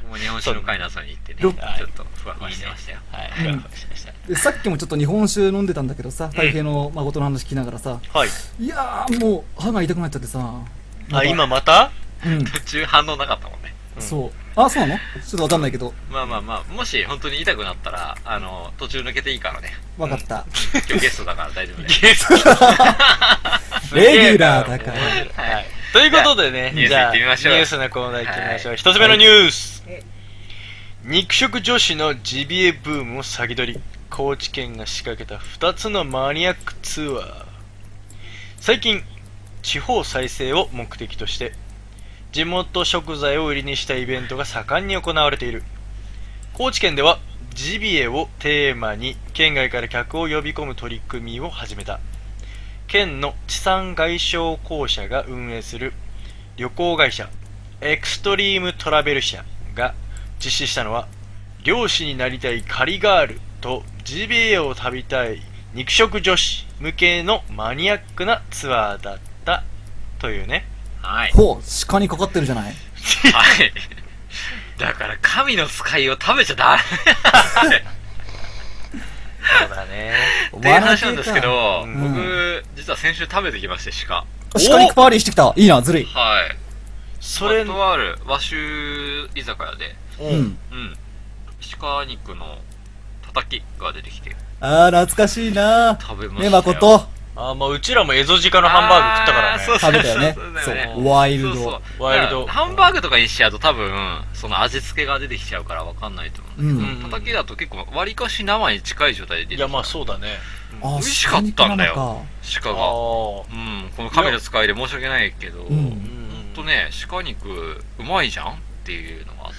C: 僕も日本酒の会の後に行ってね、ち
D: そ
C: ょ
D: う
C: っとふわふわしてましたよ。
B: はい、ふわふわしました。
D: でさっきもちょっと日本酒飲んでたんだけどさ、太平の誠の話聞きながらさ、
B: はい。
D: いやーもう歯が痛くなっちゃってさ。
B: あ、今また
D: うん、
C: 途中反応なかったもんね。
B: うん
D: そう。あ、そうなのちょっとわかんないけど、
C: まあまあまあ、もし本当に痛くなったら、あの、途中抜けていいからね。
D: わかった。
C: 今日ゲストだから大丈夫ね。
D: レギュラーだから。
B: はい。ということでね、
C: じ
B: じ
C: ゃあ
B: ゃあ、
C: ニ
B: ニ
C: ュース行ってみましょ
B: ュ
C: う
B: ースのコーナー行ってみましょう。
C: はい
B: 一つ目のニュース。肉食女子のジビエブームを先取り。高知県が仕掛けた2つのマニアックツアー。最近、地方再生を目的として、地元食材を売りにしたイベントが盛んに行われている。高知県では、ジビエをテーマに県外から客を呼び込む取り組みを始めた。県の地産外商公社が運営する旅行会社エクストリームトラベル社が実施したのは漁師になりたいカリガールとジビエを食べたい肉食女子向けのマニアックなツアーだったというね
C: はい。
D: ほう、鹿にかかってるじゃない
C: はい。だから、神の使いを食べちゃダメ
B: そうだ ね
C: っていう話なんですけ
D: お
C: ど、
B: うん
C: 僕、実は先週食べてきまして、鹿。
D: 前の鹿肉パーリーしてきた。いいな、ずるい。
C: はい。
B: そ
C: そ
B: れ
C: れとある和酒居酒屋で、
B: う
D: うんん。
C: うん。鹿肉のたたきが出てきて、
D: あー、懐かしいな
C: 食べました
D: ね、
C: よ。
D: まこと。
B: あまあうちらもエゾジカのハンバーグ食ったから
C: あそう
D: 食べ
B: ね
D: たよね
C: そうそうそうだよね
D: そうワイルド
C: そうそう
B: ワイルド
C: だからハンバーグとかにしちゃうと多分、その味付けが出てきちゃうからわかんないと思うんだけど、
B: うん
C: 叩きだと結構、割かし生に近い状態で出て
B: い
C: きた
B: やまあそうだね
D: あー
C: 美味しかったんだよ
D: 鹿肉
C: 鹿
D: なのか
B: あ
C: が。
B: ー
C: うん、このカメラ使いで申し訳ないけど、
D: う
C: ほ
D: ん
C: んとね、鹿肉うまいじゃんっていうのがあって、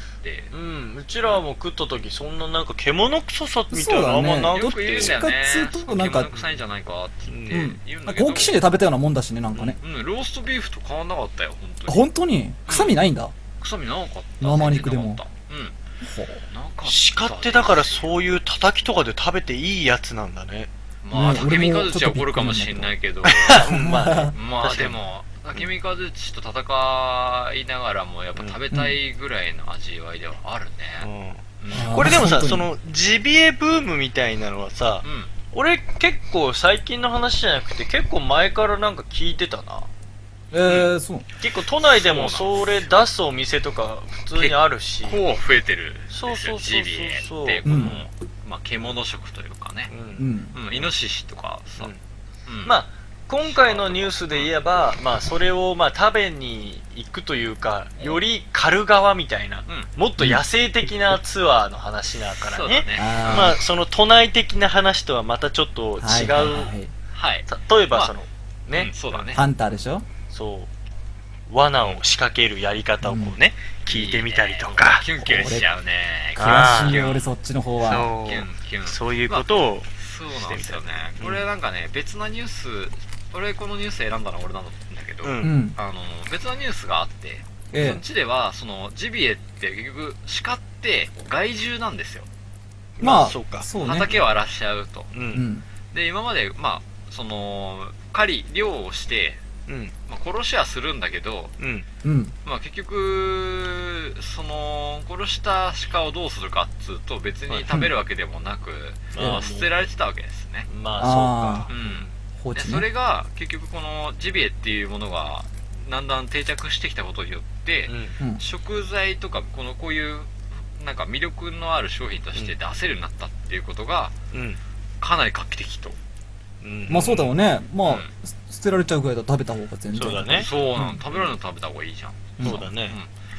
B: うん、うちらも食った時そんななんか獣臭さみたいなのあんまな
C: よ
B: く
C: く言
B: て
C: うんだよね。
D: どっちかっつうとなんか
C: そう獣臭いんじゃないかって言って
D: うん
C: 言うん
D: な
C: だ
D: ん
C: け
D: か
C: ど。
D: 好奇心で食べたようなもんだしね、なんかね。
C: うん、ローストビーフと変わんなかったよ、本当に。
D: 本当に臭みないんだ。ほ
C: 臭みなかった。
D: 生肉でも
C: 全然なかったうん、なかった。
B: 鹿ってだからそういう叩きとかで食べていいやつなんだね。
C: まあ、
D: ね
C: 竹見和地は怒るかもしれないけど、
B: まあ、
C: まあでも、竹見和地と戦いながらも、やっぱ食べたいぐらいの味わいではあるね。うん。
D: あー
B: これでもさ、
D: 本当
B: そ
D: に
B: のジビエブームみたいなのはさ、
C: うん
B: 俺結構最近の話じゃなくて結構前からなんか聞いてたな。
D: えー、そう。
B: 結構都内でも
C: そ
B: それ出すお店とか普通にあるし。
C: こう増えてるんです
B: そうそ
C: よ
B: うそうそ
C: ジ
B: う
C: ビエってこ
D: う
C: の、
D: ん
C: まあ、獣食というかね
B: う、
D: うんん。
C: うん、イノシシとかさ、
B: うん
C: うん
B: まあ、今回のニュースで言えば、まあ、それをまあ食べに行くというか、より狩る側みたいな、
C: う
B: もっと野生的なツアーの話だか
C: そ
B: ら
C: うだ
B: ね。
C: ね
D: あー
B: まあ、その都内的な話とはまたちょっと違う。
D: はいはいはい
C: はい、
B: 例えば、
C: まあ
B: その、
C: ね
B: ね、
C: そうだね
D: ハンターでしょ
B: そう、罠を仕掛けるやり方をこうね、聞いてみたりと
C: い
B: か、
C: いねキュンキュンしちゃうね
B: これあー
D: 詳しいよ、俺そっちの方は。
B: そ
C: キュンキュン
B: う、そういうことを、
C: そうなんですよね
B: うん
C: これなんかね別なニュース俺このニュース選んだのは俺なんだけど、
B: うん
D: うん。
C: あの別なニュースがあって、そ
D: え
C: っちではそのジビエって結局鹿って害獣なんですよ
D: え。まあ、
B: そうか。
D: そうね。
C: 畑を荒らしちゃうと
B: う、
D: うんん。
C: で今までまあその狩り漁をして、
B: うん、
C: まあ、殺しはするんだけど、
B: うん、
D: うん。
C: まあ、結局その殺した鹿をどうするかっつうと別に食べるわけでもなく、
B: うん
C: ま
B: う
C: あ、
B: ん
C: 捨てられてたわけですね、
B: まあ、
D: あ
C: うん、
D: あー、放
C: で
D: 置
C: そ
D: ね。
C: れが結局このジビエっていうものがだんだん定着してきたことによって、
B: そうか。うん
D: うん。
C: 食材とかこのこういうなんか魅力のある商品として出せるようになったっていうことが
B: うん、
C: かなり画期的と、
B: うん
D: まあそうだろうね。ま
C: う
D: あ、す捨てられちゃうぐらいだと食べた方が全然。
B: そうだね
C: そうなの、
D: うん
C: 食べられるの食べた方がいいじゃん、
D: うん
B: そうだね。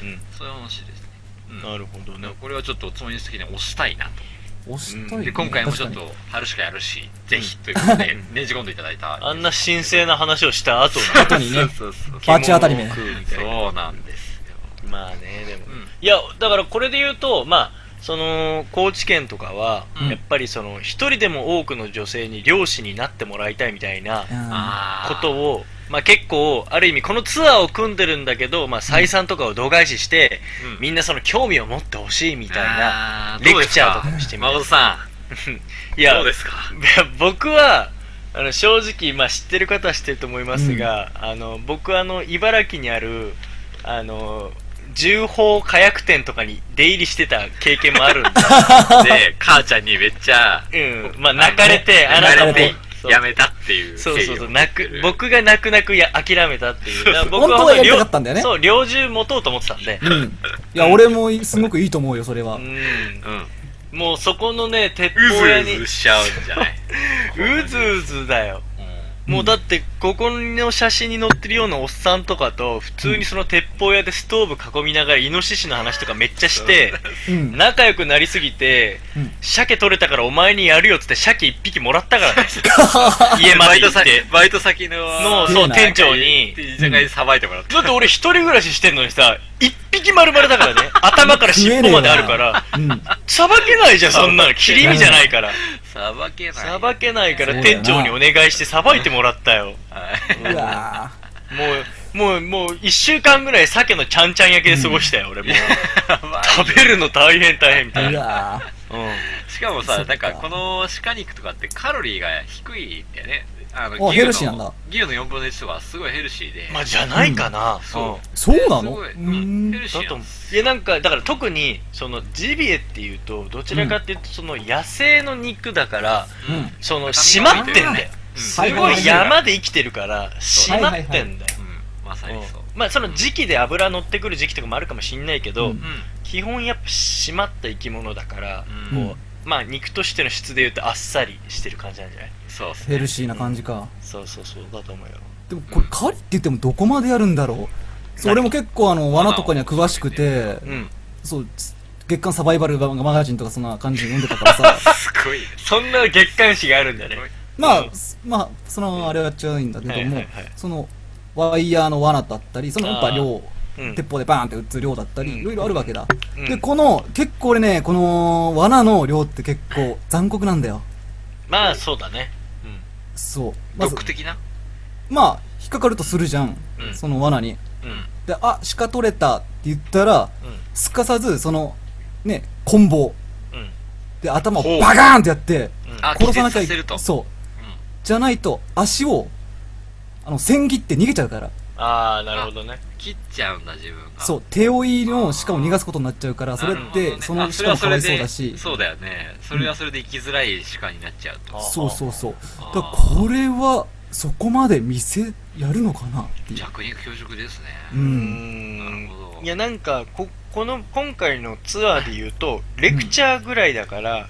B: うん
C: うん、そういう話ですね、うん、
B: なるほどね
C: これはちょっとつもり的に推したいなと
D: 押したいね。
C: で今回もちょっと春しかやるし、ぜひということでねじ込んでいただいた
B: あんな神聖な話をした 後
D: 確
B: の
D: かに。後にね、
C: そうそうそう
D: バチ当たり目
B: 獣を食うみたいな
C: そうなんですよ、
B: まあねでも、
C: うん
B: いやだからこれで言うとまあその高知県とかは、
C: うん
B: やっぱりその一人でも多くの女性に漁師になってもらいたいみたいな
D: あ
C: あー
B: ことを、まあ、結構ある意味このツアーを組んでるんだけど、まあ、採算とかを度外視して、
C: うん
B: みんなその興味を持ってほしいみたいな
C: あー
B: レクチャーとかもしてみる
C: どうですか
B: い
C: 誠さん
B: や
C: どうですか
B: いや 僕はあの正直、まあ、知ってる方は知ってると思いますが、あの僕はあの茨城にあるあの銃砲火薬店とかに出入りしてた経験も あるんだ、
C: で母ちゃんにめっちゃ
B: うんまあ、泣かれてあな
C: 泣
B: た
C: か
B: も
C: れて
B: そう
C: やめたっていう
B: そうそうそう泣く
C: 僕
B: 僕が泣く泣くや諦めたっていうだから僕
D: 本当はやりたか
B: 両
D: ったんだよね
B: そう猟銃持とうと思ってたんで
D: あ。うん。いや、俺もすごくいいと思うよ、それは。
B: う
C: うん
B: んもうそこのね鉄
C: う
B: 砲屋
C: ず
B: に
C: うずしちゃうんじゃないう
B: ずうずだよ
D: うん
B: もうだってここの写真に載ってるようなおっさんとかと普通にその鉄砲屋でストーブ囲みながらイノシシの話とかめっちゃして
D: うん。
B: 仲良くなりすぎて
D: うん
B: 鮭取れたからお前にやるよっつって鮭一匹もらっ たからね家ま
C: バ
B: で
C: イト
B: 行っ
C: 先
B: て
C: バイト先の
B: の
D: すげ
B: そ
D: え
B: う
D: な
B: 店長に
C: 居酒屋でさばいてもらって
B: だって俺一人暮らししてんのにさ一匹丸々だからね頭から尻尾まであるから
D: うん。
B: さばけないじゃんそんなの切り身じゃないから
C: さばけない
B: さばけないか
D: そ
B: ら
D: うだよ
B: 店
D: な
B: 長にお願いしてさばいてもらったよ
C: はい、
D: うわぁ。
B: もうもうもう1週間ぐらい鮭のちゃんちゃん焼きで過ごしたよ、俺もう食べるの大変大変みたいうな、
D: わ
B: うん、
C: しかも
D: そ
C: さ
D: っか
C: なんかこの鹿肉とかってカロリーが低いんだよねあの
D: おヘルシーなんだ
C: 牛の4分の1とかすごいヘルシーで
B: まあじゃないかな、
C: そう
D: そうな
C: す
D: の
C: ごいう
D: ー
C: ん
D: ん
C: ヘルシ
B: だ
C: ー
B: と
C: なん
B: 思
C: です
B: ういやなんかだから特にそのジビエっていうとどちらかっていうとその野生の肉だから、
D: うん
C: うん
B: その閉まってんだよ
C: うん
B: すごい山で生きてるから閉まってんだよ、
C: うんまさにそう
B: うんまあその時期で油乗ってくる時期とかもあるかもしんないけど、
D: うん
C: う
B: 基本やっぱ締まった生き物だから、
C: んうん
D: も
B: まあ肉としての質でいうとあっさりしてる感じなんじゃない
C: そうっす
D: ヘ
C: ね
D: ルシーな感じか。
B: そうそうそうだと思うよ
D: でもこれ、狩りって言ってもどこまでやるんだろう。そう俺も結構あの、罠とかには詳しくて、
B: うん
D: そう、月刊サバイバルマガジンとかそんな感じで読んでたからさ。
C: すごいね
B: そんな月刊誌があるんだね
D: ま
B: う
D: あ、すまあ、その、あれはやっちゃうんだけど
B: はいはい
D: も
B: はい、
D: その、ワイヤーの罠だったり、そのやっぱ
B: あ
D: 量、
B: うん
D: 鉄砲でバーンって撃つ量だった
B: うん
D: り、いろいろあるわけだ。
B: うん
D: で、この、結構俺ね、この罠の量って結構残酷なんだよ。
B: まあそうだね
D: そう。まず
C: 毒、的な
D: まあ、引っかかるとするじゃん。
B: うん
D: その罠に。
B: うんうん
D: で、あ、鹿取れたって言ったら、すかさず、その、ね、棍棒
B: うん
D: で頭を
B: ほう
D: バカーンってやって、
B: うん
C: あ
D: 殺さなきゃ
C: 気絶させると
D: そう。
C: うん
D: じゃないと、足を、あの、千切って逃げちゃうから。
B: ああなるほどね
C: 切っちゃうんだ自分が
D: そう、手負いの鹿を逃がすことになっちゃうから、それ
C: なる
D: っ
C: ほどね
D: て、その
C: あそれは
D: 鹿も
C: そ
D: かわ
C: れ
D: い
C: で
D: そうだし、
C: そうだよねそれはそれで生きづらい鹿になっちゃうと、
B: あ
D: そうそうそう。
C: あ
D: だからこれは、そこまで見せ、やるのかなっていう。
C: 弱肉強食ですね
D: う。
B: うんん
C: なるほど
B: いやなんかここの今回のツアーで言うとレクチャーぐらいだから、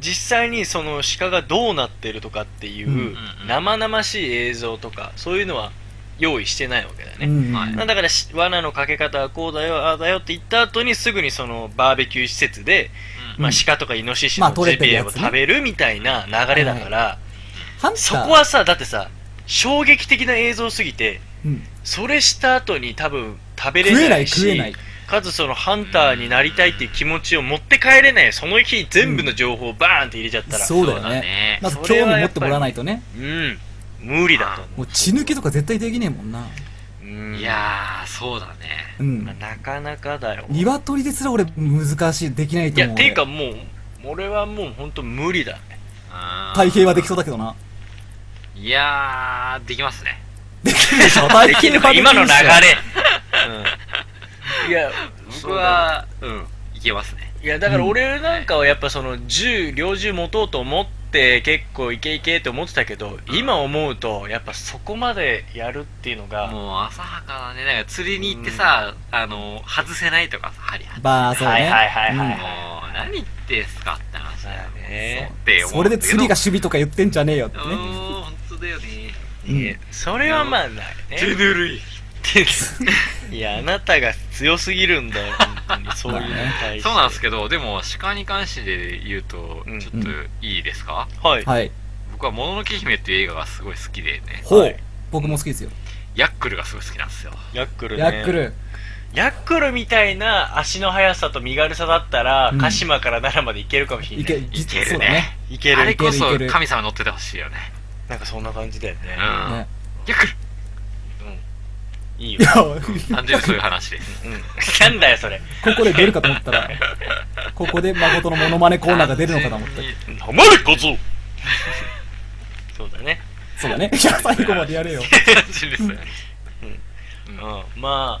B: 実際にその鹿がどうなってるとかっていう、
D: うんうん
C: うん
B: 生々しい映像とかそういうのは用意してないわけだよね、
D: うん
C: はい
B: まあだからし罠のかけ方はこうだよああだよって言った後にすぐにそのバーベキュー施設で、
C: うん
B: まあ
D: うん、
B: 鹿とかイノシシ
D: ま
B: の
D: あ取
B: ジ
D: れてる
B: ビエ
D: や
B: を
D: つね
B: 食べるみたいな流れだから、
D: ハンター。
B: そこはさだってさ衝撃的な映像すぎて
D: うん、
B: それした後に多分食べれ
D: 食え
B: な
D: ないい
B: し
D: 食えない。
B: かつそのハンターになりたいっていう気持ちを持って帰れないその日全部の情報をバーンって入れちゃったら
D: そうだよ
C: そうだね
D: ね。まず興
B: それ
D: 味
B: はや
D: 持っ
B: っぱり
D: てもらわないとね。
B: うん無理だと思
D: もう血抜きとか絶対できねえもんな。
B: う、うん
C: いやーそうだね
D: うん
B: まあ。なかなかだよ
D: 鶏ですら俺難しい、できない
B: い
D: と思う。
B: やていうか、もう俺はもう本当無理だね
D: 太平はでき
C: そ
D: そうだけどな。
C: ういやーできますね
D: できるで しょ太
B: でき
D: 平
B: る
D: は
B: か
D: できるでしょ
B: 今の流れ、うん、いや
C: 僕はうんいけますね
B: いやだから俺なんかはやっぱその銃猟銃持とうと思って結構いけいけって思ってたけど今思うとやっぱそこまでやるっていうのが
C: もう浅はかだねなんか釣りに行ってさ、あの外せないとかさ針外
D: まあ、そうね。
B: はいはいはいはい
D: うん
C: もう何言ってんすかって話だよ
B: ね
C: って思
D: それで釣りが
C: し
D: 守備とか言ってんじゃねえよって
C: う
D: ね
C: ー。ん本当だよね
D: うん
B: ねそれはまあないね
C: ぬるい
B: いやあなたが強すぎるんだよ本当にそういうのに対して
C: そうなんですけどでも鹿に関して言うと
B: うん
C: ちょっといいですか、
B: はい
D: はい。
C: 僕は「もののけ姫」っていう映画がすごい好きでね
D: ほ
B: は
D: う
B: い。
D: 僕も好きですよ。
C: ヤックルがすごい好きなんですよ
B: ヤックルね
D: ヤックル。
B: ヤックルみたいな足の速さと身軽さだったら、
D: うん
B: 鹿島から奈良まで行けるかもしれ
D: い
B: ない。
D: け、
B: い
C: いけ
D: そ
C: る
D: うだね
C: ね。
B: け
C: あ
B: る
C: れ。こ
D: い
C: そ
D: けるいける
C: 神様乗っててほしいよね
B: なんかそんな感じだよ
C: う
B: ね
C: ん。
D: ね
C: ヤクル
B: いいよ
D: い。や、
C: 単純にそういう話です
B: うん。なんだよ、それ。
D: ここで出るかと思ったら、ここで誠のモノマネコーナーが出るのかと思った
C: 単。純に
B: なまれこぞそうだね。
D: そう だね。いや、最後までやれよ。
C: 単純ですよね
B: うん。まあ、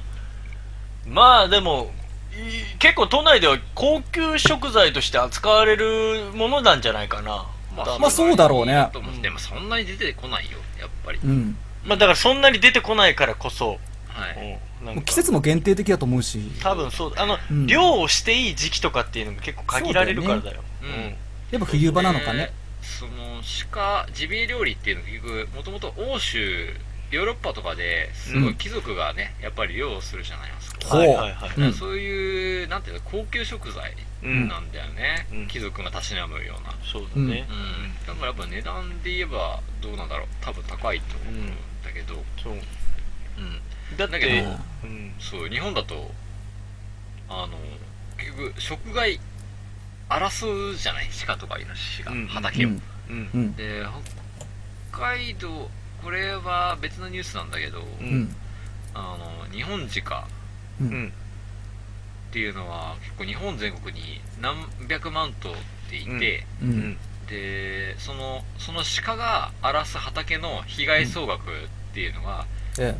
B: まあでも、い結構都内では高級食材として扱われるものなんじゃないかな。
D: まあそうだろうね
C: と思ってでもそんなに出てこないよやっぱり
D: うん。
B: まあだからそんなに出てこないからこそ、
C: はい
B: うんなん
D: もう
B: か
D: 季節も限定的だと思うし。
B: 多分そうあの、
D: うん
B: 漁をしていい時期とかっていうのも結構限られるからだよ
C: そうだよね
D: やっぱ冬場なのかね
C: で。その鹿ジビエ料理っていうのは結局もともと欧州ヨーロッパとかですご
D: う
C: い
D: ん
C: 貴族がねやっぱり漁をするじゃないですか
D: ほう
B: はいはいは
C: だ
D: うん
B: い、
C: からそういうなんていうの高級食材
B: うん
C: なんだよね、
B: うん
C: 貴族がたしなむような
B: そうだね、
C: うんだからやっぱ値段で言えばどうなんだろう多分高いと思うんだけど、
B: そう
C: うん
B: だって
C: だけど
B: うん
C: そう日本だとあの結局食害争うじゃない鹿とかイノシシが、
B: うん
C: 畑
D: う
C: を、
D: ん。
B: うん
D: うん。
C: で北海道これは別のニュースなんだけど、
B: う
D: うんん。
C: あの日本鹿
D: う。
B: うんん
C: っていうのは結構日本全国に何百万頭っていて、
B: うん
D: う
B: うんん。
C: でそのその鹿が荒らす畑の被害総額っていうのが
D: え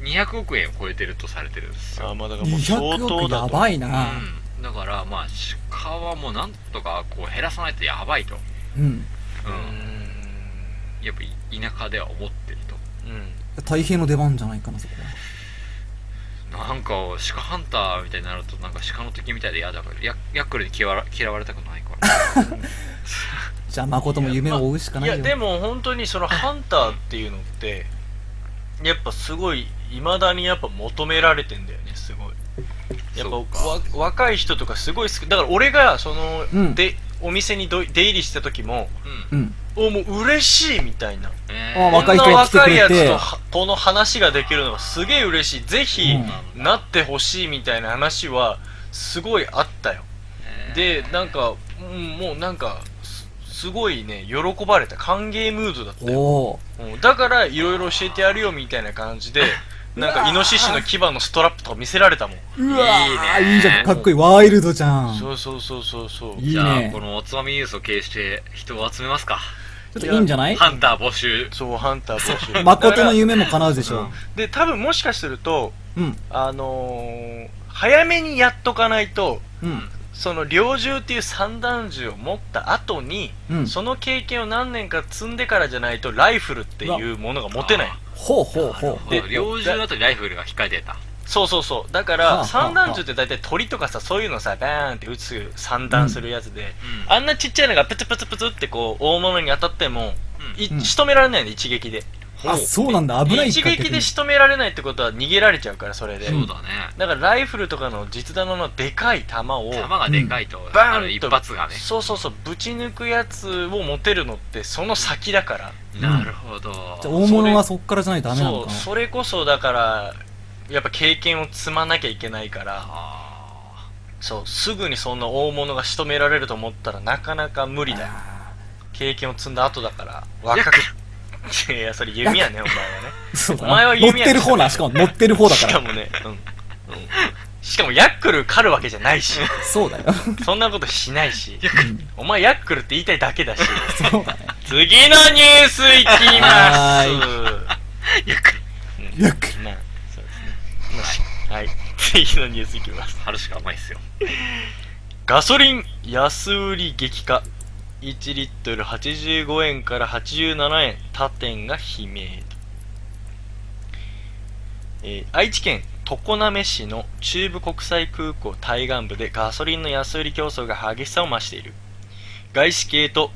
C: 200億円を超えてるとされてるんです
B: あ
C: よ、
B: まあだ
D: え。
B: からもう相
D: 200
B: 当
D: 億
B: だ
D: や
B: と
D: ばい
C: うん
D: な
C: だからまあ鹿はもうなんとかこう減らさないとやばいと、
D: うん。
C: う
B: うん
C: やっぱい田舎では思ってると
B: んうん
D: 太平の出番じゃないかな、そこは。
C: なんか鹿ハンターみたいになるとなんか鹿の敵みたいで嫌だからヤヤックルに嫌わ嫌われたくないから
D: じゃあ誠も夢を追うしか
B: い
D: ないよ。
B: やでも本当にそのハンターっていうのってやっぱすごいいまだにやっぱ求められてんだよねすごいやっぱ
C: そうか
B: わ若い人とかすごい好きだから俺がその、
D: うん
B: でお店にどい出入りした時も
C: うん
D: うん。
B: おもう嬉しいみたいな
C: え
D: あ
B: こん
D: 若い
B: な
D: 人が来てく
B: 若
D: れ
B: い
D: て
B: やつとはこの話ができるのがすげえ嬉しいぜひ
D: うん
B: なってほしいみたいな話はすごいあったよでなんか、うん、もうなんかすすごいね喜ばれた歓迎ムードだったよ
D: おー。
B: うんだからいろいろ教えてやるよみたいな 感じでなんかイノシシの牙のストラップとか見せられたもん
D: うわー、
C: いいね
D: いいじゃん。かっこいい。ワイルドじゃん。ち
B: そ
D: ょ
B: うそうそうそうそう
D: いい
C: じゃあ
D: ね
C: このおつまみニュースを経営して人を集めますか
D: っといいんじゃない
C: ハンター募集
B: そうハンター募 集
D: 誠の
B: だか
D: 夢も叶うでし
B: ら
D: ょ。
B: で多分もしかすると
D: うん。
B: あのー早めにやっとかないと
D: うん。
B: その猟銃っていう散弾銃を持った後に、
D: うん。
B: その経験を何年か積んでからじゃないとライフルっていうものが持てない
D: ほうほうほうほう。
B: で
C: あ猟銃だとライフルが控えてた
B: そうそうそうだか
D: はあは
B: ら
D: あ
B: 散弾銃って大体鳥とかさそういうのさバーンって撃つ散弾するやつで、
C: うん
B: あんなちっちゃいのがプツプツプツってこう大物に当たっても、
C: うん
B: い
D: うん
B: 仕留められないの一撃で
D: あ、そうなんだ。危ない
B: 一
D: か
B: 撃で仕留められないってことは逃げられちゃうからそれで、
C: そうだね
B: だからライフルとかの実弾のまあでかい弾を
C: 弾がでかいと
B: バ
C: あ
B: ー
C: の
B: ンと
C: 一発がね
B: そうそうそうぶち抜くやつを持てるのってその先だから、
D: ん
C: なるほど
D: じゃあ大物はそっからじゃないとダメなの
B: そ
D: か
B: う
D: な。
B: それこそだからやっぱ経験を積まなきゃいけないから
C: あ
B: そうすぐにそんな大物が仕留められると思ったらなかなか無理だよ経験を積んだ後だから若くいやいやそれ弓やねお前はね
D: そうだ
B: お前は
D: な。乗っ
B: 弓矢
D: てる方な。しかも乗ってる方だ
B: し
D: か。
B: からもねうん、うん、しかもヤックル狩るわけじゃな いし
D: そう だよ。
B: そんなことしないし
D: うん
B: お前ヤックルって言いたいだけだし
D: そうだね。
B: 次のニュースいきま
D: は
B: す
C: いやく
D: ヤックル。
B: まあそうですねまあしはい次のニュースいきます
C: 春しか甘いっすよ
B: ガソリン安売り激化1リットル85円から87円他店が悲鳴と、えー愛知県常滑市の中部国際空港対岸部でガソリンの安売り競争が激しさを増している外資系と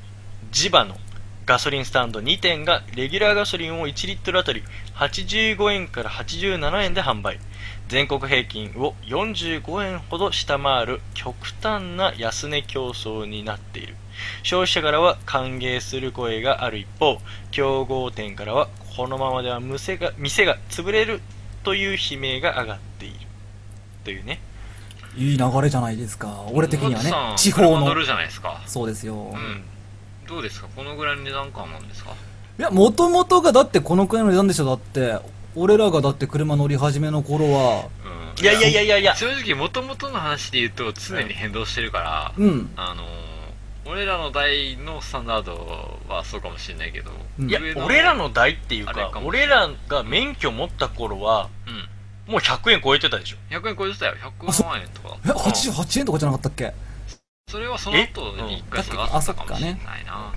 B: 地場のガソリンスタンド2店がレギュラーガソリンを1リットルあたり85円から87円で販売全国平均を45円ほど下回る極端な安値競争になっている消費者からは歓迎する声がある一方競合店からはこのままでは店が店が潰れるという悲鳴が上がっているというね。
D: いい流れじゃないですか。俺的にはね
C: さん、
D: 地方
C: 車乗
D: の
C: る。じゃないですか。
D: そうですよ。
C: うん。どうですかこのぐらいの値段感なんですか
D: いや、もともとがだってこのくらいの値段でしょ、だって。俺らがだって車乗り始めの頃は、
C: うん。
B: いやいやいやい やいや、
C: 正直、もともとの話で言うと、常に変動してるから、
D: うん。
C: あのー、俺らの代のスタンダードはそうかもしれないけど、
D: うん
B: いや
C: 上、の
B: 俺ら、の代っていう
C: あれかもし
B: か
C: れ、ない
B: 俺らが免許持った頃は、
C: うん。
B: もう100円超えてたでしょ。
C: 100円超えてたよ。100万円とか。
D: え、88円とかじゃなかったっけ
C: それはその後に一回下がったかもしれないな。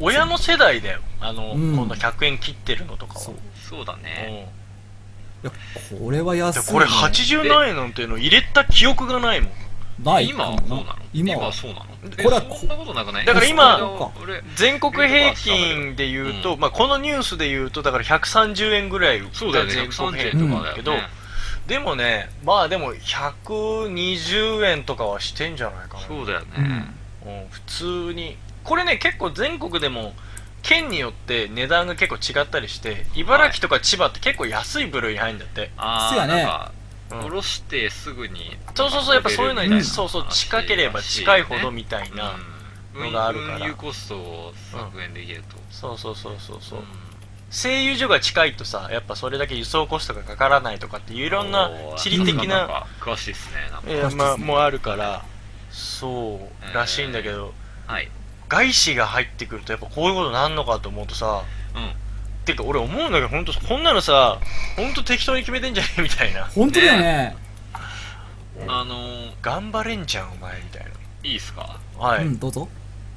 C: う
B: 親の世代だよ。あの、
D: うん
B: この100円切ってるのとかは。
D: そう。い
C: ん。そうだね。
B: うん
D: や、これは安い、
B: で
D: ね。
B: これ80何円なんていうの入れた記憶がないもん。
D: ない
C: 今は
D: か
C: そ
D: も
C: うなの
D: 今
C: 今
D: は
C: は。そうなの
D: これは
C: えそんなことなくない
B: だから今
C: この間俺
B: 全国平均で言うと、
C: う
B: まあ、このニュースで言うと、だから130円ぐらいが
C: そうだよね、
B: 全国平
C: 130
B: 均
C: 円
D: 均
C: とかだよ、ね。
B: けどでもね、まあでも120円とかはしてんじゃないかな。
C: そうだよね。
B: うん普通に。これね、結構全国でも、県によって値段が結構違ったりして、茨城とか千葉って結構安い部類に入るんだって。
C: あ
D: そ
C: あ、
D: うやね
C: なんか、
B: うん
C: 下ろしてすぐに。
B: そうそうそう、やっぱそういうのに、
D: うん
B: そうそう、近ければ近いほどみたいな。
C: うん
B: のがあるから
C: 運輸コストを削減できると。
B: そうそうそうそうそう。
C: ん
B: 製油所が近いとさ、やっぱそれだけ輸送コストがかからないとかっていういろんな地理的
C: なん
B: な、
C: か詳しいですね。なんか
B: えーま
D: 詳しい
B: あ、
D: っすね
B: もあるから、そう、らしいんだけど、
C: はい。
B: 外資が入ってくるとやっぱこういうことなんのかと思うとさ、
C: うん。
B: てか俺思うんだけど、本当こんなのさ、本当適当に決めてんじゃねえみたいな。
D: 本当だよね。
C: あのー、
B: 頑張れんじゃん、お前みたい
C: いいですか
B: な。はい。
D: うん、どうぞ。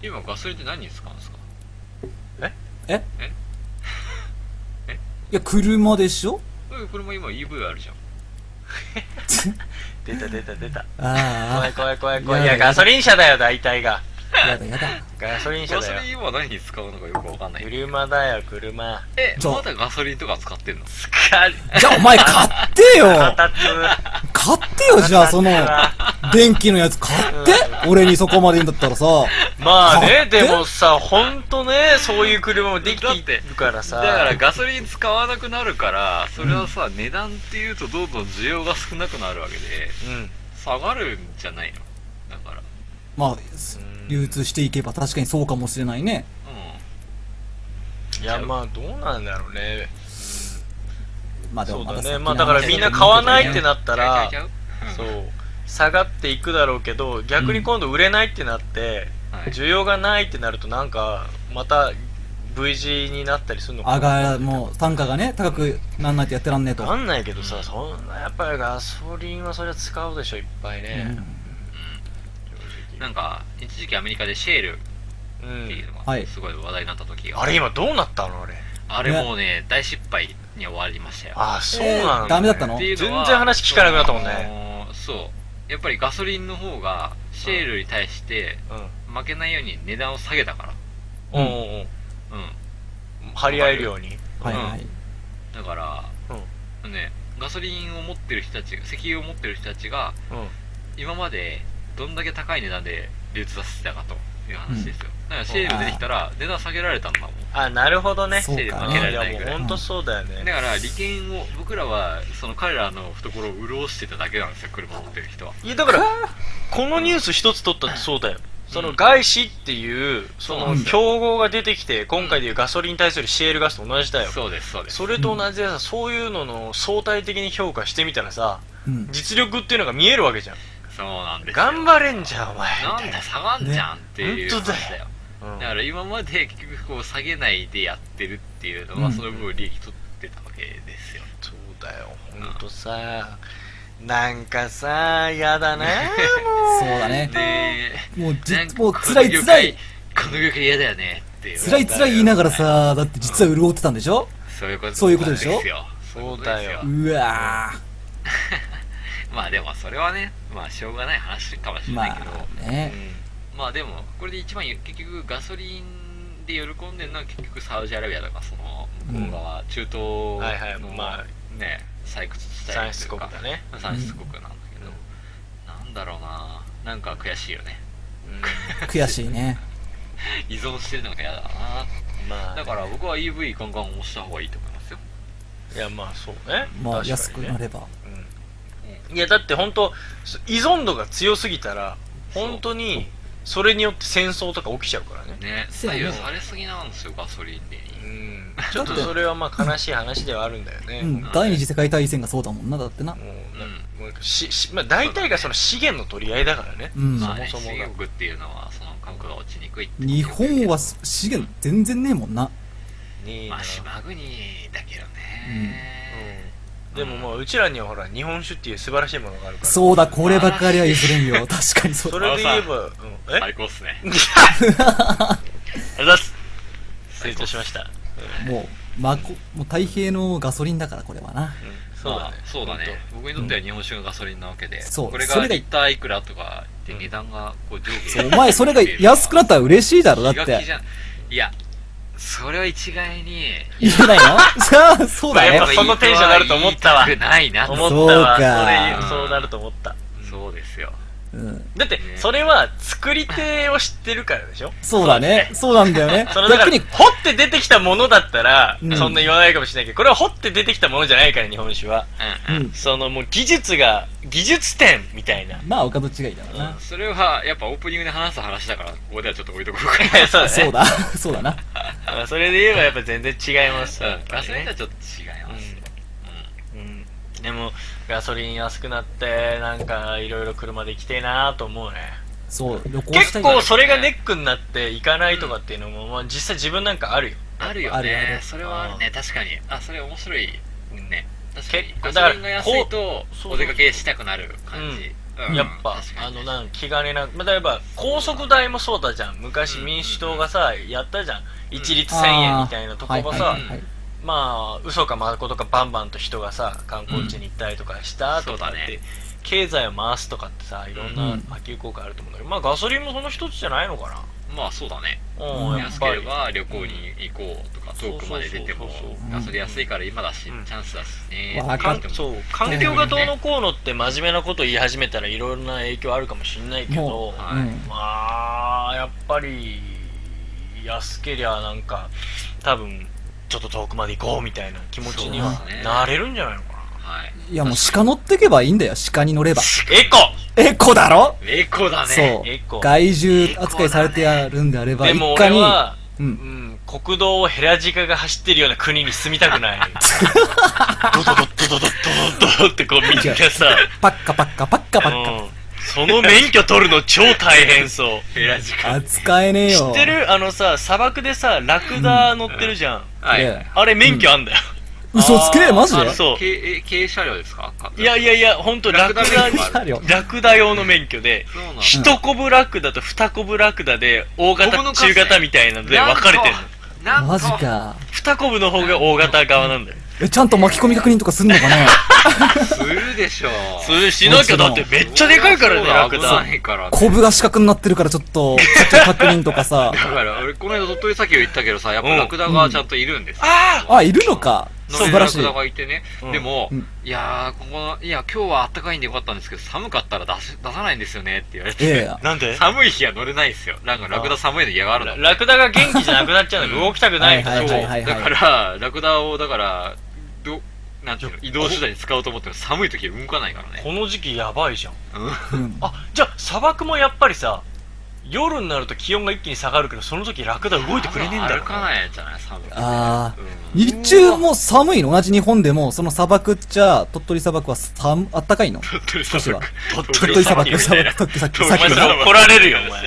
C: 今ガソリンって何に使うんですか
D: いや、車でしょ
C: うん車今 EV あるじゃん。
B: 出た出た出た。怖
D: あ
B: い怖い怖い怖い。い
D: やだ
B: や、ガソリン車だよ、大体が。
D: あ、やだやだ。
B: ガソリン車
C: ガソ
B: だよ
C: リ。ン今何に使うのかよくわかんない。
B: 車だよ、車。
C: え、
D: そう
C: まだガソリンとか使ってんの
B: か、
D: じゃあお前買ってよ
B: 片つ。
D: 買ってよ、じゃあその、電気のやつ買って俺にそこまで言うんだったらさ。
B: まあね、
D: 買って
B: でもさ、ほんとね、そういう車もできているからさ。
C: だからガソリン使わなくなるから、それはさ、値段っていうとどんどん需要が少なくなるわけで、
B: うん。
C: 下がるんじゃないのだから。
D: まあ、
B: ん
D: 流通していけば確かにそうかもしれないね。
C: う
B: いや、まあ、どうなんだろうね。
D: まあで
B: そ
D: も
B: う
D: ま
B: だ
D: た
B: ね。
D: 先
B: まあ、
D: の
B: だから
D: 話
B: みんな買わないって
D: だ
B: なったら
C: ちゃ、うちゃうちゃう
B: そう
C: うん。
B: 下がっていくだろうけど、逆に今度売れないってなって、
C: はい
B: 需要がないってなると、なんか、また V 字になったりするの
D: け
B: か
D: ど
B: な
D: あが、もう単価がね、高くなんないとやってらんねえと。
B: わかんないけどさ、そんなやっぱりガソリンはそれは使うでしょいっぱいね、
C: なんか、一時期アメリカでシェール
B: うん
C: っていうの
D: はい
C: がすごい話題になった時が、
B: あれ今どうなったのあれ
C: あれもうね、大失敗に終わりましたよ。
B: あそうな
D: えー
B: んだ、
D: ダメだったの
C: っていうのは
B: 全然話聞かなくなったもんね、
C: ね。そう。やっぱりガソリンの方が、シェールに対して負けないように値段を下げたから。
B: うん、うんうんうん
C: うん。
B: 張り合えるように
D: はいはい。
C: だから、ね、ガソリンを持ってる人たちが、石油を持ってる人たちが、
B: うん、うん、
C: 今までどんだけ高い値段で流通させてたかという話ですよ。だからシェール出てきたら、値段下げられたんだもん。
B: あなるほどね
D: そうか
B: あ
D: ね
B: いやもう本当そうだよ
C: だ
B: ね、
C: から利権を僕らはその彼らの懐を潤してただけなんですよ車を持ってる人はい
B: やだからこのニュース一つ取ったってそうだよその外資っていうその競合が出てきて今回でいうガソリンに対するシェールガスと同じだよ
C: そうですそうです
B: それと同じでさ、そういうのの相対的に評価してみたらさ、
D: うん。
B: 実力っていうのが見えるわけじゃん。
C: そうなんですよ
B: 頑張れんじゃん、お前。
C: なんだ下がんじゃんっていう
B: 本当だよ
C: 話だよ
B: うん
C: だから今まで結局こう下げないでやってるっていうの
D: う
C: は
D: ん
C: その分利益取ってたわけですよ
B: そうだよ、ほんとさ、なんかさ、やだなも
D: そうだね。
C: で
D: もうじ
C: なんか、
D: もう辛い辛い、
C: この業界この業界嫌だよねっていう
D: 辛い辛い言いながらさ、だって実は潤ってたんでしょ
C: そういうこと
D: そういうことでしょ
C: なんすよそうだ
B: そうだよ
C: よ
D: うわ
C: まあでもそれはねまあしょうがない話かもし
D: ー。
C: れ
D: ま
C: ないけど、
D: あ
B: う
D: ね。
B: う
C: まあでもこれで一番結局ガソリンで喜んでるのは結局サウジアラビアとかその向こう側、中東の、
B: はいはいまあ
C: ね採掘地
B: ん
C: 帯とい
B: 産出
C: う
B: 国
C: か
B: だね。
C: 産出国なんだけど、なんだろうななんか悔しいよね
D: 悔しいね。
C: 依存してるのが嫌だ
B: うんま
C: な
B: あ、
C: だから僕は EV ガンガン押した方がいいと思いますよ
B: いや、まあそうね。
D: まあ
B: 確かにね
D: 安くなれば。
B: うんいやだって本当そ依存度が強すぎたら本当にそれによって戦争とか起きちゃうからね
C: ね
D: そう
C: 左
D: ね
C: 右されすぎなんですよガソリンに
B: うんちょっとそれはまあ悲しい話ではあるんだよね、
D: うん、第二次世界大戦がそうだもんな、だってな。
B: もうなんかもうししまあ、大体がその資源の取り合いだからね、
D: うん。
C: まあね
B: そもそもが
C: 中国っていうのはその価格が落ちにくいって
D: 日本は資源全然ねえもんな。
B: に
C: まあ島国だけどね、
B: うん、でももううちらにはほら日本酒っていう素晴らしいものがあるから
D: そうだ、こればっかりは譲れんよ。確かにそう
B: そ
D: だ。
B: れで言えば、うん、え、
C: 最高っすね
B: ありがとうございます失礼いたしました、
D: もう、まこ、もう太平のガソリンだから、これはな。
B: うん、
C: そ
B: そうう
C: だ
B: だ
C: ね
B: ね、
C: そうだね僕にとっては日本酒がガソリンなわけで、
D: そう
C: これ
D: そ
C: が
D: れが
C: リッターいくらとかって値段がこう上下
D: そうお前、それが安くなったら嬉しいだろ、だって。
C: 気が気じゃんいやそれは一概に
D: 言え ないのじゃあ、そうだ
B: まあやっ
D: ね
B: ぱ。そのテンションになると思ったわ
C: 言いたくないなと
B: 思ったわ
D: そうか
B: それそうなると思った
C: そうですよ
D: うん。
B: だってそれは作り手を知ってるから でしょ
D: そうだね。そうなんだよね。
B: そのだから
D: 逆
B: 掘
D: に、
B: って出てきたものだったら、
D: うん
B: そんな言わないかもしれないけどこれは掘って出てきたものじゃないから日本酒は
C: う
D: うん
C: うん
D: ん。
B: そのもう技術が技術点み たいな
D: まあ、お門違いだろうな。
C: それはやっぱオープニングで話す話だからここではちょっと置いとこうかな
B: そうだね
D: そうだ。 そうだな。
B: まあそれで言えばやっぱ全然違いますよやっ
C: うん
B: ぱ
C: ガ
B: り
C: ソリン
B: ね
C: とはちょっと違いますよ
B: うんでもガソリン安くなってなんかいろいろ車で行きてえなと思うね
D: そう、旅行した
B: 結
D: いな
B: 構それがネックになって行かないとかっていうのも、まあ、実際自分なんかあるよ
C: あるよね
D: あるある
C: それはあるね確かにあそれ面白いね確かに
B: 結構
C: ガソ
B: だから
C: リンが安いと
B: こう
C: お出かけしたくなる感じ、うん
B: やっぱ、
C: 確か
B: あ
C: に
B: のなんか気兼ねなく、まあ、例えば高速代もそうだじゃん昔民主党がさ、やったじゃん一律1000円みたいなとこもさ、
D: はいはいはい
B: まあ嘘かまことかバンバンと人がさ観光地に行ったりとかしたとかって、
C: うんそうだね
B: 経済を回すとかってさいろん
D: う
B: なん波及効果あると思うんだけど、まあガソリンもその一つじゃないのか
C: まあそうだね
B: なうん、やっ
C: 安け
B: ぱ
C: れ
B: り
C: ば旅行に行こうとか
B: そう
C: 遠くまで出ても
B: そうそう
D: そう
C: ガソリン安いから今だし、
B: うん
C: チャンスだしね
D: わか
B: か
D: る
B: ん
C: って
B: そ
C: 思
B: う環境がどうのこうのって真面目なこと言い始めたらいろんな影響あるかもしれないけ
D: も
B: ど
D: う、
C: はい
D: うん
B: まあやっぱり安けりゃなんか多分ちょっと遠くまで行こうみたいな気持ちには
C: そうですね
B: なれるんじゃないのかな、
C: はい
D: いや、もう鹿乗ってけばいいんだよ。鹿に乗れば。
B: エコ
D: エコだろ
C: エコだね
D: そ
B: エコ
D: う。害獣扱いされてやるんであれば、
B: で
D: 一
B: も
D: 家
B: 俺
D: に、
B: は、
D: う。
B: うんん、国道をヘラジカが走ってるような国に住みたくないドドドドドドドドドってこうみんなさ
D: パッカパッカパッカパッカ。
B: うんその免許取るの超大変そう
C: ヘラジカ
D: 扱えねえ
B: 知
D: よ。
B: ってるあのさ砂漠でさラクダ乗ってるじゃん、
C: はいい、
D: や
B: あれ免許あんだよ、
D: 嘘つけマジ
B: あ
D: で
B: のそう
C: 軽軽車両ですか
B: いやいやいや本当ラクダ
C: ラクダ免許
D: あるよ
B: ラクダ用の免許で
C: そうなんだ
B: 一コブラクダと二コブラクダで大
C: コブの
B: 型
C: 数ね
B: 中型みたいなので分かれてるの
C: なんと
D: マジか。
B: 二コブの方が大型側なんだよ
D: え、ちゃんと巻き込み確認とかすんのかな
C: するでしょ
B: それしなきゃだってめっちゃでかいからねラク
C: そうだ
B: ダ
C: 危ないからね
D: コブが四角になってるからちょっと、ちょっと確認とかさ。
C: だから俺この間鳥取砂丘行ったけどさやっぱラクダがちゃんといるんですよ
B: あ
D: あ、いるのか。
C: の
D: 素晴らしい
C: ラクダ。がいてね、
B: うん
C: でも、
D: うん
C: いやーここのいや今日は暖かいんでよかったんですけど寒かったら出し出さないんですよねって言われて、
D: え
B: あなんで
C: 寒い日は乗れないですよなんかラクダ寒いの嫌がるの
B: ラクダが元気じゃなくなっちゃうの動きたくない
D: はいはいはいはい
C: だからラクダをだからどなんていうの移動手段に使おうと思っても寒い時は動かないからね
B: この時期やばいじゃん
C: うん
D: え。うん。
B: あじゃあ砂漠もやっぱりさ夜になると気温が一気に下がるけどその時ラクダ動いてくれねえんだろ
C: 歩かないじゃない寒い
D: あー
C: うん
D: 日中も寒いの同じ日本でも、その砂漠っちゃ、鳥取砂漠は寒、あったかいの
C: 鳥取砂漠
D: 鳥取砂
C: 砂
D: 漠、砂
C: 漠
D: 漠、
C: お
D: 鳥取砂漠、
B: お
D: さっ
B: 前
D: き
B: そ
D: の。
B: れ怒られるよお前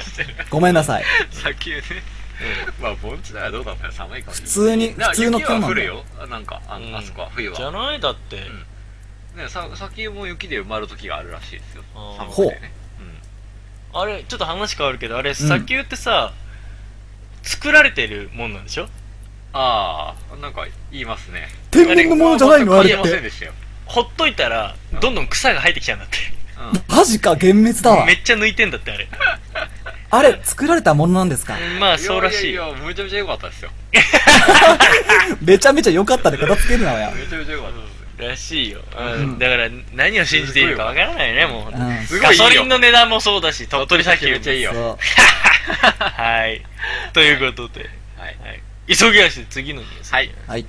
D: ごめんなさい。
C: 砂丘ねまあ盆地ならどうだったら寒いかもしれない
D: 普通に
C: な
D: 普通の
C: 雪は降る
D: 気温
C: よなんかあ
B: うん
C: あそこは冬
B: じゃ
C: は
B: ないだって、
C: んねさ砂丘も雪で埋まる時があるらしいですよ
B: あ
C: 寒
B: ー
C: くてね
B: あれちょっと話変わるけどあれ砂丘ってさ、作られてるもんなんでしょ
C: ああなんか言いますね
D: 天然のものじゃないのあれ
C: 言いま
D: っ
C: せん
D: て。
C: でしたよ
B: ほっといたらどんどん草が生えてきちゃうんだって
C: うん
D: マジか、幻滅だわ
B: め。っちゃ抜いてんだってあれ
D: あれ、作られたものなんですか
B: まあそうらしい
C: ややいやめちゃめちゃ良かったですよ
D: めちゃめちゃ良かったで片付けるなよ。
C: めちゃめちゃ良かったですよ
B: らしいよ、
D: う
B: うんん、だから何を信じているかわからないねもう本当に、
D: うん
C: すご
B: ガ
C: いいいよ
B: ソリンの値段もそうだし鳥取砂丘
C: めっちゃいいよ
D: そ
B: はいということで、
C: はい
B: 急ぎ足で次のニュース
C: はい、
D: う。はい。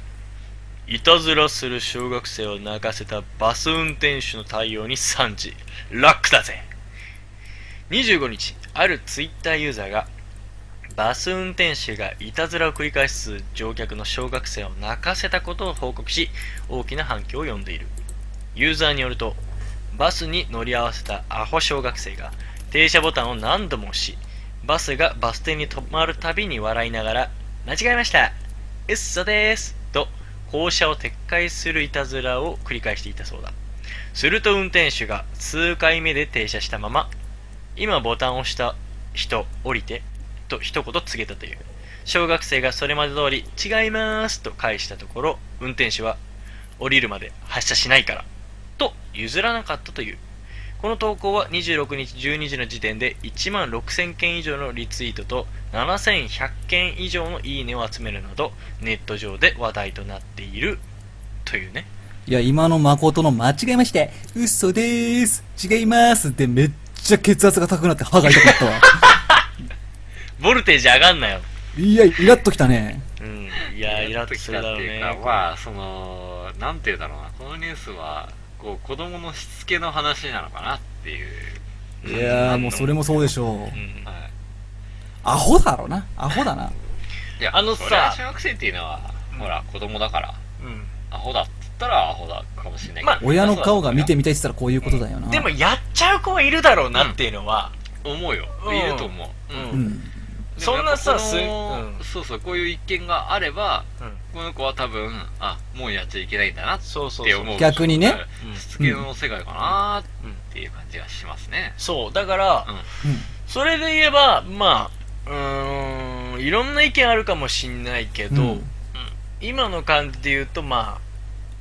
B: いたずらする小学生を泣かせたバス運転手の対応に賛辞ラックだぜ25日あるツイッターユーザーがバス運転手がいたずらを繰り返す乗客の小学生を泣かせたことを報告し大きな反響を呼んでいるユーザーによるとバスに乗り合わせたアホ小学生が停車ボタンを何度も押しバスがバス停に止まるたびに笑いながら「間違えましたうっそです」と降車を撤回するいたずらを繰り返していたそうだすると運転手が数回目で停車したまま「今ボタンを押した人降りて」と一言告げたという小学生がそれまで通り「違います」と返したところ運転手は「降りるまで発車しないから」と譲らなかったというこの投稿は26日12時の時点で1万6000件以上のリツイートと7100件以上のいいねを集めるなどネット上で話題となっているというね
D: いや、今の誠の間違えまして、嘘でーす、違いますってめっちゃ血圧が高くなって歯が痛かったわ。
B: ボルテージ上がんなよ
D: いや、イラッときたね。
B: うんいやイラッとするだろうね
C: やっときたっていうかまあそのなんていうんだろうなこのニュースはこう子供のしつけの話なのかなっていう、
D: いやー、もうそれもそうでしょう
B: う。ん
C: はい、
D: アホだろな。アホだな。
C: いや
B: あのさ
C: それは小学生っていうのは、ほら子供だから
B: うん
C: アホだっつったらアホだかもしれないけど、
B: まあ
D: 親の顔が見て
C: み
D: みたいって言ったらこういうことだよな。
B: でも、やっちゃう子はいるだろうなっていうのは、
C: 思うよ
B: うん
C: いると思う、
B: うん
D: う
C: でも
D: ん。
C: やっぱ
B: そんなさ
C: こ
B: す
C: の
B: うん
C: そうそうこういう一見があればこの子は多分あもうやっちゃいけないんだなっ
B: そうそう
C: て
B: そう
C: 思う
D: 逆にね
B: うん
C: しつけの世界かなっていう感じがしますね、
B: そうだから、
C: うん
B: それで言えばまあうーんいろんな意見あるかもしんないけど、
D: うん
B: 今の感じで言うとまあ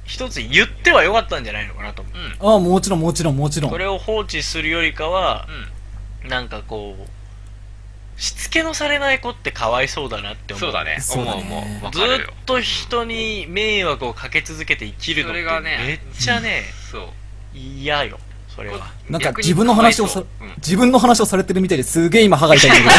B: 一つ言ってはよかったんじゃないのかなと思う
C: うん
D: ああ、もちろんもちろんもちろん。
B: これを放置するよりかは
C: うん
B: なんかこうしつけのされない子ってかわいそうだなって思う
C: そうだね。
D: そ
C: 思う
D: うだね
C: 思う。わ
B: ず
C: かるよ
B: っ。と人に迷惑をかけ続けて生きるのって
C: それがね
B: めっちゃね
C: そう。
B: 嫌よそれは
D: なんか自分の話をさ
C: 逆に、
D: 自分の話をされてるみたいですげえ今歯が痛いんだけど。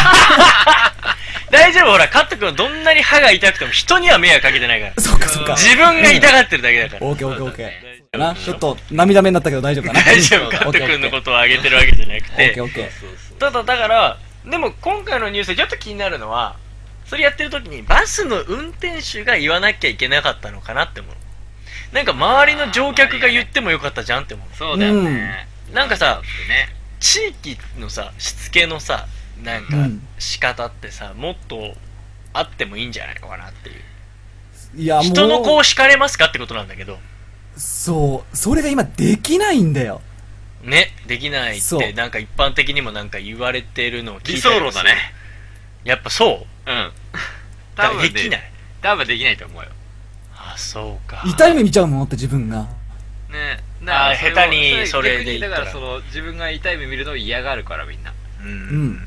B: 大丈夫ほらカット君どんなに歯が痛くても人には迷惑かけてないから
D: そうかそうか。
B: 自分が痛がってるだけだから
D: オーケーオーケーオー
C: そう
D: ケ
C: だね
D: ー。な、ちょっと涙目になったけど大丈夫かな。
B: 大丈夫
D: オッケー
B: カ
D: オッ
B: ッ
D: ケ
B: ト
D: ー
B: 君のことをあげてるわけじゃ
D: オ
B: なく
D: ーケ
B: て
D: ーオーケー。
C: そうそう。
B: ただだからでも今回のニュースでちょっと気になるのはそれやってる時にバスの運転手が言わなきゃいけなかったのかなって思うなんか周りの乗客が言ってもよかったじゃんって思う
C: そうだよね。
B: うんなんかさ
C: ね。
B: 地域のさしつけのさなん
D: う
B: か
D: ん
B: 仕方ってさもっとあってもいいんじゃないのかなっていう
D: いや、もう。
B: 人の子を惹かれますかってことなんだけど
D: そう。それが今できないんだよ。
B: ねできないっ
D: そ
B: て
D: う
B: なんか一般的にもなんか言われてるのを聞
C: 理
B: いた
C: 想
B: り
C: 論だね。
B: やっぱそう
C: うん。
B: だ
C: 多
B: から
C: 分
B: できない
C: い。多分できないと思うよ。
B: あそうか
D: 痛い目見ちゃうもんだって自分が。
C: ね。
B: あー
C: だから
B: 下手にそれで
C: 逆にだ
B: 言ったら
C: からその自分が痛い目見るのを嫌がるからみんな。
B: う
D: うんん。
C: うん。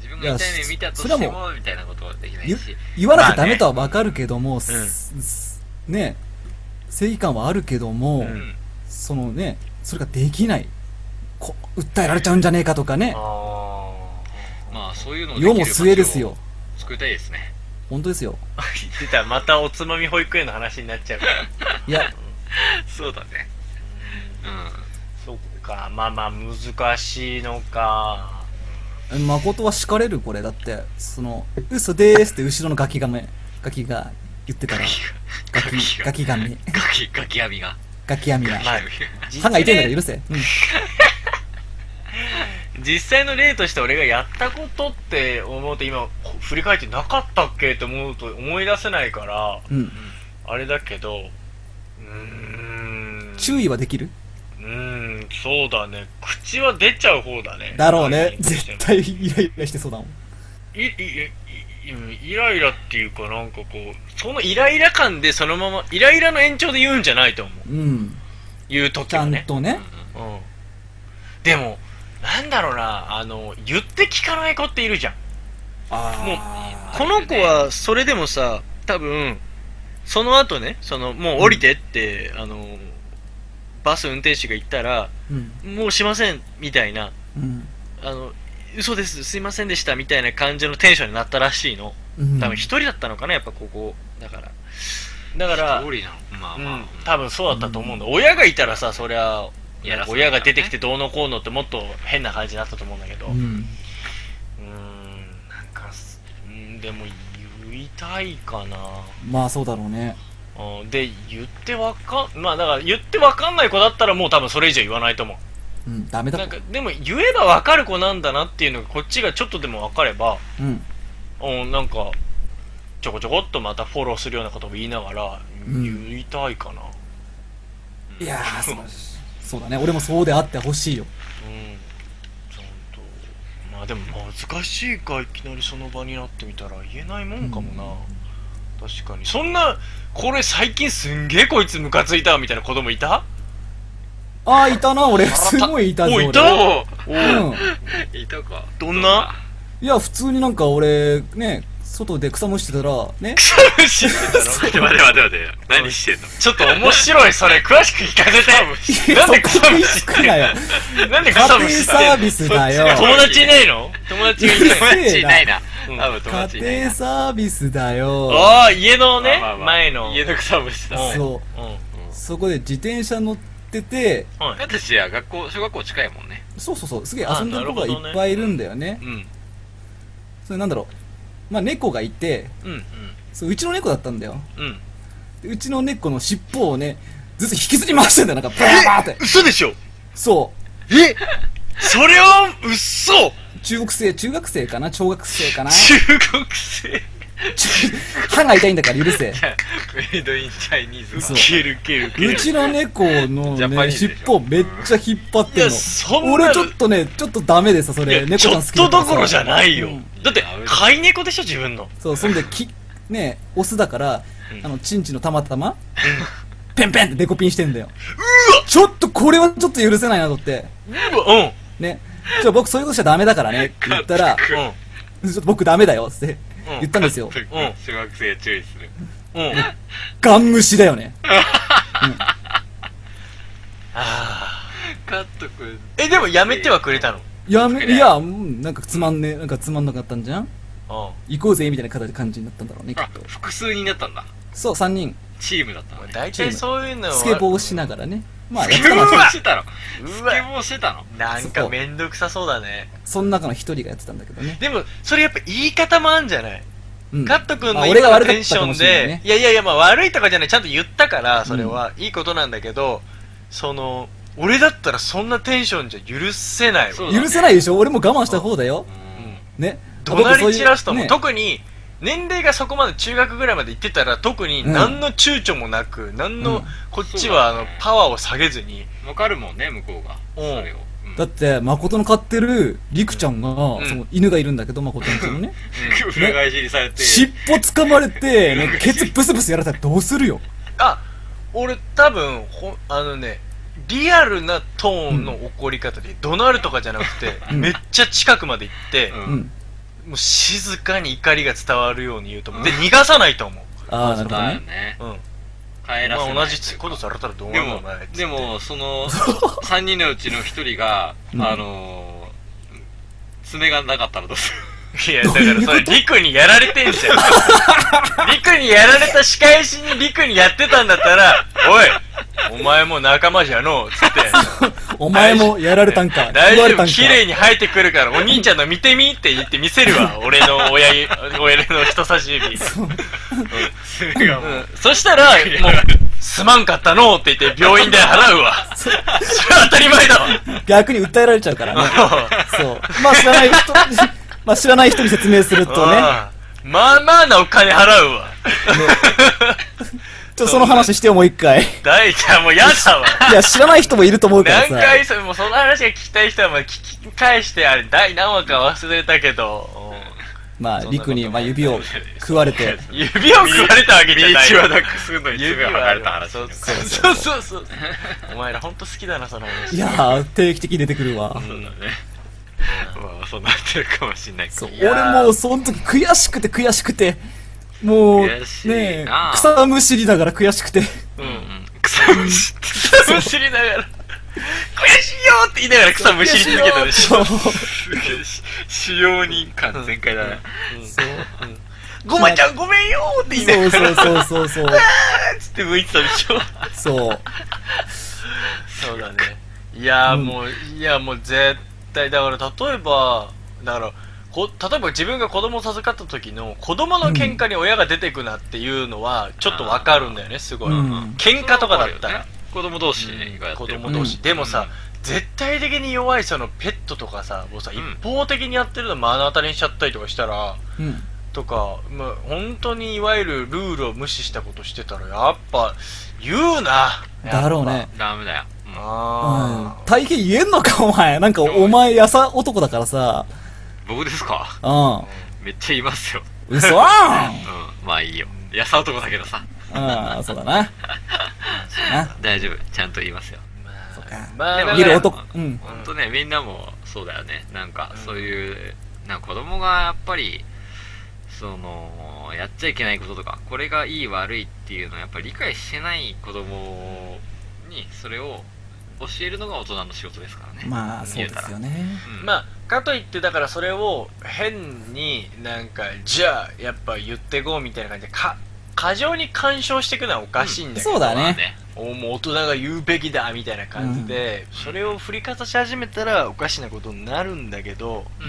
C: 自分が痛い目見たとして
D: いやそそれは
C: もみたいなことはできない
D: ゆ
C: し。
D: 言わなきゃダメとはわかるけども、
B: ね
D: すすね正義感はあるけども、
B: う
C: うんん。
D: そのねそれができないこ訴えられちゃうんじゃねえかとかね
B: あ
C: まあそういうのをできる
D: 世も末ですよ
C: 環境を作りたいですね。
D: 本当ですよ
B: あ言ってたまたおつまみ保育園の話になっちゃうから
D: いや
C: そうだね。 うん。
B: そっかまあまあ難しいのか
D: 誠は叱れるこれだってその「嘘でーす」って後ろのガキがめガキが言ってたらガ
C: ガキ
D: キ
C: が
D: ガキがめ
C: ガキ、ガキ網が。
D: ガキ網が
B: まあ
D: 歯が痛いんだから
B: 実
D: 許せ、うん
B: 際実際の例として俺がやったことって思うと今振り返ってなかったっけって思うと思い出せないから
D: うん、
B: あれだけどうーん
D: 注意はできる
B: うーんそうだね口は出ちゃう方だね
D: だろうね絶対イライラしてそうだもん
B: いいいいうんイライラっていうかなんかこうそのイライラ感でそのままイライラの延長で言うんじゃないと思う
D: うん
B: 言う時
D: ちゃ
B: は
D: ん
B: ね
D: とね
B: うん、でもなんだろうなあの言って聞かない子っているじゃん
D: あ
B: この子はそれでもさ多分その後ねそのもう降りてって、あのバス運転手が言ったら
D: あうん
B: もうしませんみたいな
D: うん
B: あの嘘ですすいませんでしたみたいな感じのテンションになったらしいの
D: うん
B: 多分一人だったのかなやっぱここだからだから
C: ストー、リーなのまあ
B: う
C: まあ、
B: ん、多分そうだったと思うんだ、親がいたらさそりゃ
C: やらせないからね
B: 親が出てきてどうのこうのってもっと変な感じだったと思うんだけど、
D: うん。
B: うーんなんかすうんでも言いたいかな
D: まあそうだろうね。
B: うんで言ってわかんまあだから言ってわかんない子だったらもう多分それ以上言わないと思
D: うん、ダメ
B: う
D: だ
B: なんかでも言えばわかる子なんだなっていうのがこっちがちょっとでもわかれば
D: うん。
B: うんなんかちょこちょこっとまたフォローするようなことも言いながら
D: うん
B: 言いたいかな、
D: いやー、そうそうだね。俺もそうであってほしいよ。
B: うんちゃんとまあでも難しいかいきなりその場になってみたら言えないもんかもな、確かにそんなこれ最近すんげえこいつムカついたわみたいな子供いた
D: ああ、いたな、俺。すごいいたぞ、
B: お
D: 俺。
B: いたお
D: うん。
C: いたか
B: どんない
D: や、普通になんか俺、ね、外で草むしてたら、ね、
B: 草むしってたろ
C: 待て待て待て待て何してんの
B: ちょっと面白いそれ詳しく聞かせ
D: そ
B: て なん
D: こ
B: で草むし
D: 食いつくなよ。
B: なんで
D: 家
B: 草む
D: 庭
B: し
D: サービスだよ。
B: 友達いないの友達がいない
C: 友達いないな
B: うん
C: 多分友達いない
D: 家
C: な
D: 庭サービスだよ。
B: ああ家の
C: ま
B: ね、
C: あまあまあ
B: 前の、
C: 家の草むしだね
D: そう
B: ん
D: う。そこで自転車乗ってて、
B: はい
C: 私たちは学校小学校近いもんね
D: そうそうそう、すげえ
B: あ
D: 遊んでる子が
B: ないるほどね
D: っぱいいるんだよね。
B: うん
D: それなんだろう。まあ猫がいて、
B: うんうん
D: そううちの猫だったんだよ。
B: うん
D: でうちの猫の尻尾をね、ずっと引きずり回してんだよ、なんか、バーバーって。
B: 嘘でしょ
D: そ
B: えそれは嘘
D: う。中学生、中学生かな小学生かな
B: 中国製
D: 歯が痛いんだから許せ。
C: メイドインチャイニーズ
D: 嘘
C: が
B: ケるケるケ
D: う
B: る
D: ちの猫の
C: ジャパニ
D: ね、
C: ーズ
D: 尻
C: でしょ
D: 尾めっちゃ引っ張っ
B: い
D: て
B: や
D: ん
B: そん
D: の。
B: な
D: 俺ちょっとね、ちょっとダメでさ、そ
B: い
D: れ。
B: や
D: 猫
B: ち
D: さ
B: ょ
D: ん好
B: っ
D: きだ
B: と
D: から
B: ど
D: さ
B: ころじゃないよ、
D: うん
B: だって飼い猫でしょ自分の
D: そう、そんで、き、ね、オスだから、
B: うん
D: あの、チンチのたまたま、ペンペンってデコピンしてんだよ。ちょっとこれはちょっと許せないなと思って、
B: うわうんうん
D: ね。じゃあ僕そういうことしちゃダメだから ねって言ったら、ちょっと僕ダメだよって
B: うん
D: 言ったんですよ。
B: うん
C: 小学生は注意する
B: うん
D: ガン虫だよね。
B: あ
C: カットくん
B: ーえでもやめてはくれたの
D: やめ、いや、うんなんかつまんねえ、なんかつまんなかったんじゃん
B: う
D: 行こうぜ、みたいな形感じになったんだろうね、き
C: あ
D: っと。
C: 複数になったんだ
D: そう、3人、
C: チームだったの
B: ん
C: ね
B: 大体そういうのは
D: スケボーをしながらね。ま あ、やっ
C: ス
D: て
C: ケ
D: た
C: ボ
D: のは
C: ーしてたの
B: う
C: ス
B: わ
C: ケボーしてたの
B: なんかめんどくさそうだね
D: その中の一人がやってたんだけどね。
B: でもそれやっぱ言い方もあんじゃない
D: うん。
B: カット君
D: ま
B: の
D: あ俺が
B: 今の
D: 悪か
B: テ
D: っ
B: ンシ
D: たか
B: ョ
D: も
B: ン
D: しれない
B: で
D: ね、。
B: いやいやいや、まあ悪いとかじゃない、ちゃんと言ったから、それは、いいことなんだけど、その、俺だったらそんなテンションじゃ許せない
C: そ
B: わ。
C: うだね
D: 許せないでしょ俺も我慢した方だよ
C: う。ん
D: ね。
B: 怒鳴り散らすとも、
D: ね
B: 特に、年齢がそこまで中学ぐらいまで行ってたら、特に
D: うん
B: 何の躊躇もなく、何
D: う
B: の
D: ん、
B: こっち
C: そう
B: は、
C: だ
B: あの
C: ね、
B: パワーを下げずに、
C: わかるもんね向こうがそ
B: うん
C: れをうん
D: だって、誠の飼ってる、りくちゃんが、
B: ん
D: その犬がいるんだけど、誠のそのね、
C: 裏返しにされて
D: 尻尾掴まれて、なんかケツブスブスやられたらどうするよ。
B: あ、俺多分、ほあのね、リアルなトーンの怒り方で、怒鳴るとかじゃなくて、
D: うん
B: めっちゃ近くまで行って、
C: う
D: うんん。
B: もう静かに怒りが伝わるように言うと思う。で、逃がさないと思う。
D: ああ、なるほど
C: だよ
D: ね。
C: ね
B: うん。
C: 帰らせない
B: まあ同じことされたらどうな
C: で
B: るの
C: も
B: かなっつって。
C: でもその3人のうちの1人が
D: うん
C: あのー爪がなかったらどうする
B: いや、だからそれ、リクにやられてんじゃ ん。リクにやられた仕返しにリクにやってたんだったら、おい、お前も仲間じゃのう、つって。
D: お前もやられたんか。
B: 大
D: 言われ
B: 丈
D: た
B: 夫、
D: んか。
B: 綺麗に生えてくるから、お兄ちゃんの見てみって言って見せる わ。俺の親指、親の人差し指。
C: 爪がもう
B: そしたら、もう、すまんかったのうって言って病院で払うわ。 それは当たり前だわ。
D: 逆に訴えられちゃうからね。そう。まあ知らない人に、まあ知らない人に説明するとね、
B: うんまあまあなお金払うわ。
D: ちょっとその話してよもう一回。
B: 大ちゃんも うやだわ。
D: いや、知らない人もいると思うから
B: 何
D: さ。
B: 回それもうその話が聞きたい人はまあ聞き返してあれ第何話か忘れたけど、
D: まあ、
B: そんな
D: リ
B: こと
D: ク
B: ない
D: に、まあ、指を食われ て。
B: うん指を食われたわけじゃない
C: 道はなくするのに爪
B: 指
C: が
B: は
C: 剥がれた話
B: そう
C: ね
B: そうそうそうお前ら本当好きだなその話
D: いやー、定期的に出てくるわ。
C: そうだねまあそうなってるかもしんないけど
D: そう。
B: いやー
D: 俺もう、その時悔しくて悔しくて、もう、ね
C: 悔しいな
D: え、草むしりながら悔しくて。
B: う
C: うん
B: ん
C: 草むしって
B: 草むしりながら悔しいよーって言いながら草むしり続けたで しょ
D: そう。
C: すげえし使用人感全開だね
B: うん
D: そう
E: ごまちゃんごめんよーって言いなが
D: そう
E: ら
D: そうそうそうそう。
E: つって向いてたでしょ。
D: そう。
B: そうだね。いやー
D: うん
B: もう、いやもう絶対、だから例えば、だから、こ例えば自分が子供を授かった時の子供の喧嘩に親が出てくなっていうのはちょっとわかるんだよね、すごい。
D: うん
B: 喧嘩とかだったら、
C: 子供同士で意外やっ
B: 子
C: てる
B: 供同士、
D: うん
B: でもさ、絶対的に弱いそのペットとかさ、もうさ、
C: ん
B: 一方的にやってるの目の当たりにしちゃったりとかしたら、
D: うん。
B: とか、まあ、本当にいわゆるルールを無視したことしてたら、やっぱ、言うな。
D: だろうね。
C: ダメだよ、うん
D: うん
B: あ。
D: 大変言えんのか、お前。なんか、お前、やさ男だからさ。
C: 僕ですか
D: う
C: めっちゃ言いますよ
D: ん。嘘あ
C: う
D: ん
C: んまあいいよ優男だけどさ
D: うん、そうだな。な、
C: 大丈夫ちゃんと言いますよ
D: そうか。
B: まあ、
C: でも
B: だ
D: 見
B: か
D: る
B: ら
D: 男。うん。
C: ほんとねみんなもそうだよねなんかそういう、なんか子供がやっぱりそのやっちゃいけないこととかこれがいい悪いっていうのをやっぱり理解してない子供にそれを教えるのが大人の仕事ですからね、
D: まあ、そうですよね。
C: うん
B: まあ、かといってだからそれを変になんかじゃあやっぱ言ってこうみたいな感じでか過剰に干渉していくのはおかしいんだけど、
D: そうだ
C: まあ
D: ね。
C: ね
B: おもう大人が言うべきだみたいな感じで、それを振りかざし始めたらおかしなことになるんだけど
D: う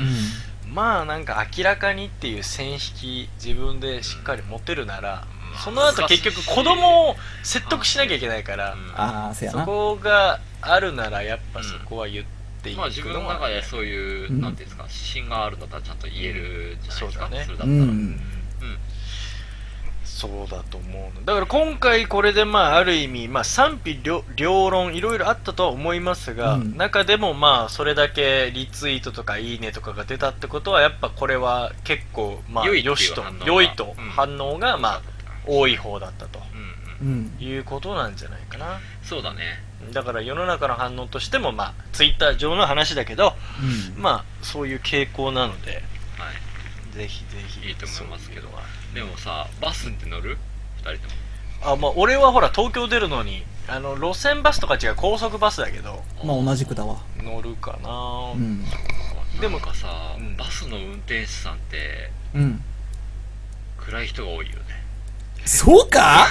D: ん。
B: まあなんか明らかにっていう線引き自分でしっかり持てるなら、
C: うん
B: その後結局子供を説得しなきゃいけないから、
C: うん
D: ああ、せや
B: そ
D: な。
B: こがあるならやっぱそこは言っていくの
C: まあ
B: は、
C: 自分の中でそういう、
D: うん
C: なんていうんですか指針があるんだったらちゃんと言えるじゃないですか、
B: うんそうだね
C: れだった
D: う
C: ら、
D: ん。
B: そうだと思うのだから今回これでまあある意味、まあ、賛否両両論いろいろあったとは思いますが、
D: うん
B: 中でもまあそれだけリツイートとかいいねとかが出たってことはやっぱこれは結構まあ
C: 良いっていう
B: よしと
C: 反応が
B: 良いと
C: うん
B: 反応がまあ多い方だったと
C: うんうん
D: うん。
B: いうことなんじゃないかな
C: そうだね
B: だから世の中の反応としてもまあツイッター上の話だけど
D: うん。
B: まあそういう傾向なので
C: はい
B: ぜひぜひ
C: いいと思いますけど
B: そういうのは
C: でもさバスって乗る二人とも
B: あまあ俺はほら東京出るのにあの路線バスとか違う高速バスだけど
D: まあ、同じくだわ。
B: 乗るかな、
D: うん。
B: で
C: でも
B: も
C: かさ、
B: うん
C: バスの運転手さんって
D: うん。
C: 暗い人が多いよね
D: そうか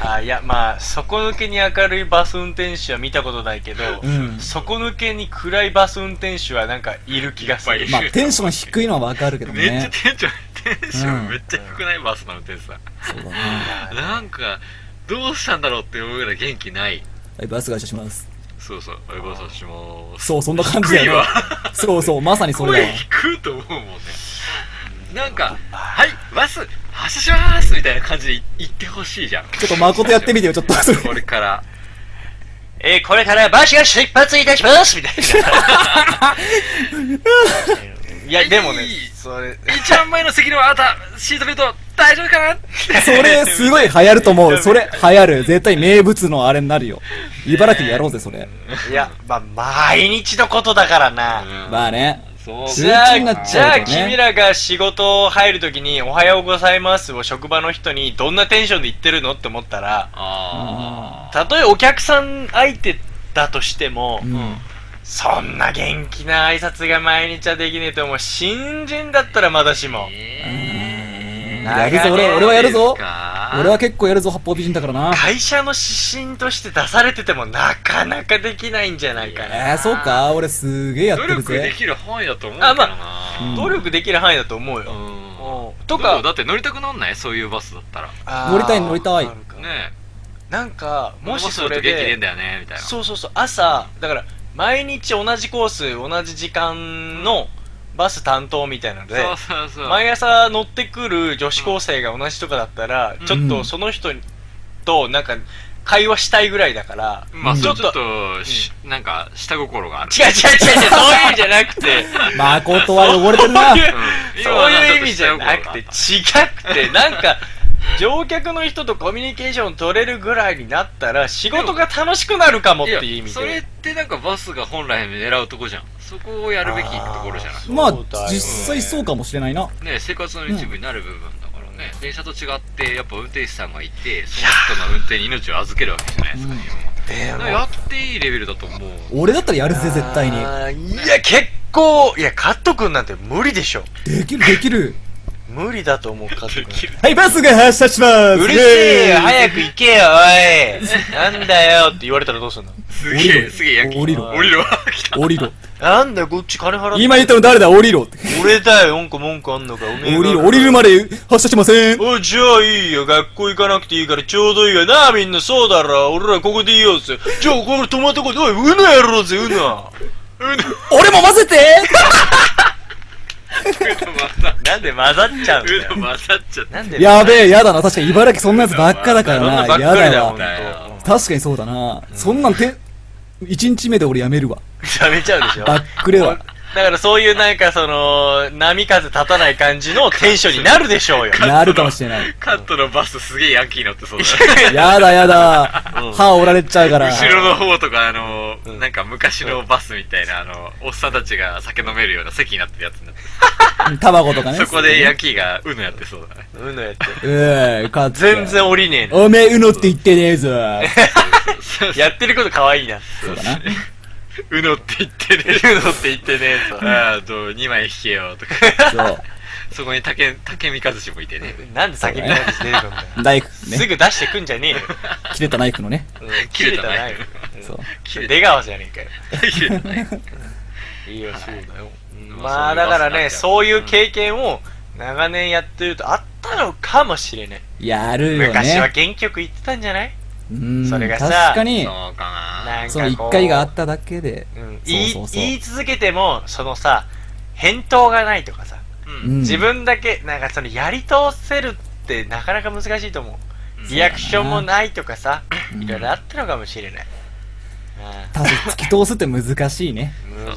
B: あいやまあ底抜けに明るいバス運転手は見たことないけど、
D: うん。
B: 底抜けに暗いバス運転手はなんかいる気がす
C: い
B: る
C: っぱいいる
D: まあ、テンション低いのはわかるけど
C: めっちゃ
D: ね。
C: テンションテンションめっちゃ低くない、バスの運転手さん、
D: そうだな。
C: なんかどうしたんだろうって思うぐらい元気ない
D: はい、バス会社します。
C: そうそうあれバスします
D: そう、そんな感じ
C: 低い
D: や
C: わ
D: わ。そうそう、まさにそれだ
C: 声
D: わ。
C: 低いと思うもんね なんか「はいバス発車します」みたいな感じで言ってほしいじゃん
D: ちょっと誠やってみてよ、ちょっとそ れ。
C: これから
B: えーこれからバスが出発いたしますみたい ないやでもねそれ
C: 一番前の席のあなたシートベルト大丈夫かな
D: それ、すごい流行ると思う。それ、流行る。絶対名物のあれになるよ。茨城でやろうぜ、それ。
B: いやまあ毎日のことだからな、
D: まあね。
C: そう
D: ず
B: じ
D: ル
B: ゃ
D: ーティンにな
B: あ、
D: っ
B: じ
D: ちゃう
B: ゃ
D: か
B: あ
D: らね
B: 君らが仕事を入るときに、おはようございますを職場の人にどんなテンションで言ってるのって思ったら、
C: あ
B: たとえお客さん相手だとしても、
D: うん。
B: そんな元気な挨拶が毎日はできねえと思う。新人だったらまだし
C: あ
B: も。
C: えー
D: やるぞ、俺は、俺はやるぞ。俺
C: 俺
D: は結構やるぞ、八方美人だからな。
B: 会社の指針として出されててもなかなかできないんじゃないかな。
D: えー、そうか俺すげえやって
C: 努
D: る
C: 力で
D: ぜ。
C: きる範囲だと思うけど
D: うん
C: な
B: 努力できる範囲だと思うよ。
C: うん
B: うんとか
C: どうだって乗りたくなんないそういうバスだったら
B: あー
D: 乗りたい乗りたい
B: なるか
C: ね
B: なんか、
C: え
B: もしそ
C: 乗
B: れ
C: りたくなると元気出
B: で
C: ん、だよねみたいな
B: そうそうそう朝だから毎日同じコース同じ時間のバス担当みたいなので
C: そうそうそう
B: 毎朝乗ってくる女子高生が同じとかだったら、
C: うん
B: ちょっとその人となんか会話したいぐらいだから、
C: まあ
D: うん
C: ちょっとしなんか下心がある
B: 違う違う違う違うそういうんじゃなく て
D: 誠は汚れてるな
B: そう。いう
C: うん
B: そういう意味じゃなくて違
C: 今
B: くてなんか乗客の人とコミュニケーション取れるぐらいになったら仕事が楽しくなるかもっ
C: い
B: てい
C: や
B: う意味で
C: それってなんかバスが本来狙うとこじゃんそこをやるべきところじゃな
B: あー
C: い
D: ま
B: そうだよ
D: あ、
B: ね
D: 実際そうかもしれないな。
C: ね、生活の一部になる部分だからね、電車と違ってやっぱ運転手さんがいてその人の運転に命を預けるわけじゃないですか、
D: うん
C: 日本はだからやっていいレベルだと思う
D: 俺だったらやるぜ、絶対に。
B: あーいや、結構、いや、カット君なんて無理でしょ。
D: できる、できる。
E: 無理だと思う、家族なんて
D: はい、バスが発車します
E: うるせえよ早く行けよ、おいなんだよって言われたらどうすんの
C: すげえ、すげえ、や
D: 降りろ
C: 降りろ。 来た。
D: 降りろ。
E: なんだよ、こっち金払って。
D: 今言ったの誰だ降りろって。
E: 俺だよ、なんか文句あんのか、おめえが
D: 降りろ、降りるまで発車しません。
E: おい、じゃあいいよ。学校行かなくていいからちょうどいいよ。なあ、みんな、そうだろ。俺らここでいいよっすよ。じゃあ、これ泊まってこい。おい、うなやろうぜ、うな。
D: 俺も混ぜて
B: なんで混ざっちゃうん
C: う
B: だ
C: の混
B: よ。
C: ざっちゃった。
B: なんで
D: やべえ、やだな。確かに茨城そんなやつばっかだから
E: そんなば
D: な。
E: っか
D: や
E: り
D: だ
E: だも
D: わ
E: ん。
C: だ
D: 確かにそうだな。そんなんて、1日目で俺やめるわ。
B: やめちゃうでしょ。
D: バ
B: だ
D: ックレは。
B: からそういうなんかその、波風立たない感じのテンションになるでしょうよ。
D: なるかもしれない。
C: カットのバスすげえヤンキーになってそうだね。
D: やだやだ。歯折られちゃうから。
C: 後ろの方とか、あのー、なんか昔のバスみたいな、あの、おっさんたちが酒飲めるような席になってるやつになって、
D: タバコとかね。
C: そこでヤンキーがうのやってそうだね。
B: うのやって。
D: ええ、かつて
B: 全。然降りねえ
D: おめえ、うのって言ってね えぞ。
B: な。やってること可愛いな。
D: そうだな。
C: うのって言ってね。
B: うのって言ってねえと。
C: ああ、どう、2枚引けよ、とか。
D: そう。
C: そこに竹、竹三和志もいて ね。
B: なんで先になんで出てくんだよ。
D: ナイフ、
B: す
D: ね。
B: ぐ出してくんじゃねえよ。
D: 切れたナイフのね。
C: 切れたな
B: 切
C: い
B: れ。
D: そう。
C: 切れ
B: 出川じゃねえかよ。
C: 切れたない。
B: いいよ、
C: そうだよ。うん
B: まあだからね、そういう
C: 系
B: 経験を長年やってるとあったのかもしれない。
D: やるよね。
B: 昔は元気よく言ってたんじゃない
D: うん
B: それがさ
D: 確かに、
C: そうか
B: なん
D: その
B: か
D: 一
B: こう。
D: 回があっただけで。
B: うん
D: そう
B: 言い
D: そうそう
B: 言い続けても、そのさ、返答がないとかさ、
C: な。。
D: うんん
B: 自分だけ、なんかそのやり通せるってなかなか難しいと思う。リアクションもないとかさ、
D: うん
B: いろいろあったのかもしれない。うん
D: ただ突き通すって難しいね。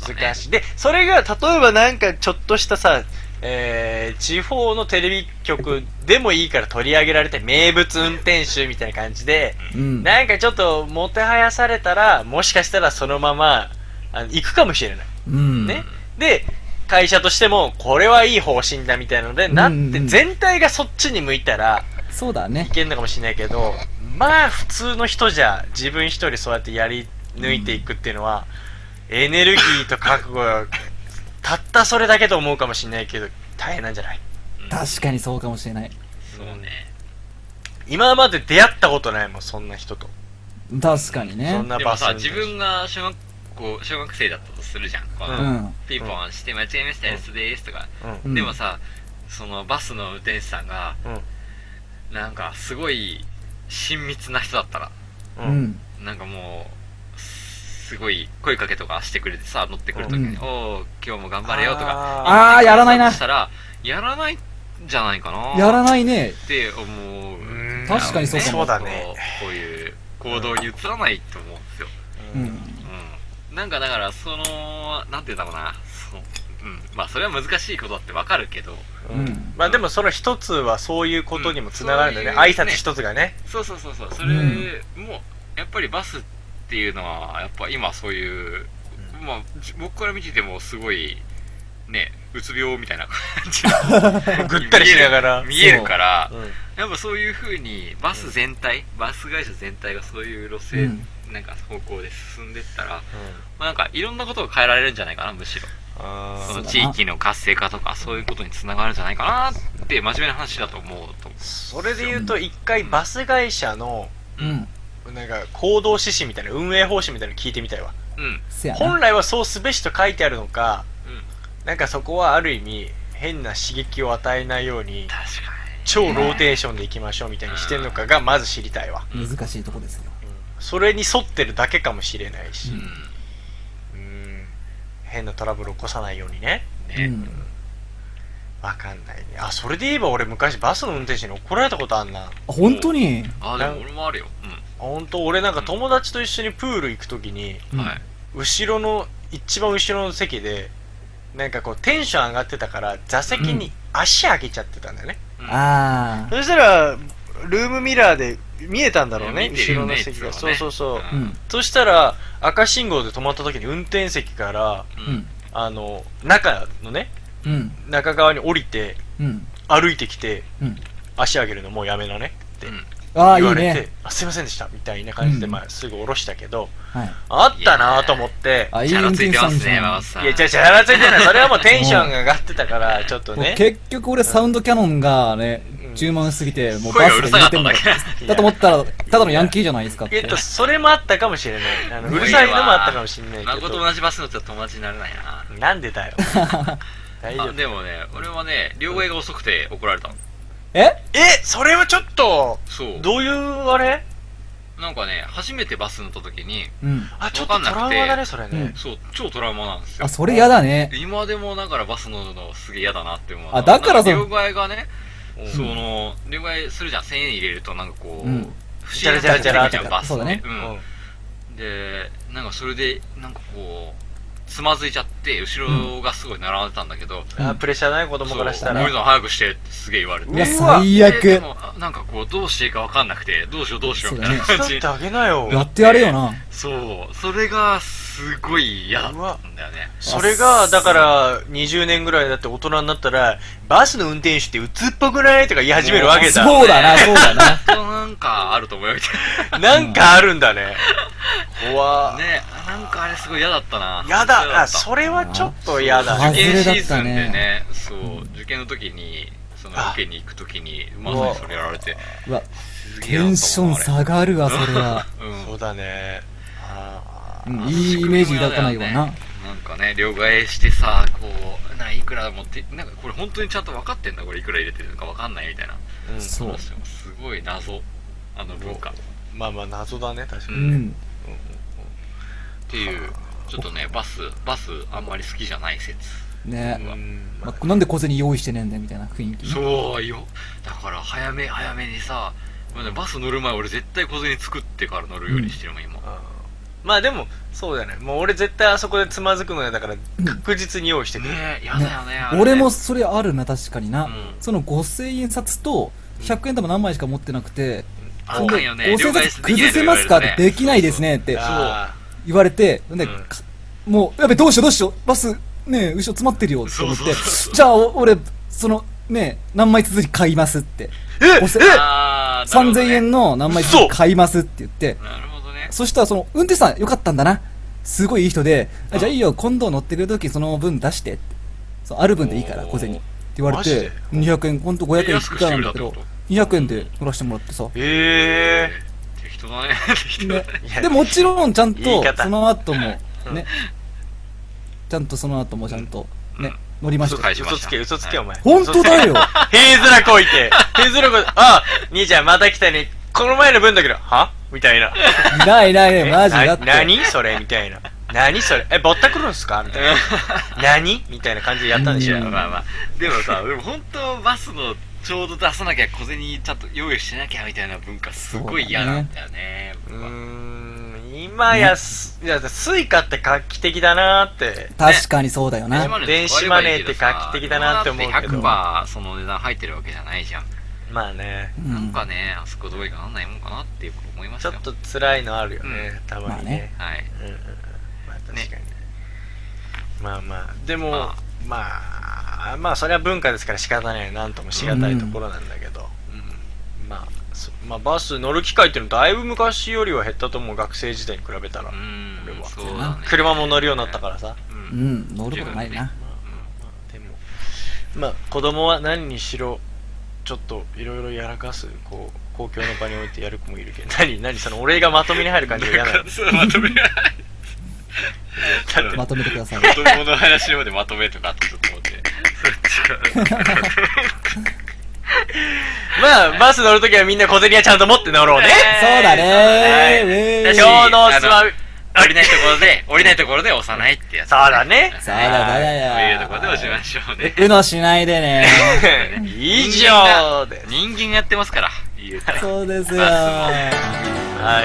B: 難しい。で、それが、例えばなんかちょっとしたさ、えー、地方のテレビ局でもいいから取り上げられて名物運転手みたいな感じで、
D: うん。
B: なんかちょっともてはやされたら、もしかしたらそのまま、あの行くかもしれない。
D: うん。
B: ね。で、会社としても、これはいい方針だみたいなので、な
D: う
B: っ
D: んう
B: て、
D: ん
B: 全体がそっちに向いたら、
D: そうだね
B: い。けんのかもしれないけど、まあ普通の人じゃ自分一人そうやってやり抜いていくっていうのは、エネルギーと覚悟がたったそれだけと思うかもしれないけど大変なんじゃない
D: 確かにそうかもしれない。
C: そうね。
B: 今まで出会ったことないもんそんな人と
D: 確かに
B: そ
D: ね
B: ん。な
C: で
B: バ
C: も
B: ス
C: さ、自分が小学校、小学生だったとするじゃん。こ
D: う。
C: うんピンポン押して間違えました、S ですとか。
B: う
D: うん
C: でもさ、そのバスの運転手さんが、なんかすごい親密な人だったら、
D: うん
B: うん
D: ん。
C: なんかもう、すごい声かけとかしてくれてさ、乗ってくるときに、
D: うん
C: おー、今日も頑張れよとか。
D: あーやらないな
C: したら、やらないんじゃないかな。
D: やら
C: い。
D: ないね。
C: って思う。
B: ーん
D: 確かにそうかも
B: そうだね
C: こういう行動に移らないと思うんですよ。
D: うん。
C: うんなんかだから、その、なんて言うんだろうな。そううん。まあ、それは難しいことだってわかるけど、
B: うん
D: うん
B: まあでもその一つはそういうことにもつながるんだよね、
C: うんそういうね
B: 挨拶一つがね
C: そうそうそうそう。それ、
D: うん
C: もう、やっぱりバスっていうのは、やっぱ今そういう、まあ、じ僕から見ててもすごい、ね、うつ病みたいな感じの
B: ぐったりしながら
C: 見えるから
B: う、ん
C: やっぱそういう風に、バス全体、バス会社全体がそういう路線、なんか方向で進んでったら、まあ、なんかいろんなことが変えられるんじゃないかな、むしろ。
B: あ
C: そ
D: そ
C: の
D: うだな
C: 地域の活性化とか、そういうことにつながるんじゃないかなって、真面目な話だと思うと。
B: それで言うと一回バス会社の
D: うん。
B: なんか行動指針みたいな運営方針みたいなの聞いてみたいわ
C: うん。
D: せやな
B: 本。来はそうすべしと書いてあるのか、なんかそこはある意味変な刺激を与えないように
C: 確か
B: 超ローテーションでいきましょうみたいにしてるのかがまず知りたいわ、
D: 難しいとこですよ。
B: それに沿ってるだけかもしれないし、
C: に。
B: うん変なトラブル起こさないようにね
D: う
C: うん。ね。
D: ん。
B: わかんないねあそれで言えば俺昔バスの運転手に怒られたことあんな
D: あ本当に
C: あ、でも俺もあるよ。
B: 本当俺なんか友達と一緒にプール行く時に
C: う。
D: うんん
C: はい。
B: 後ろの一番後ろの席でなんかこうテンション上がってたから座席に足上げちゃってたんだよね、
C: うん
D: ああ。
B: そしたら、ルームミラーで見えたんだろうね、
C: 見てるよ
B: 後ろ
C: ね
B: の席が。
C: いつも
B: そう
C: ね
B: そうそう。
D: う
C: うん
D: ん。
B: そしたら、赤信号で止まった時に運転席から、
D: うん。
B: あの、中のね、
D: うん。
B: 中側に降りて、
D: うん。
B: 歩いてきて、
D: うん。
B: 足上げるのもうやめなねって
C: うん
D: ああ、い
E: 言わ
D: い
E: れて、
D: ね。
E: あすいませんでしたみたいな感じで、
D: うん
E: まあ、すぐ下ろしたけど、
D: はい。
E: あったなと思って、
D: あ、いい
C: チャ
D: 運
C: ラついて
D: 転手さ
C: ま
D: んですす
C: ね、
D: ね。
C: 馬場さん。
B: いや、じゃあ、チャラついてない。それはもうテンションが上がってたから、ちょっと
D: もう
B: ね。
D: 結局俺サウンドキャノンがね、10万すぎて、もう
C: 声
D: バ
C: がう
D: ス
C: る
D: が
C: さ
D: 揺
C: か
D: れ
C: ってた
D: ん
C: だ
D: の
C: け。
D: だと思ったら、ただのヤンキーじゃないですかって。
B: えっと、それもあったかもしれない。あのうるさいのもあったかもしれないけ
C: 孫と
B: ど。
C: 同じバス乗ったら友達になれないな。
B: なんでだよ。大丈
C: あ
B: 夫。
C: でもね、俺はね、両替が遅くて怒られたの。
D: え
E: え、それはちょっと、
C: そう。
E: どういうあれ
C: なんかね、初めてバス乗った時に、
D: うん。
E: あ、ちょっ
C: わ
E: と
C: かん
E: ト
C: なくて
E: ラウマだね、それね。
C: そう、超トラウマなんですよ
D: あ、。それ嫌だね。
C: 今でもだからバス乗るのすげえ嫌だなって思う。
D: あだからそ
C: なん
D: の
C: 両替がね、その、両替するじゃん、1000円入れるとなんかこう、
D: うん
C: 不思議な感じになるじゃん、
B: ジャラジャラジャラって
C: バス
D: そうだね
C: う
E: うん
C: ん。で、なんかそれで、なんかこう、つまずいちゃって、後ろがすごい並んでたんだけど、
B: あプレッシャーだね、子
C: そ
B: 供
C: う
B: からした
C: 森
B: ら。
C: さん早くしてってすげえ言われて。
D: うわ、最
C: でで
D: 悪。
C: もあなんかこう、どうしていいかわかんなくて、どうしようどうしようみたいな
E: 手
C: 感
E: 伝
C: じ
E: ってあげなよ。
D: やってやれよな。
C: そう、それがすごい嫌だったんだよね。
B: それが、だから、20年ぐらいだって大人になったら、バスの運転手って鬱っぽくないとか言い始めるわけだ。
D: そうだな、そうだな。
C: ほんとなんかあると思うよ、みたい
B: なんかあるんだね。怖
C: な。
B: っ
C: ね、なんかあれすごい嫌だったな。
B: や
C: 嫌
B: だ、あ、
C: った
B: それはちょっと嫌だ
D: あ
C: 受
B: ね。
C: 験
D: れ
C: シーズ
D: そ
C: ン
D: れ
C: で
D: だった
C: ね、そう、受験の時に、その
B: あ
C: 受けに行く時に、まさにそれやられて。
D: うわ、
C: すげえ
D: テンション
C: や
D: 下がるわ、それ は。
C: ったもんあれ
E: そうだね。
D: う
C: うんん。
D: いいイメージ抱かないわな。
C: なんかね、両替してさ、こう、ないくら持って、なんかこれ本当にちゃんと分かってんだ、これいくら入れてるのか分かんないみたいな。
E: うん
D: そう。
C: すごい謎、あの文化。
E: まあまあ、謎だね、確か
D: う
E: に。
D: ん。
C: っていう、ちょっとね、バス、バスあんまり好きじゃない説。
D: ね
E: うんうん
D: まなんで小銭用意してねえんだよ、みたいな雰囲気。
C: そうよ。だから早め早めにさ、まあねバス乗る前俺絶対小銭作ってから乗るようにしてるもん、今。
E: あ
B: まあでも、そうだね。もう俺絶対あそこでつまずくのやだから、確実に用意してくる。
C: ねえ、やだよね。あれね
D: 俺もそれあるな、確かにな。
C: うん
D: その5000円札と、100円玉何枚しか持ってなくて、
C: あかんよね。
D: 5000
C: 両
D: 円
C: 替
D: 札
C: できな
D: 崩
C: いと
D: せ
C: 言
D: ま
C: われ
D: す
C: る
D: か
C: と
D: ってできないですねって
E: あ
D: 言われて、
E: う
D: で、
E: ん
D: かもう、やべ、どうしようどうしよう、バス、ねえ、後ろ詰まってるよって思っ
C: そう
D: て
C: そうそ、う
D: じゃあ、お俺、その、ねえ、何枚綴り買いますって。
E: え
D: おせ
C: あーなるほど
D: 3000
C: ね
D: 円の何枚綴り買いますって言って、
C: なるほどね。
D: そしたらその運転手さんよかったんだな。すごいいい人で、あじゃあいいよ、今度乗ってくるときその分出してって。そうある分でいいから、
C: おー
D: 小銭。って言われ
E: マジ
D: て
E: で、
D: 200円、今度500円い
C: 安
D: く
C: く
D: か
C: してく
D: らなん
C: れた
D: だ
C: って
D: けど
C: こ、
D: 200円で乗らせてもらってさ。
E: ーえ
C: と適当だね。適当だ
D: で
C: ね。
B: いや
D: で、もちろんちゃん
B: 言い
D: と、
B: 方
D: その後も、ね、ちゃんとその後もちゃんと、ね、乗りましたよ。
C: 返しま
B: 嘘
C: し
B: つ
C: た。
B: け、嘘つけ、お
C: はい
D: 本
B: 前。
D: 当だよ
B: 平面こいて、平面こいて、あ、兄ちゃんまた来たね。この前の分だけど、はみたいな。
D: いないいないね、マジだ
B: えな
D: って。
B: 何それみたいな。何それえ、ぼったくるんすかみたいな。 何みたいな感じでや ったんでしょ。
C: まあまあ。でもさ、 でも本当バスのちょうど出さなきゃ小銭ちゃんと用意しなきゃみたいな文化すごい嫌なんだよね。
B: うーん、今やす、いや、スイカって画期的だなーって。
D: 確かにそうだよな。
B: 電子マネーって画期的だなって思うけど
C: 100%その値段入ってるわけじゃないじゃん。
B: まあね。
D: うん
C: なんかね、あそこどうにかなんないもんかなっていうこと思いまし
B: ち
C: た
B: ょ
C: よ。
B: っと辛いのあるよね、たまにね。
C: はい。
B: うんうんうんまあ確かに
C: ね
B: ね。まあまあ、でも、
C: ま
B: まあ、まあそれは文化ですから仕方ない、なんともしがたいところなんだけど。うんまあ、そまあバス乗る機会っていうのだいぶ昔よりは減ったと思う、学生時代に比べたら
C: う。ん
B: これ、は
C: そうだね。
B: 車も乗るようになったからさ。
C: う。
D: うんん、乗ることないな。
B: まあまあでもまあ子供は何にしろちょっといろいろやらかすこう公共の場に置いてやる子もいるけど 何何その俺がまとめに入る感じが嫌なの
C: そうまとめ ない。
D: まとめてください。
C: 子供の話までまとめとかってちょっと思って。そっちが。
B: まあバス乗るときはみんな小銭はちゃんと持って乗ろうね
D: そうだね
C: そうだね
D: ウェー
C: 確
D: イ
C: か
B: 今日のつまみ
C: 降りないところで、降りないところで押さないってやつ。
B: そうだね
D: そうだそうだよ
C: そういうところで押しましょうね。
D: うのしないでね。
B: 以上です
C: 人間やってますから、言うたら。
D: そうですよ。
B: はい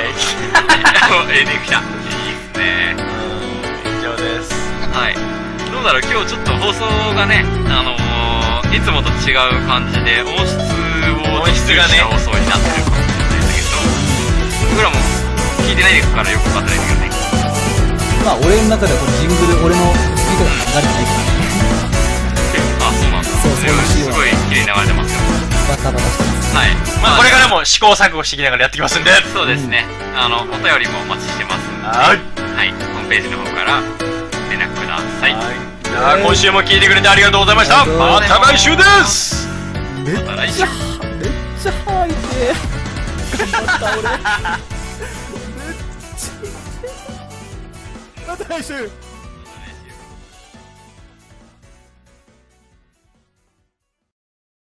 C: おエンディング来た。いいですね。
B: 以上です
C: はい。どうだろう、今日ちょっと放送がね、あのー、いつもと違う感じで、音質を
B: 音質が
C: 重視し
B: ね
C: た放送になってるかもしれないんだけど、僕らも聞いてないですからよくわかってないんだけどね。
D: まあ、俺の中ではこのジングル、俺のスピードが流れてないか
C: あ、そうなんだ。
D: そうそう
C: でもすごい綺麗に流れてますよ。
D: バタバタしてます。
C: はい。
B: まあ、これからも試行錯誤していきながらやっていきますんで。
C: そうですね。あの、お便りもお待ちしてますんで、
B: はい。
C: はい。ホームページの方から連絡ください。
B: じゃあ、今週も聞いてくれてありがとうございました。
D: ありがとうご
B: ま
D: ざい
B: た
C: ます
B: 来
D: めっ
B: 週です
C: また来週
D: ちゃ、めっちゃ吐いて。頑張った俺。めっちゃ。また来週。